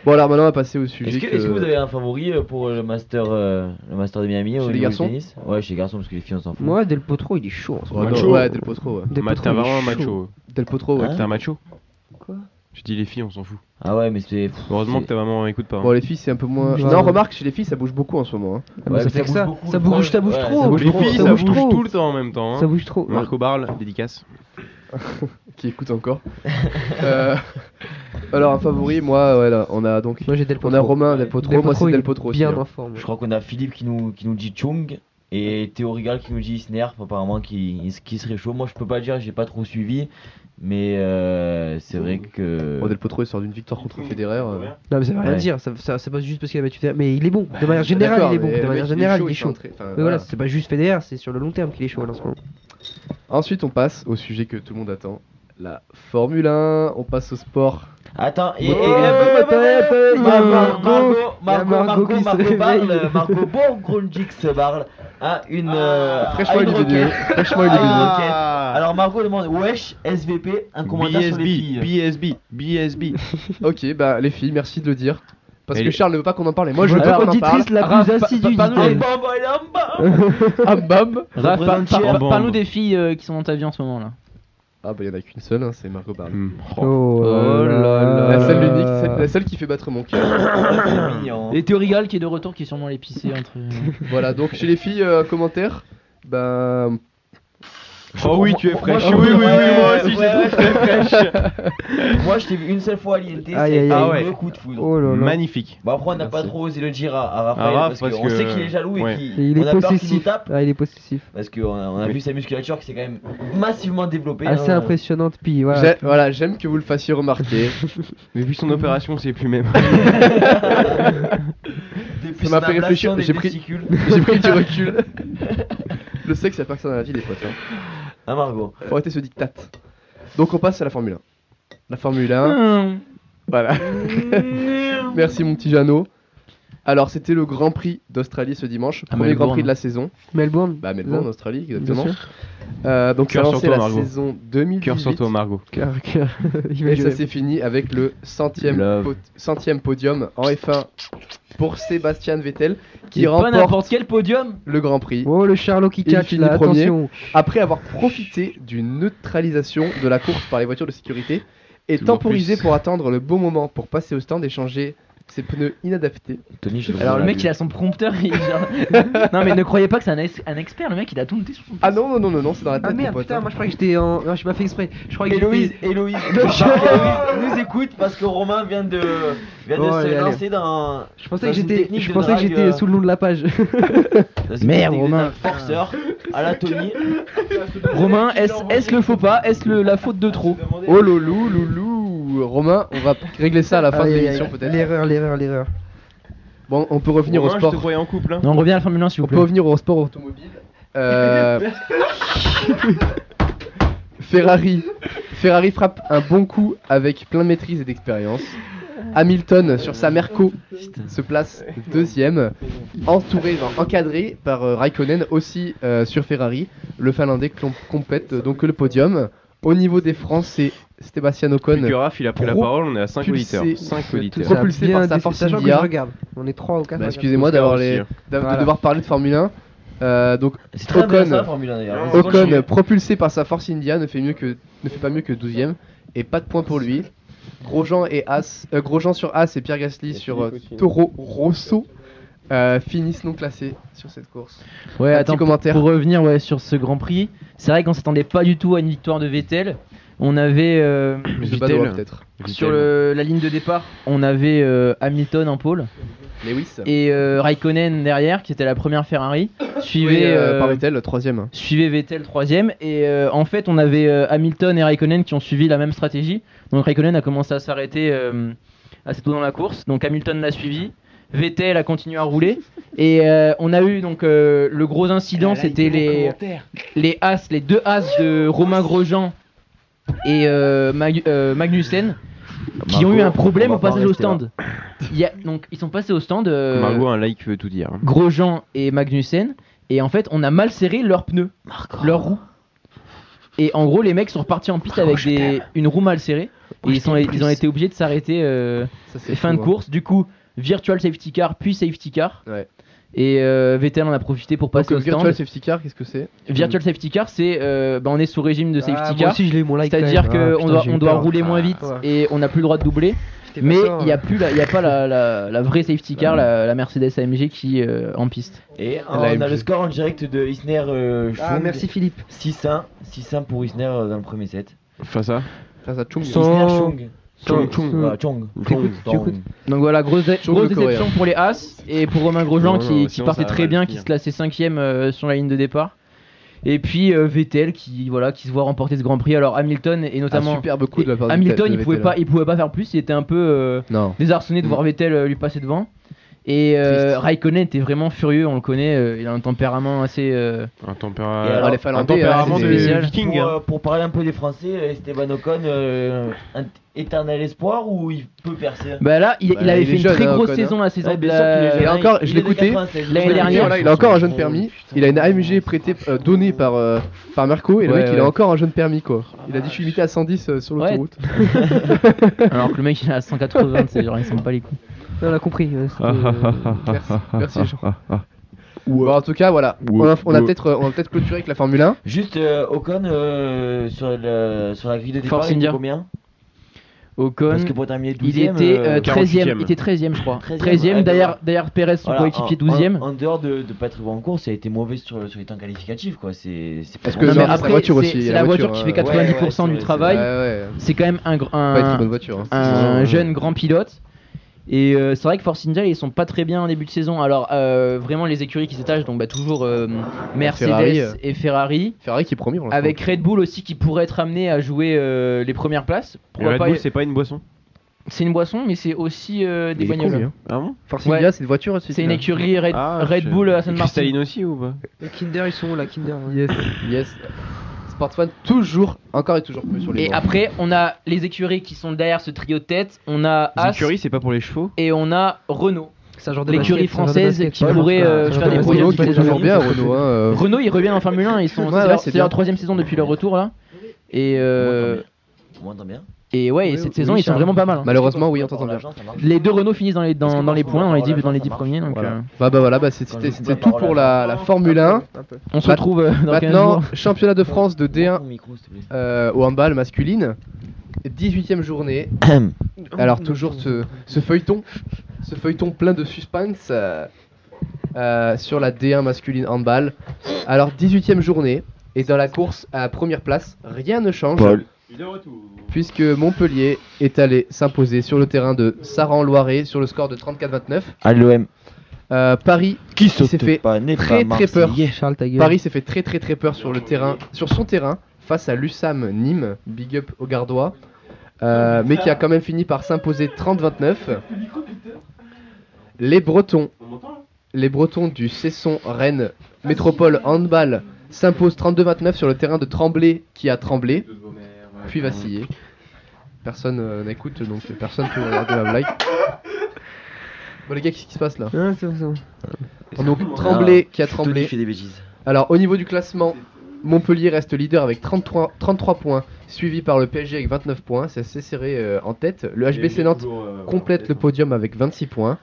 Bon alors maintenant on va passer au sujet. Est-ce que, que- est-ce que vous avez un favori euh, pour le master, euh, le master de Miami au les niveau du garçons tennis Ouais, chez les garçons, parce que les filles, on s'en fout. Moi, Del Potro, il est chaud en ce Oh, moment. non, Macho. ouais, Del Potro. ouais. Del Ma- Potro, T'as il est vraiment un chaud. macho. Del Potro, ouais. Hein T'es un macho Quoi Tu dis les filles, on s'en fout. Ah ouais, mais c'est. pff, Heureusement c'est- que ta maman écoute pas. hein. Bon les filles c'est un peu moins. Ouais. Non remarque chez les filles ça bouge beaucoup en ce moment. hein. Ah, mais Ouais, ça fait que ça. beaucoup, le Ça bouge, ça bouge problème. trop. Ouais, Ça les filles, trop, ça ça bouge bouge trop. tout le temps en même temps. hein. Ça bouge trop. Marco Barle, dédicace. qui écoute encore. Euh, alors un favori, moi, ouais, là, on a donc Moi, j'ai Del on Potro. a Romain Del Potro, Del moi Potro, c'est il Del est Potro aussi. Bien hein. en forme. Je crois qu'on a Philippe qui nous, qui nous dit Chung et Théo Rigal qui nous dit Isner, apparemment qui, qui serait chaud. Moi je peux pas dire, j'ai pas trop suivi, mais euh, c'est vrai que. Bon, Del Potro il sort d'une victoire contre Federer. euh. Non, mais ça veut rien Ouais. dire. Ça, ça- c'est pas juste parce qu'il a battu Federer. Mais il est bon. De manière générale, D'accord, il est bon. mais De le manière mec, générale, il est s'est chaud. entré- enfin, Mais voilà, voilà. c'est pas juste Federer, c'est sur le long terme qu'il est chaud là, en ce moment. Ensuite on passe au sujet que tout le monde attend, la Formule 1. On passe au sport. Attends, et. Ouais, et- ouais, attends, attends, et- attends, Mar- Mar- Margot, Margot, il y a Margot, Margot, Margot qui se Margot Barle, réveille. euh, Margot Borgrundjik se barle à une. euh, à Fraîchement Ah, une éliminé. roquette. Fraîchement Ah, éliminé. une roquette. Alors Margot demande Wesh, SVP, un commentaire sur les BSB, filles. BSB, BSB. Ok, bah les filles, merci de le dire. Parce Mais que les- Charles ne veut pas qu'on en parle et moi je veux Alors, pas qu'on en parle. auditrice la Raph, plus pa- assidue pa- pardon, d'Italie. Bam, bam, bam, bam. Ah bam Raph, par- par- Représente- par- Bon, Parle-nous bon. des filles euh, qui sont dans ta vie en ce moment là. Ah bah y'en a qu'une seule, hein, c'est Margot Barley. Hmm. Oh. Oh Oh là là. La seule unique, celle- la seule qui fait battre mon cœur. bah. C'est mignon. Et Théo Rigal qui est de retour, qui est sûrement allé pisser entre. voilà, donc chez les filles, euh, commentaire. Bah. Oh oui, tu es fraîche. Moi, Oui, oui, je- oui, moi ouais, aussi, ouais, j'ai trouvé très fraîche. Moi, je t'ai vu une seule fois à l'INT, c'est Aïe, Ah un aïe, aïe. gros coup de foudre. Oh là là. Magnifique. Bon, après, on n'a pas Merci. trop osé le dire à, à À Raphaël Raph, parce, parce qu'on que- sait qu'il est jaloux ouais. et qu'il Il on est a peur qu'il nous possessif. tape Ah, il est possessif. parce qu'on a, on a Oui. vu sa musculature qui s'est quand même massivement développée. Assez hein. impressionnante. Puis J'ai- voilà. Voilà, j'aime que vous le fassiez remarquer. Mais vu son opération, c'est plus même. Depuis Ça m'a son fait réfléchir, ablation des j'ai pris- testicules. J'ai pris du recul. Le sexe, il a personne à la vie, les potes. Hein. Ah, Margot. Faut arrêter ce diktat. Donc on passe à la Formule 1. La Formule 1. Hum. Voilà. Merci mon petit Jeannot. Alors c'était le Grand Prix d'Australie ce dimanche, À premier Grand Prix Melbourne. de la saison. Melbourne. Bah Melbourne, Bien Australie, Bien exactement. sûr. Euh, donc ça a Cœur sur lancé toi, la Margot. saison 2018. Cœur sur toi, Margot. Cœur, cœur. Il va Et ça jouer. s'est fini avec le centième, Love. pot- centième podium en F1 pour Sébastien Vettel qui Et Pas remporte n'importe quel podium. le Grand Prix Oh le Charlot qui Il catch finit là, premier. attention. après avoir profité d'une neutralisation de la course par les voitures de sécurité et Toujours temporisé plus. pour attendre le bon moment pour passer au stand et changer ses pneus inadaptés. Tony, je Alors le mec il a son prompteur. il- genre- non mais ne croyez pas que c'est un, ex- un expert. Le mec il a tout noté sur son. Ah non, non, non, non, non c'est dans la tête Ah mon merde, pote, putain, hein. moi je croyais que j'étais en. Non, je pas fait exprès. Je croyais que Héloïse, j'étais. Héloïse, Héloïse nous écoute parce que Romain vient de, vient de Bon, se allez, allez. lancer dans, Je pensais Dans que une j'étais. technique Je de pensais que drague, j'étais euh, sous le nom de la page. dans une Merde, technique de Romain. forceur à la Tony. Romain, est-ce est-ce le faux pas Est-ce le- la faute de trop Oh loulou, loulou Romain, on va régler ça à la fin de Aïe, aïe, l'émission aïe. peut-être. L'erreur, l'erreur, l'erreur. Bon, on peut revenir au Romain, Je te sport. croyais en couple. Hein. Non, on revient à la Formule 1 s'il On vous peut plaît. revenir au sport automobile. Euh, Ferrari. Ferrari frappe un bon coup avec plein de maîtrise et d'expérience. Hamilton sur sa Merco se place deuxième, entouré, enfin, encadré par euh, Raikkonen aussi euh, sur Ferrari. Le Finlandais clom- complète euh, donc le podium. Au niveau des Français, Sébastien Plus que Ocon. Raph, il a pris la Pro- parole, on est à 5 pulsé. auditeurs. 5 Tout auditeurs. ça. propulsé Bien par sa des- force sachant que d'IA. je regarde. On est 3 ou 4. Bah, Excusez-moi d'avoir les, Oscar d'av- Voilà. de devoir parler de Formule 1. Euh, donc C'est très bien Ocon. ça, hein, Formule 1 d'ailleurs. Ocon, propulsé par sa force India, ne fait, mieux que, ne fait pas mieux que 12 e et pas de points pour lui. Grosjean, et As, euh, Grosjean sur As et Pierre Gasly sur euh, Toro Rosso euh, finissent non classés sur cette course. Ouais, Un attends. petit commentaire. Pour revenir ouais, sur ce Grand Prix, c'est vrai qu'on s'attendait pas du tout à une victoire de Vettel. On avait euh, Monsieur Vittel. Badois, peut-être. hein. sur le- la ligne de départ, on avait euh, Hamilton en pôle Lewis. et euh, Raikkonen derrière, qui était la première Ferrari, Oui, suivait, euh, euh, par Vettel, troisième. suivait Vettel troisième. Et euh, en fait, on avait euh, Hamilton et Raikkonen qui ont suivi la même stratégie. Donc Raikkonen a commencé à s'arrêter euh, assez tôt dans la course. Donc Hamilton l'a suivi. Vettel a continué à rouler et euh, on a eu donc euh, le gros incident, c'était les les as, les deux as de Romain Grosjean et euh, Mag- euh, Magnussen qui ont eu un problème on au va pas passage au rester là. stand. Il y a- donc ils sont passés au stand euh, Margot, un like veut tout dire. hein. Grosjean et Magnussen et en fait on a mal serré leurs pneus, leurs roues. Et en gros les mecs sont repartis en piste avec des, une roue mal serrée et ils, sont, ils ont été obligés de s'arrêter euh, Ça, c'est et fin fou, de hein. course. Du coup virtual safety car puis safety car. Ouais. Et euh, Vettel en a profité pour Donc, passer euh, au stand. Virtual Safety Car, qu'est-ce que c'est Virtual safety car, c'est euh, bah, on est sous régime de safety car. Ah, aussi, je l'ai eu mon like. C'est-à-dire quand même. Ah, qu'on putain, doit, j'ai eu on doit peur. Ah, rouler moins vite ouais. et on n'a plus le droit de doubler. J'étais pas hein. Mais sûr, Bah il n'y a, plus la- il y a pas la, la- la vraie safety car, la, la Mercedes AMG qui euh, en piste. Et euh, La on a MG. le score en direct de Isner. euh, Ah, Schung. merci Philippe. 6-1, 6-1 pour Isner euh, dans le premier set. Fais ça. Face à Chung. Son- Isner Chung. Chung, Voilà, Chung. Chung. Donc voilà, grosse, dé- Chaud grosse le Coréen. déception pour les As et pour Romain Grosjean Non, qui, non, qui sinon partait ça va très mal bien, qui finir. se classait cinquième euh, sur la ligne de départ. Et puis euh, Vettel qui voilà qui se voit remporter ce Grand Prix. Alors Hamilton et Un notamment superbe Ah, coup de la part de Hamilton, Vettel, il pouvait de pas Vettel. il pouvait pas faire plus. Il était un peu euh, Non. désarçonné de voir Vettel euh, lui passer devant. Et euh, Triste. Raikkonen était vraiment furieux, on le connaît, euh, il a un tempérament assez. euh, Un Et tempérament. alors, les un Finlandais, euh, tempérament c'est de spécial. viking. Pour, hein. euh, pour parler un peu des Français, euh, Esteban Ocon, euh, un t- éternel espoir ou il peut percer Bah là, il, Bah, il il avait est fait une jeune, très hein, grosse Ocon, saison la saison Ouais, de bien la- sûr qu'il est jeune, et hein, euh, encore, il- je il l'ai est de écouté. 96, L'année je l'ai dernière, Oh, écouté. Voilà, il a encore un jeune permis. Il a une AMG prêtée, euh, donnée par, euh, par Marco, et le Ouais, mec, il ouais. a encore un jeune permis, quoi. Il a dit, je suis limité à 110 euh, sur Ouais. l'autoroute. Alors que le mec il a 180, c'est genre il s'en pas les couilles. Non, on a compris. euh, c'était, Ah, ah, euh, ah, ah, merci, ah, merci, ah, Jean. ah, ah. euh, Bon, en tout cas, voilà. Ouais. On a, on a Ouais. peut-être euh, on va peut-être clôturé avec la Formule 1. Juste euh, Ocon euh, sur, le, sur la grille de départ, Force il était India. combien Ocon, Parce que pour terminer 12 il était euh, 13ème, 48e. il était 13ème je crois. 13e, 13ème ouais, derrière voilà. derrière Perez son Voilà, coéquipier en- en- 12ème. En, dehors de, de pas être bon en course, il a été mauvais sur, sur les temps qualificatifs. Quoi. C'est, c'est Parce pas que bon. Non, mais c'est la après, voiture c'est- aussi, il y c'est a la la voiture, voiture, qui fait euh, 90% ouais, du ouais, travail. ouais. C'est quand même un, gr- un- Pas être une bonne voiture. hein. un Ouais. jeune grand pilote. Et euh, c'est vrai que Force India, ils sont pas très bien en début de saison. Alors, euh, vraiment, les écuries qui s'étagent, donc bah, toujours euh, Mercedes Ferrari, euh. et Ferrari. Ferrari qui est premier. pour l'instant. Avec Red Bull aussi qui pourrait être amené à jouer euh, les premières places. Le Pourquoi Red pas Bull, c'est pas une boisson. C'est une boisson, mais c'est aussi euh, des Il est bagnoles. combien Ah bon Force Ouais. India, hein. c'est une voiture aussi. C'est une celui-là. écurie Red, Ah, Red je- Bull à San Martin. Cristalline aussi ou pas Les Kinder, ils sont où là, Kinder hein Yes, yes. Sportfan toujours, encore et toujours plus sur les Et bancs. après, on a les écuries qui sont derrière ce trio de tête. On a Les As écuries, c'est pas pour les chevaux et on a Renault. C'est un genre de basket, L'écurie c'est un genre de française basket. qui Ouais, pourrait bon, euh, c'est un genre faire des de Renault projets qui est toutes les toujours années. bien, Renault. hein, euh, Renault, ils reviennent en Formule 1. Ils sont, Ouais, c'est ouais, leur- c'est c'est leur bien. troisième saison depuis leur retour là. Et, euh, On m'entend bien et ouais, Oui, et cette oui, Bah, saison, ils sont Charles. vraiment pas mal. hein. Malheureusement, oui, on t'entend Pour bien. l'argent, ça marche. Les deux Renault finissent dans les, Est-ce dans, qu'on dans les peut points, dans encore les 10, avoir dans les l'argent, 10 ça premiers. Donc, Voilà. euh, Bah, bah voilà, bah, c'est- Quand c'était je c'était vois tout pas pour la- la, la Formule 1. on se Bah- retrouve euh, dans 15 Maintenant, hein. jours. championnat de France de D1 Ton micro, s'il te plaît. euh, au handball masculine. 18ème journée. Alors toujours ce, ce feuilleton, ce feuilleton plein de suspense euh, euh, sur la D1 masculine handball. Alors 18ème journée et dans la course à la première place, rien ne change. Puisque Montpellier est allé s'imposer sur le terrain de Saran-Loiret sur le score de 34-29. À l'OM. Euh, Paris, Qui s'est saute fait pas, n'est très, pas très peur. Marseillais. Charles, ta gueule. Paris s'est fait très très très peur sur le terrain, sur son terrain face à l'USAM Nîmes, big up aux Gardois, euh, mais qui a quand même fini par s'imposer 30-29. Les Bretons, les Bretons du Cesson Rennes Métropole Handball s'imposent 32-29 sur le terrain de Tremblay qui a tremblé puis vaciller. Personne euh, n'écoute, donc personne peut regarder la blague. Bon les gars, qu'est-ce qui se passe là Hein, c'est bon, c'est bon. Donc Tremblay qui a Tony tremblé. fait des bêtises. Alors au niveau du classement, Montpellier reste leader avec 33, 33 points, suivi par le PSG avec 29 points, c'est assez serré euh, en tête. Le HBC Nantes complète le podium avec 26 points.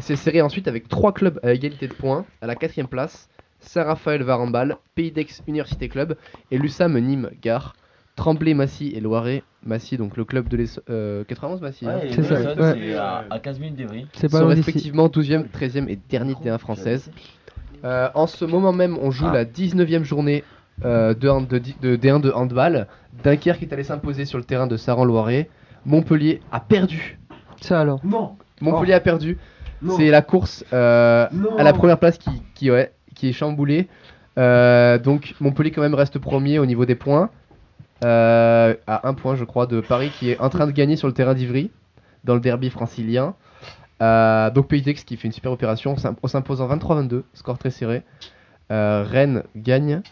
C'est serré ensuite avec 3 clubs à égalité de points, à la 4 place, Saint-Raphaël Varambal, Pays d'Aix Université Club et l'USAM Nîmes Gare. Tremblay, Massy et Loiret. Massy, donc le club de l'Es... euh, 91 Massy. hein. Ouais, c'est ça, Wilson, ouais. c'est à, à 15 minutes d'Evry. C'est pas sont loin d'ici. respectivement 12e, 13e et dernier T1 française. Euh, en ce moment même, on Ah. joue la 19e journée euh, de, hand- de di- de D1 de handball. Dunkerque est allé s'imposer sur le terrain de Saran-Loiret. Montpellier a perdu. Ça alors. Non, Montpellier a perdu. Oh. non. C'est la course euh, Non. à la première place qui, qui, ouais, qui est chamboulée. Euh, donc Montpellier quand même reste premier au niveau des points. Euh, à un point je crois de Paris qui est en train de gagner sur le terrain d'Ivry dans le derby francilien. Euh, donc Pays d'Aix qui fait une super opération s'im- en s'imposant 23-22, score très serré. Euh, Rennes gagne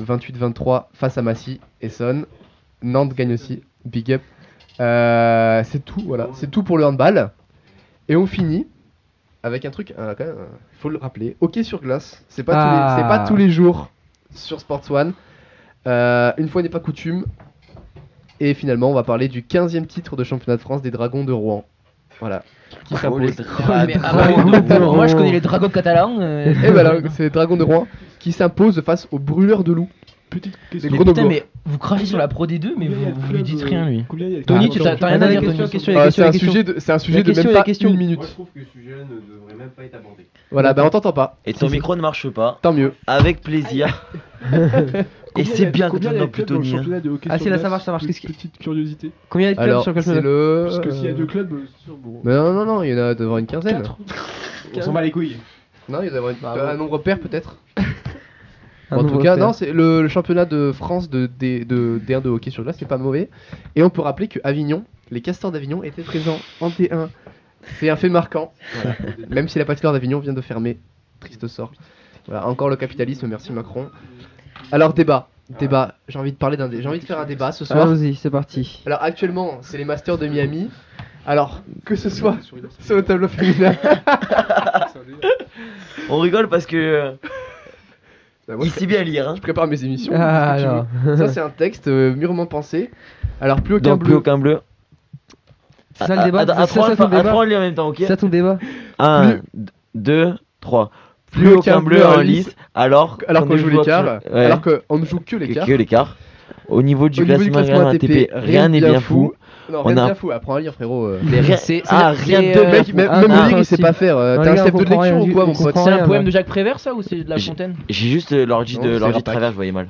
28-23 face à Massy, Essonne. Nantes gagne aussi, big up. Euh, c'est tout, voilà, c'est tout pour le handball. Et on finit avec un truc, euh, quand même, euh, faut le rappeler, hockey sur glace. C'est pas, Ah. tous les- c'est pas tous les jours sur Sports One. Euh, une fois n'est pas coutume. Et finalement, on va parler du 15e titre de championnat de France des Dragons de Rouen. Voilà. Qui Oh, les s'impose. draps Ah, Mais de- avant les deux, pour moi, je connais les dragons catalans. euh, Et voilà, c'est les Dragons de Rouen qui s'imposent face aux Brûleurs de Loups. Petite Les question. mais Grenoblois. putain, mais vous crachez sur la Pro D2, mais vous, vous lui dites rien, lui. Combien il y a de Tony, clubs tu en t'as Championnat t'as rien à dire, Tony. Question, question, la Euh, question, c'est la un question. sujet de, c'est un sujet de question, même la pas question. une minute. trouve que ce sujet ne devrait même pas être abordé. Voilà, ben on t'entend pas. Et ton micro ne marche pas. Tant mieux. Avec plaisir. Et Combien il y c'est a- bien que tu combien il y a n'en de plus clubs dans le Tony. hein. championnat de hockey Ah, sur si, là, ça glace marche, ça marche. Petite- Qu'est-ce Petite curiosité. Combien il y a de clubs Alors, sur le c'est championnat le. Parce que s'il y a euh, deux clubs, euh, c'est sûr, bon. Non, non, non, il y en a devant une quinzaine. Quatre. On s'en bat les couilles. Non, il y en a devant une- Bah, un ouais. nombre pair peut-être. Un en tout nombre cas, pair. non, c'est le, le championnat de France de, des- de, D1 de hockey sur glace, c'est pas mauvais. Et on peut rappeler que Avignon, les castors d'Avignon étaient présents en T1 C'est un fait marquant. Voilà. Même si la patinoire d'Avignon vient de fermer. Triste sort. Voilà, encore le capitalisme, merci Macron. Alors débat, débat. J'ai envie de parler d'un dé- j'ai envie de faire un débat ce soir. Allons-y, c'est parti. Alors actuellement, c'est les Masters de Miami. Alors que ce soit sur le tableau féminin. On rigole parce que. euh, Bah, moi, Il je, sait bien lire, hein. je prépare mes émissions. Ah, qu'est-ce que tu alors. veux Ça c'est un texte euh, mûrement pensé. Alors plus aucun Donc plus bleu. aucun bleu. C'est ça le débat À- à- À C'est ça, trois, ça, enfin, ton à débat trois, on lit en même temps, ok C'est ça ton débat Un, Plus- d- deux, trois. Plus aucun bleu en lice, alors Alors qu'on ne joue l'écart. absolu- ouais, Alors qu'on ne joue que que- l'écart. que l'écart. Au niveau du Au niveau classement rien ATP, rien n'est bien fou. Non, On rien n'est a- bien fou. Apprends à lire frérot. euh. Rien- C'est- Ah, c'est- rien c'est, de euh, Mec, même ah, même non, le livre il sait si. pas faire. euh, Non, T'as les un gars, chef de on comprend lecture rien ou quoi du- mon on pote C'est rien, un poème ouais. de Jacques Prévert, ça, ou c'est de La J'ai- Fontaine J'ai juste euh, l'ordi Non, de c'est l'ordi de Rapac. travers, je voyais mal.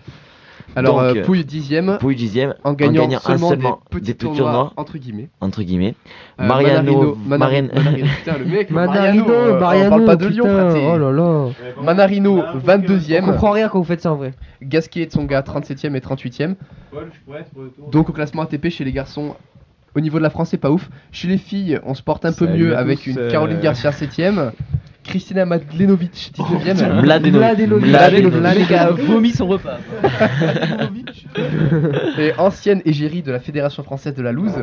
Alors Donc, euh, euh, Pouille dixième Pouille dixième, en gagnant, gagnant un seulement, seulement des petits des petits tournois, tournois. entre guillemets. entre guillemets. Euh, Mariano, Manarino, Marianne- Manarino, putain, le mec, Mariano, Manarino, euh, Mariano, on parle pas de Lyon, putain, frère. Oh t'es- là là. Manarino, On 22ème, comprend rien quand vous faites ça en vrai. Gasquet et Tsonga, 37ème et 38ème. Donc au classement ATP chez les garçons, au niveau de la France, c'est pas ouf. Chez les filles, on se porte un peu Salut mieux à avec tous, une euh, Caroline Garcia 7ème, Christina Madlenovic 19ème. Mladenovic. Mladenovic. Mladenovic. Mladenovic. Le gars a vomi son repas. et ancienne égérie de la Fédération Française de la Loose,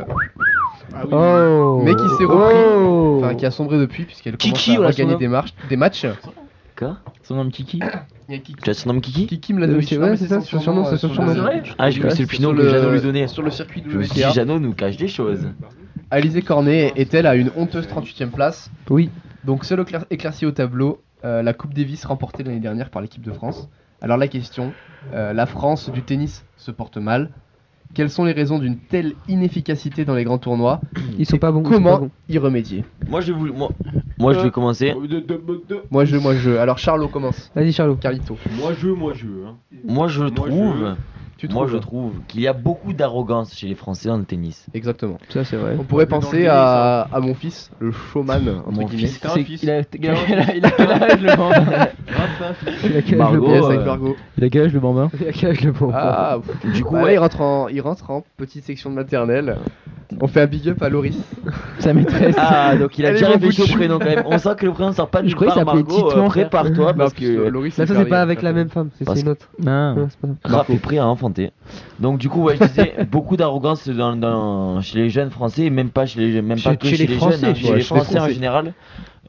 Oh. mais qui s'est repris, Oh. enfin qui a sombré depuis puisqu'elle commence Kiki, on à la regagner surnomme. des, marches, des matchs. Son nom de Kiki. Il y a Kiki. Tu as son nom Kiki Kiki Mladenovic, C'est- non, mais ouais, c'est ça, son surnom, c'est son euh, surnom. sur le- Ah, j'ai cru que c'est le sur pinot le- que Jeannot lui donnait. Sur le circuit de Je me suis dit, Jeannot nous cache des choses. Alizé Cornet est-elle à une honteuse 38ème place Oui. Donc seul éclair- éclairci au tableau, euh, la Coupe Davis remportée l'année dernière par l'équipe de France. Alors la question, euh, la France du tennis se porte mal. Quelles sont les raisons d'une telle inefficacité dans les grands tournois Ils sont pas bons. ils sont pas Comment bons. y remédier Moi, je vais vous- moi- moi, je Euh, vais commencer. Moi je, moi je. Alors Charlot commence. Vas-y Charlot. Carlito. Moi je, moi je. Hein. Moi, je Moi, je- trouve. Tu Moi, trouves je trouve qu'il y a beaucoup d'arrogance chez les Français dans le tennis. Exactement. Ça c'est vrai. On pourrait dans le penser tennis, à, à mon fils, le showman. entre Mon guillemets. fils. T'as un C'est- fils. Il a il a- il a- il a quel âge le bambin Il a quel âge le Margot, bon Yes, euh, avec Margot. Il a quel âge le bambin Il a quel âge le bon Ah, Du coup, Bah là, ouais, il, rentre en, il rentre en petite section de maternelle. On fait un big up à Loris. Sa maîtresse. Ah, donc il a Allez, déjà mon réfléchi au bout de prénom quand même. On sent que le prénom sort pas du Je croyais que ça s'appelait Margot, Titouan. euh, prépare-toi parce que Loris Là Bah, ça c'est hyper libre, pas avec la après. même femme, c'est Parce- c'est une autre. Ah. Ouais, c'est pas grave. Raph est prêt à enfanter. Donc du coup, ouais, je disais beaucoup d'arrogance dans, dans- chez les jeunes français, et même pas chez les même pas Chez- que chez chez, les les, Français, jeunes, hein, tu chez vois, les chez les Français en Français. général.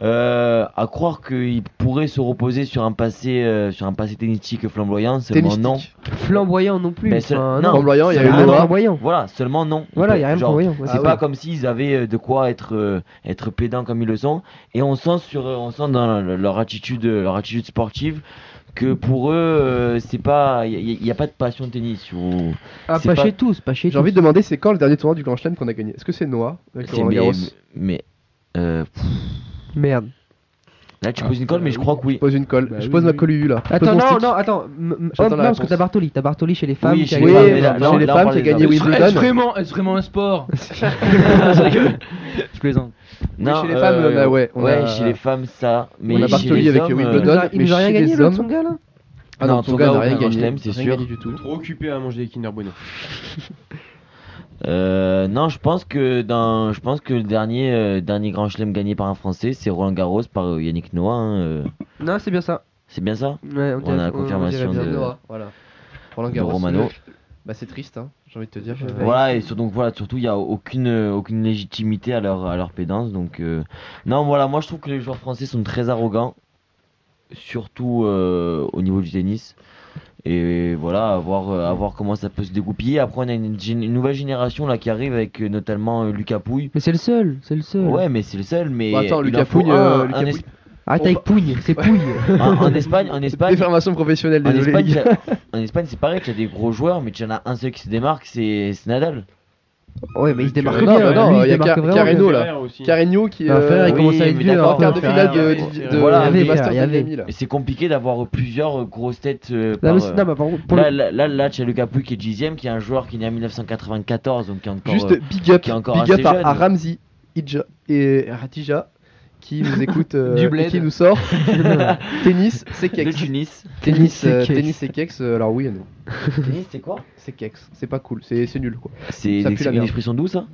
Euh, à croire qu'ils pourraient se reposer sur un passé euh, sur un passé tennistique flamboyant, seulement Tennistique. non. Flamboyant non plus. Ben, c'est- enfin, non. Flamboyant, il y a C'est eu pas Noah. Ah, flamboyant. Voilà, seulement non. Voilà, il y a rien de Genre, flamboyant. Ah ouais, C'est c'est pas vrai. comme s'ils avaient euh, de quoi être euh, être pédants comme ils le sont et on sent sur euh, on sent dans le- leur attitude euh, leur attitude sportive que pour eux euh, c'est pas il n'y a, pas de passion de tennis ou Ah, c'est pas pas- chez tous, pas chez J'ai envie tous. de demander c'est quand le dernier tournoi du Grand Chelem qu'on a gagné Est-ce que c'est Noah avec c'est Roland mais, Garros mais euh, pff, Merde. là tu poses une colle mais je crois que oui. Je pose une colle. Bah je oui, pose ma oui. colle UU là. Je pose Attends, mon non, stick. non, attends. m- m- J'attends oh, la non, parce que réponse. t'as Bartoli. T'as Bartoli chez les femmes. Oui, qui chez a les gagné. femmes, Oui, mais là- chez là, les on femmes parle qui a Ah, des gagné hommes. Est-ce Wimbledon. vraiment, est-ce vraiment un sport Je plaisante. Oui, chez les femmes, on a- ouais, on euh, ouais, a- chez les femmes ça mais on a chez Bartoli les avec hommes, Il nous Wimbledon. a- Il nous a euh, Mais rien chez gagné, les l'autre, hommes- son gars là Ah non, Non, ton ton gars gars n'a au rien Grand gagné. Chelem, c'est Rien sûr. gagné du tout. Trop occupé à manger des Kinder Bueno. Euh, non, je pense que dans, je pense que le dernier, euh, dernier grand chelem gagné par un Français, c'est Roland Garros par euh, Yannick Noah. hein, euh. Non, c'est bien ça. c'est bien ça Ouais, On a la confirmation Bien de- Noah, voilà. Roland de Garros. Romano. Bah c'est triste, hein, j'ai envie de te dire. euh, Voilà et sur- donc voilà, surtout il n'y a aucune, euh, aucune légitimité à leur, à leur pédance. Donc euh, non, voilà, moi je trouve que les joueurs français sont très arrogants, surtout euh, au niveau du tennis. Et voilà, à voir, euh, à voir comment ça peut se dégoupiller. Après, on a une, gén- une nouvelle génération là qui arrive avec euh, notamment euh, Lucas Pouille. Mais c'est le seul, c'est le seul. Ouais, mais c'est le seul. Mais Bon, Bah, attends, il Lucas en faut Pouille, un, euh, un Lucas es- Pouille. Ah, t'as Bon, avec Pouille, c'est Pouille. en- en Espagne, en Espagne, Déformation professionnelle, En désolé. Espagne, t'as- en Espagne, c'est pareil, tu as des gros joueurs, mais tu en as un seul qui se démarque, c'est c'est Nadal. Ouais, mais il se démarque Non, bien. bah non, lui, il y a démarque Car- vraiment Carreno, bien. là. Carigno qui est Ah, Ferrer, euh, il oui, commence à être mais vieux, d'accord, en alors, quart de Ferrer, finale de, ouais, de- ouais. de- Voilà, des il y avait Masters Ferrer, il y de Miami, là. Mais C'est compliqué d'avoir euh, plusieurs euh, grosses têtes. euh, Non, par, mais c'est- euh, non, mais par contre, pour là, le- là, là, là, tu as Lucas Pouille qui est 10ème, qui est un joueur qui est né en 1994, donc qui est encore. Juste euh, big up, qui est encore big assez up à, jeune. à Ramzi Idja- et Ratija qui nous écoute euh, Du et bled. qui nous sort tennis, c'est de kex. Tunis. Tennis, c'est euh, kex. tennis et kex. euh, alors oui et non, Tunis, c'est quoi c'est kex, c'est pas cool, c'est c'est nul quoi. C'est Ça une pue ex- la une merde. expression d'où ça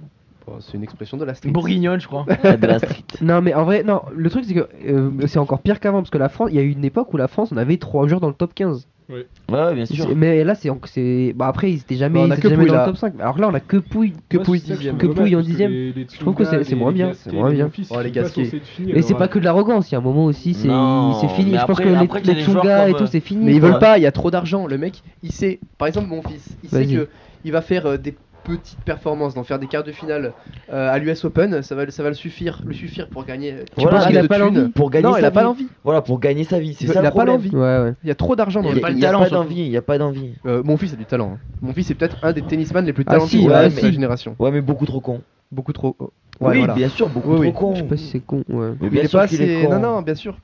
Bon, c'est une expression de la street. Bourguignonne, je crois. De la street. Non, mais en vrai, non, le truc c'est que euh, c'est encore pire qu'avant parce que la France, il y a eu une époque où la France, on avait trois joueurs dans le top 15. Ouais, bien sûr. Mais là, c'est. c'est- Bah, après, ils étaient Bah, jamais, on a ils étaient que jamais Pouille, dans là. le top 5. Alors là, on a que Pouille, que Moi, Pouille, c'est ça que dixième, j'aime que dommage, Pouille en parce que 10ème. les- les trouve que Tsonga, c'est- c'est les moins bien, Gasquet, c'est moins les bien. Bonfils, Oh, ils les sont pas Gasquet. censés être finis, Mais c'est alors pas là. que de l'arrogance, il y a un moment aussi, c'est Non, c'est fini. mais je pense après- que les, après, t'as des les Tsonga joueurs et comme, tout, c'est fini. Mais ils quoi. veulent pas, il y a trop d'argent. Le mec, il sait, par exemple, mon fils, il sait Vas-y. que il va faire euh, des petites performances, d'en faire des quarts de finale euh, à l'US Open, ça va, ça va le suffire, le suffire pour gagner. Tu penses qu'il de a pas thunes. l'envie Pour gagner Non, sa il a pas vie. l'envie. Voilà, pour gagner sa vie. C'est Il ça a le pas problème. l'envie. Ouais, ouais. Il y a trop d'argent Il dans n'y a, le pas- pays. il y a Il y pas surtout. d'envie. Il n'y a pas d'envie. Euh, mon fils a du talent. hein. Mon fils est peut-être un des tennisman les plus Ah, talentueux si, de ouais, la mais- génération. Ouais, mais beaucoup trop con. Beaucoup trop. oh. oui, voilà. bien sûr, beaucoup Oui, trop Je sais con. pas si c'est con, ouais. Mais Il bien est sûr pas qu'il est assez. con. Non, non, bien sûr.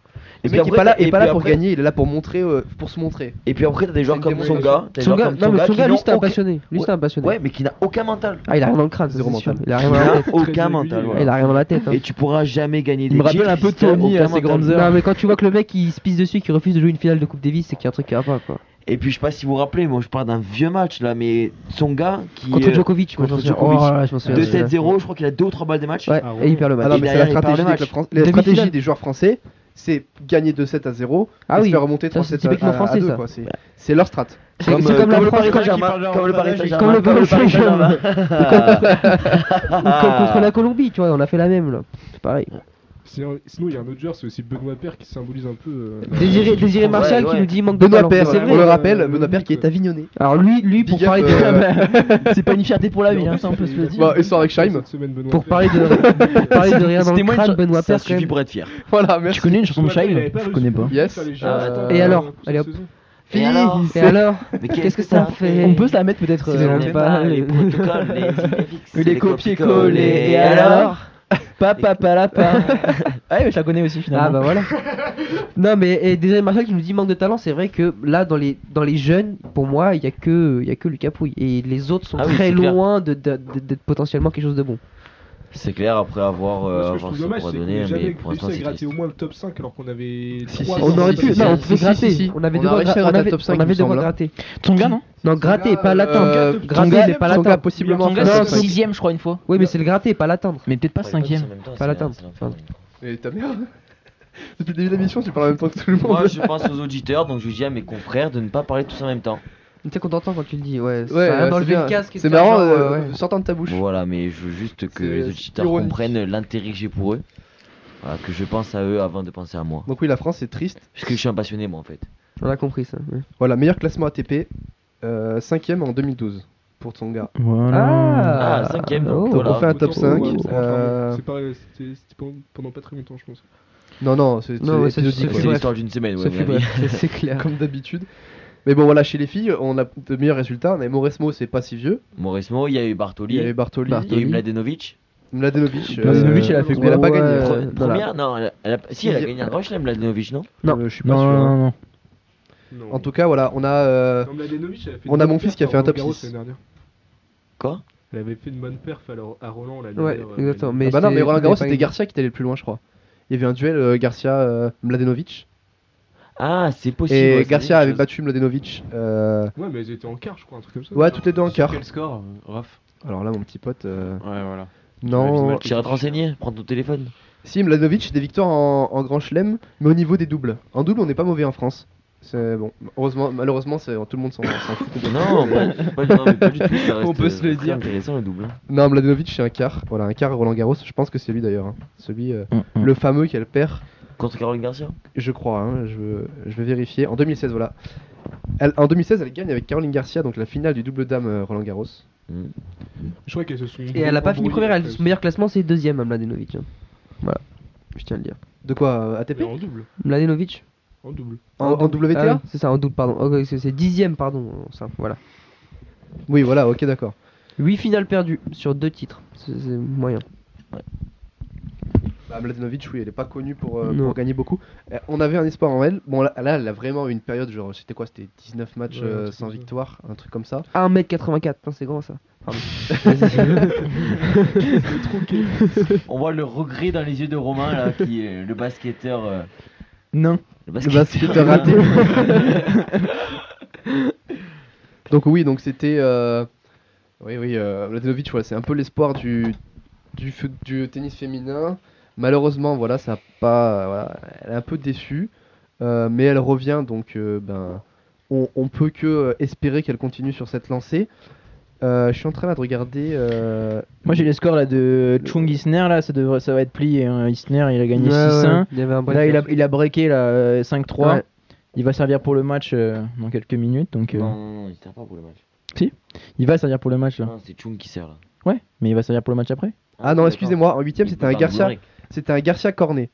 Et puis Le mec est après, pas là, t'as- il est et pas puis là pour après- gagner, il est là pour montrer, euh, pour se montrer. Et puis après, t'as des joueurs une comme démonstration. Tsonga. t'as des Tsonga, joueurs comme non, mais qui Tsonga, n'ont lui, c'est un aucun- passionné. Lui, c'est un passionné. Ouais, mais qui n'a aucun mental. Ah, il a rien dans le crâne, ça, Zéro c'est sûr. mental. Il a Qui rien dans la n'a tête. aucun mental. voilà. Il a rien dans la tête. hein. Et tu pourras jamais gagner des me rappelle titres un peu si t'as Tony aucun euh, à ses mental. grandes heures. Non, mais quand tu vois que le mec il se pisse dessus, qu'il refuse de jouer une finale de Coupe Davis, c'est qu'il y a un truc qui va pas quoi. Et puis je sais pas si vous vous rappelez, moi je parle d'un vieux match là, mais Tsonga qui Contre euh, Djokovic, je m'en contre souviens. Djokovic. Oh là là, je m'en souviens. 2-7-0, je crois qu'il a 2 ou 3 balles des matchs. Ouais, Ah et ouais. il perd le Ah match. non, Et mais c'est la derrière, il perd stratégie, le des match. clubs fran- la Demi-finale. stratégie des joueurs français, c'est gagner de 7 à 0 Ah et oui. se faire remonter Ça, 3 c'est 7 à, typiquement à- à français, deux, ça. quoi. C'est c'est leur strat. C'est c'est euh, comme, la le France Paris quand- Saint-Germain, comme le Paris Comme Saint-Germain, le comme le Paris Saint-Germain. Ah. comme contre la Colombie, tu vois, on a fait la même là. C'est pareil. Sinon, sinon, il y a un autre joueur, c'est aussi Benoît Père qui symbolise un peu. euh, Désiré, Désiré Ouais, Martial qui ouais. nous dit il manque de Benoît talent. Père, C'est on le vrai. rappelle, euh, Benoît Père qui est quoi. avignonné. Alors lui, lui pour Big parler up, de. euh, c'est pas une fierté pour la vie, hein, ça on peut se le dire. Bah, et soir avec Scheim. Cette semaine, Benoît Pour Père. parler de, pour parler de rien dans C'était le moins une crâne, cho- Benoît Ça Père, quand suffit même. pour être fier. Voilà, Tu merci. connais une chanson de Benoît Père, il Shine avait pas Je reçu connais de pas. but Yes. à l'échec, Euh, euh, Et alors cette Allez, hop. saison. Et alors Et alors Mais Qu'est-ce que ça fait On peut se la mettre peut-être. Ils euh, aiment mais- pas les les- protocoles, les idées Oui, les copier-coller. Et alors Papa, palapa. Ouais, mais je la connais aussi Ah finalement. bah voilà. non mais et Désiré Martial qui nous dit manque de talent, c'est vrai que là dans les dans les jeunes, pour moi, il y a que il y a que Lucas Pouille et les autres sont Ah oui, très c'est clair. loin de- de- de- d'être potentiellement quelque chose de bon. C'est clair, après avoir Moi, euh, ce que je avoir trouve ce qu'on dommage, pourra c'est qu'on donner, n'a jamais mais pour l'instant réussi à c'est triste. gratter au moins le top 5 alors qu'on avait. Si, trois si, dans On le aurait top pu, 5. non, on si, pouvait si, gratter. si, si. On avait On des a droits réussi à gra- on gratter avait- le top 5, on il me avait des droits semble, hein. grattés. Tsonga, non Non, gratter, pas l'attendre. Euh, Gratter, gratter, Tsonga- c'est pas Tsonga l'attendre. possiblement. Tsonga, en Non, c'est face. Tsonga- sixième, je crois, une euh, fois. Oui, mais c'est le gratter, pas l'attendre. Mais peut-être pas cinquième. Pas l'atteinte. Et ta mère Depuis le début de l'émission, tu parles en même temps que tout le monde. Moi je pense aux auditeurs, donc je dis à mes confrères de ne pas parler tous en même temps. Tu sais qu'on t'entend quand tu le dis, ouais. Ouais, ça a euh, c'est enlevé bien. le casque. et C'est tout, marrant, genre, euh, ouais, ouais. sortant de ta bouche. Voilà, mais je veux juste que C'est les auditeurs ironique. comprennent l'intérêt que j'ai pour eux. Voilà, que je pense à eux avant de penser à moi. Donc oui, la France est triste. Parce que je suis un passionné moi en fait. On a compris ça. ouais. Voilà, meilleur classement ATP, 5 euh, en 2012 pour Tsonga. Ah, cinquième, donc, oh. Donc on Voilà, fait un top Autant, 5. ouais, autant, euh, enfin, C'est pas- c'était- c'était pendant- pendant pas très longtemps, je pense. Non, non, c'est Non, ouais, c'est épisodique, c'est- ouais. C'est bref. l'histoire d'une semaine, ouais. Ça mais fait oui. bref, c'est- c'est clair. comme d'habitude. Mais bon, voilà, chez les filles, on a de meilleurs résultats. On a Mauresmo, c'est pas si vieux. Mauresmo, il y a eu Il Bartoli, y avait Bartoli, il y a Bartoli. eu Mladenovic. Mladenovic. Mladenovic, elle a fait Mais elle a quoi pas gagné. Ouais. je crois. Euh, Première Non, elle a- elle a- si elle a gagné un rush, là, Mladenovic, non Non. Euh, je suis pas Non, sûr. hein. non, non. Non. En tout cas, voilà, on a. euh, Non, mais Mladenovic, elle a fait on une a bonne mon fils perf qui a à fait un top Roland-Garros 6. l'année dernière. Quoi Elle avait fait une bonne perf à Ro- à Roland l'année Ouais, dernière. exactement. Ah Mais bah non, mais c'était- Roland Garros, c'était c'était pas- Garcia qui était le plus loin, je crois. Il y avait un duel euh, Garcia-Mladenovic. Ah, c'est possible. ouais, et ça Garcia dit avait quelque battu Mladenovic. euh, Ouais, mais elles étaient en quart, je crois, un truc comme ça. Ouais, toutes les deux en Sur quart. Quel score, euh, Raph Alors là, mon petit pote. euh, Ouais, voilà. Non. chose. J'irai te renseigner, prends ton téléphone. Si, Mladenovic, des victoires en, en grand chelem, mais au niveau des doubles. En double, on n'est pas mauvais en France. C'est bon. Heureusement, malheureusement, c'est- tout le monde s'en s'en fout Euh, Non, complètement. pas, pas- non, mais pas du tout, ça reste On peut se le euh, dire. intéressant le double. hein. Non, Mladenovic, c'est un quart. Voilà, un quart Roland Garros. Je pense que c'est lui d'ailleurs. hein. Celui, euh, Mm, le fameux qu'elle perd, Contre Caroline Garcia je crois. hein, je, je vais vérifier. En 2016, voilà. Elle- en 2016, elle gagne avec Caroline Garcia, donc la finale du double dame euh, Roland Garros. Je crois qu'elles se sont. Et elle a pas fini embrouillées, première, elle- elles son meilleur classement c'est deuxième à Mladenovic. hein. Voilà, je tiens à le dire. De quoi euh, ATP Mais En double. Mladenovic En double. en, en WTA Ah, C'est ça, en double, pardon. Ok, c'est- c'est dixième, pardon. Ça, voilà. Oui, voilà, ok, d'accord. 8 finales perdues sur deux titres. C'est c'est moyen. Bah, Mladenovic, oui, elle est pas connue pour, euh, Non. pour gagner beaucoup. Euh, on avait un espoir en elle. Bon, là, là, elle a vraiment eu une période, genre, c'était quoi C'était 19 matchs Ouais, un euh, truc sans comme ça. victoire, un truc comme ça. 1m84, putain, hein, c'est grand ça. On voit le regret dans les yeux de Romain, là, qui est le basketteur. euh, Non. Le Eh basketteur raté. Donc, oui, donc c'était. euh, Oui, oui, euh, Mladenovic, voilà, c'est un peu l'espoir du, du, f- du tennis féminin. Malheureusement, voilà, ça a pas, voilà, elle est un peu déçue, euh, mais elle revient donc, euh, ben, on, on peut que euh, espérer qu'elle continue sur cette lancée. Euh, je suis en train là, de regarder. euh, Moi j'ai les scores là de Chung Isner là, ça, devrait, ça va être plié. hein. Isner il a gagné Ouais, 6-1. ouais, il y avait un break. Là il a, il a breaké là, euh, 5-3. Ouais. Il va servir pour le match euh, dans quelques minutes. Donc euh, Non, non, non, il sert pas pour le match. il va servir pour le match là. Non, c'est Chung qui sert là. Ouais, mais il va servir pour le match après. Ah non, excusez-moi, en huitième c'était un Garcia, c'était un Garcia Cornet.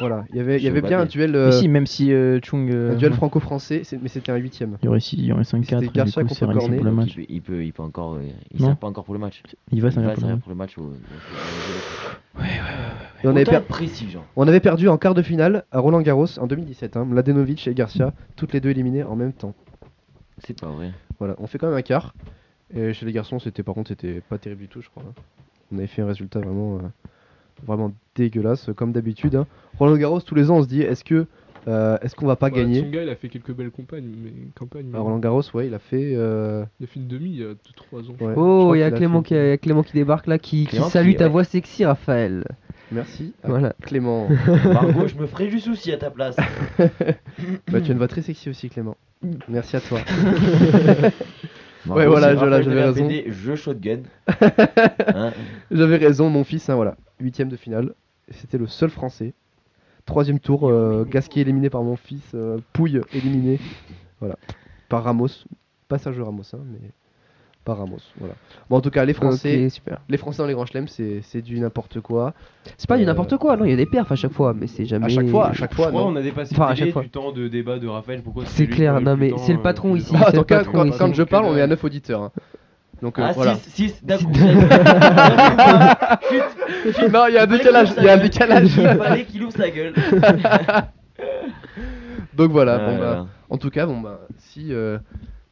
Voilà, il y avait, il y Ils avait sont bien un badés. duel, Mais euh, si, même si euh, Chung. euh, un duel franco-français, c'est- mais c'était un huitième. il y aurait, six- il y aurait 5-4. C'était du Garcia coup, contre c'est réalisé Cornet, pour le Il match. peut, il peut, il peut encore. euh, Il Non. sert pas encore pour le match. Il va Il servir va pour le servir match. pour le match. Au... Et on On avait, est per- précis, genre. on avait perdu en quart de finale à Roland Garros en 2017, hein, Mladenovic et Garcia, toutes les deux éliminées en même temps. C'est pas vrai. Voilà, on fait quand même un quart. Et chez les garçons, c'était par contre, c'était pas terrible du tout, je crois. hein. On avait fait un résultat vraiment, euh, vraiment dégueulasse, comme d'habitude. hein. Roland Garros, tous les ans, on se dit, est-ce que, euh, est-ce qu'on va pas Voilà, gagner Bah, Tsonga, il a fait quelques belles campagnes, mais campagnes. Ah, Alors, Roland Garros, ouais, il a fait. euh, Il a fait une demi il y a 2-3 ouais, ans. je Oh, crois il y a qu'il Clément fait- qui, il y a Clément qui débarque là, qui, qui Clément qui- salue ta ouais. voix sexy, Raphaël. Merci. à Voilà. Clément. Margot, je me ferai du souci à ta place. Bah, tu as une voix très sexy aussi, Clément. Merci à toi. Margot, Ouais, voilà, c'est je- là, Raphaël j'avais de la raison. PD, Je shotgun. Hein, J'avais raison, mon fils, hein, voilà. Huitième de finale. C'était le seul français. Troisième tour, euh, Gasquet éliminé par mon fils, euh, Pouille éliminé. Voilà. Par Ramos. Pas Sergio Ramos, hein, mais par Ramos. Voilà. Bon, en tout cas, les Français, Ok, super. les Français dans les grands chelems, c'est c'est du n'importe quoi. C'est pas du Euh, n'importe quoi, non, il y a des perfs à chaque fois, mais c'est jamais. À chaque fois, à chaque Je fois. crois non. on a dépassé Enfin, à le chaque délai fois. du temps de débat de Raphaël. Pourquoi C'est lui clair, qui a non, eu mais temps, c'est le euh, patron de- ici. Ah, en c'est tout pas cas, trop quand, ici. quand je parle, on est à Donc, 9 auditeurs. hein. Donc euh, Ah, voilà. 6, 6, d'un coup. Il Non, il y a un décalage. Il y a un décalage. fallait qu'il ouvre sa gueule. Donc voilà. Ah bon, là bah, là. En tout cas, bon bah si euh,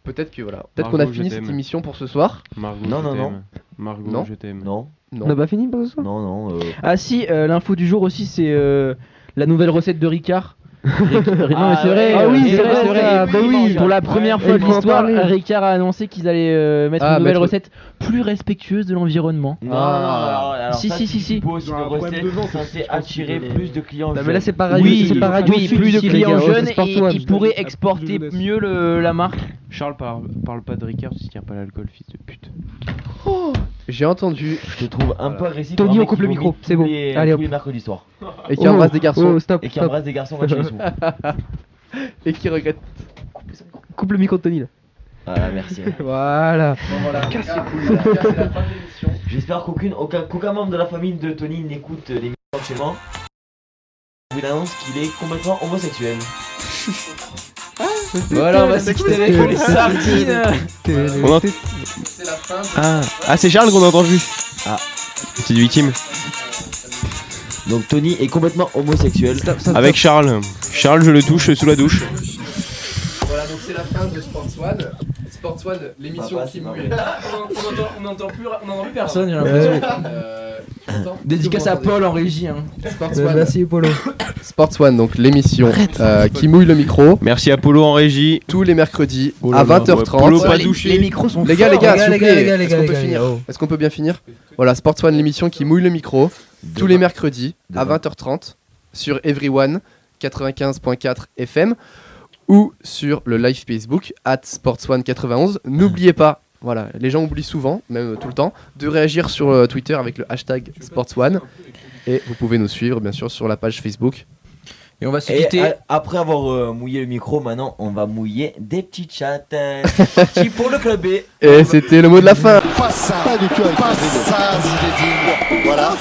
peut-être que voilà, peut-être Margot, qu'on a je fini t'aime. cette émission pour ce soir. Margot, Non, je non, t'aime. non. Margot, Non. je t'aime. Non, Non. On n'a pas fini pour ce soir non, non. euh, Ah si, euh, l'info du jour aussi c'est euh, la nouvelle recette de Ricard. Ric- non mais c'est vrai, Ah oui, euh, c'est vrai, c'est vrai, ça, bah oui. Pour la première Ouais, fois il de faut en l'histoire, parler. bah, Ricard a annoncé qu'ils allaient euh, mettre Ah, une nouvelle mettre- recette plus respectueuse de l'environnement. Non, non, non, alors, alors Si, ça, si, c'est si, si. plutôt aussi Ils ont une un problème recette de vente, censée je pense qu'ils attirer veulent- plus de clients. Non, mais là, jeunes. c'est pas radio, oui, c'est pas radio. oui, Sud plus de ici, les clients gars, oh, jeunes c'est Sport et One. ils pourraient Plus de exporter jeunesse. mieux le- la marque. Charles parle, parle pas de Ricard s'il tient pas l'alcool, fils de pute. J'ai entendu Je te trouve un peu agressif. Tony, un mec on coupe qui le vomit micro, tous c'est bon. les- Allez, Tous hop. les mercredis soir. et qui embrasse des garçons Oh, stop, Et qui stop. embrasse des garçons quand ils sont. et qui regrette. Coupe le micro de Tony là. Voilà, Ah, merci. Voilà. J'espère qu'aucune, aucun, qu'aucun membre de la famille de Tony n'écoute euh, l'émission actuellement. Je vous annonce qu'il est complètement homosexuel. Voilà, on va se quitter avec les sardines. On en- Ah, ah c'est Charles qu'on a entendu. Ah. Petite victime. Donc Tony est complètement homosexuel. Avec Charles. Charles, je le touche sous la douche. Voilà, donc c'est la fin de Sports One. Sports One, Papa, Bah, c'est marrant. Euh, Ah, bah, On n'entend plus, personne. j'ai l'impression. Ouais, Dédicace à Paul en régie. hein. Sports ouais, Bah, Merci Polo. Sports One, donc l'émission euh, qui mouille le micro Merci Apollo en régie. tous les mercredis Oh là à là, 20h30. Polo pas douché. micros sont Les gars, les gars, Les s'il gars, vous les gars, les gars, plaît, les est-ce qu'on gars, peut les gars, finir oh. Est-ce qu'on peut bien finir Voilà, Sports One, l'émission qui mouille le micro. tous les mercredis à 20h30 sur Everyone 95.4 FM ou sur le live Facebook at SportsOne91. N'oubliez pas, voilà, les gens oublient souvent, même tout le temps, de réagir sur euh, Twitter avec le hashtag SportsOne. Et vous pouvez nous suivre, bien sûr, sur la page Facebook. Et on va se Et quitter. a- après avoir euh, mouillé le micro, maintenant on va mouiller des petits chats. euh, Petits pour le club B. Et c'était le mot de la fin Pas ça. Pas du tout avec Pas ça, si j'ai dit. Voilà.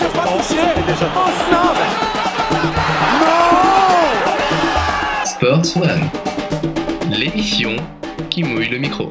Sports One, l'émission qui mouille le micro.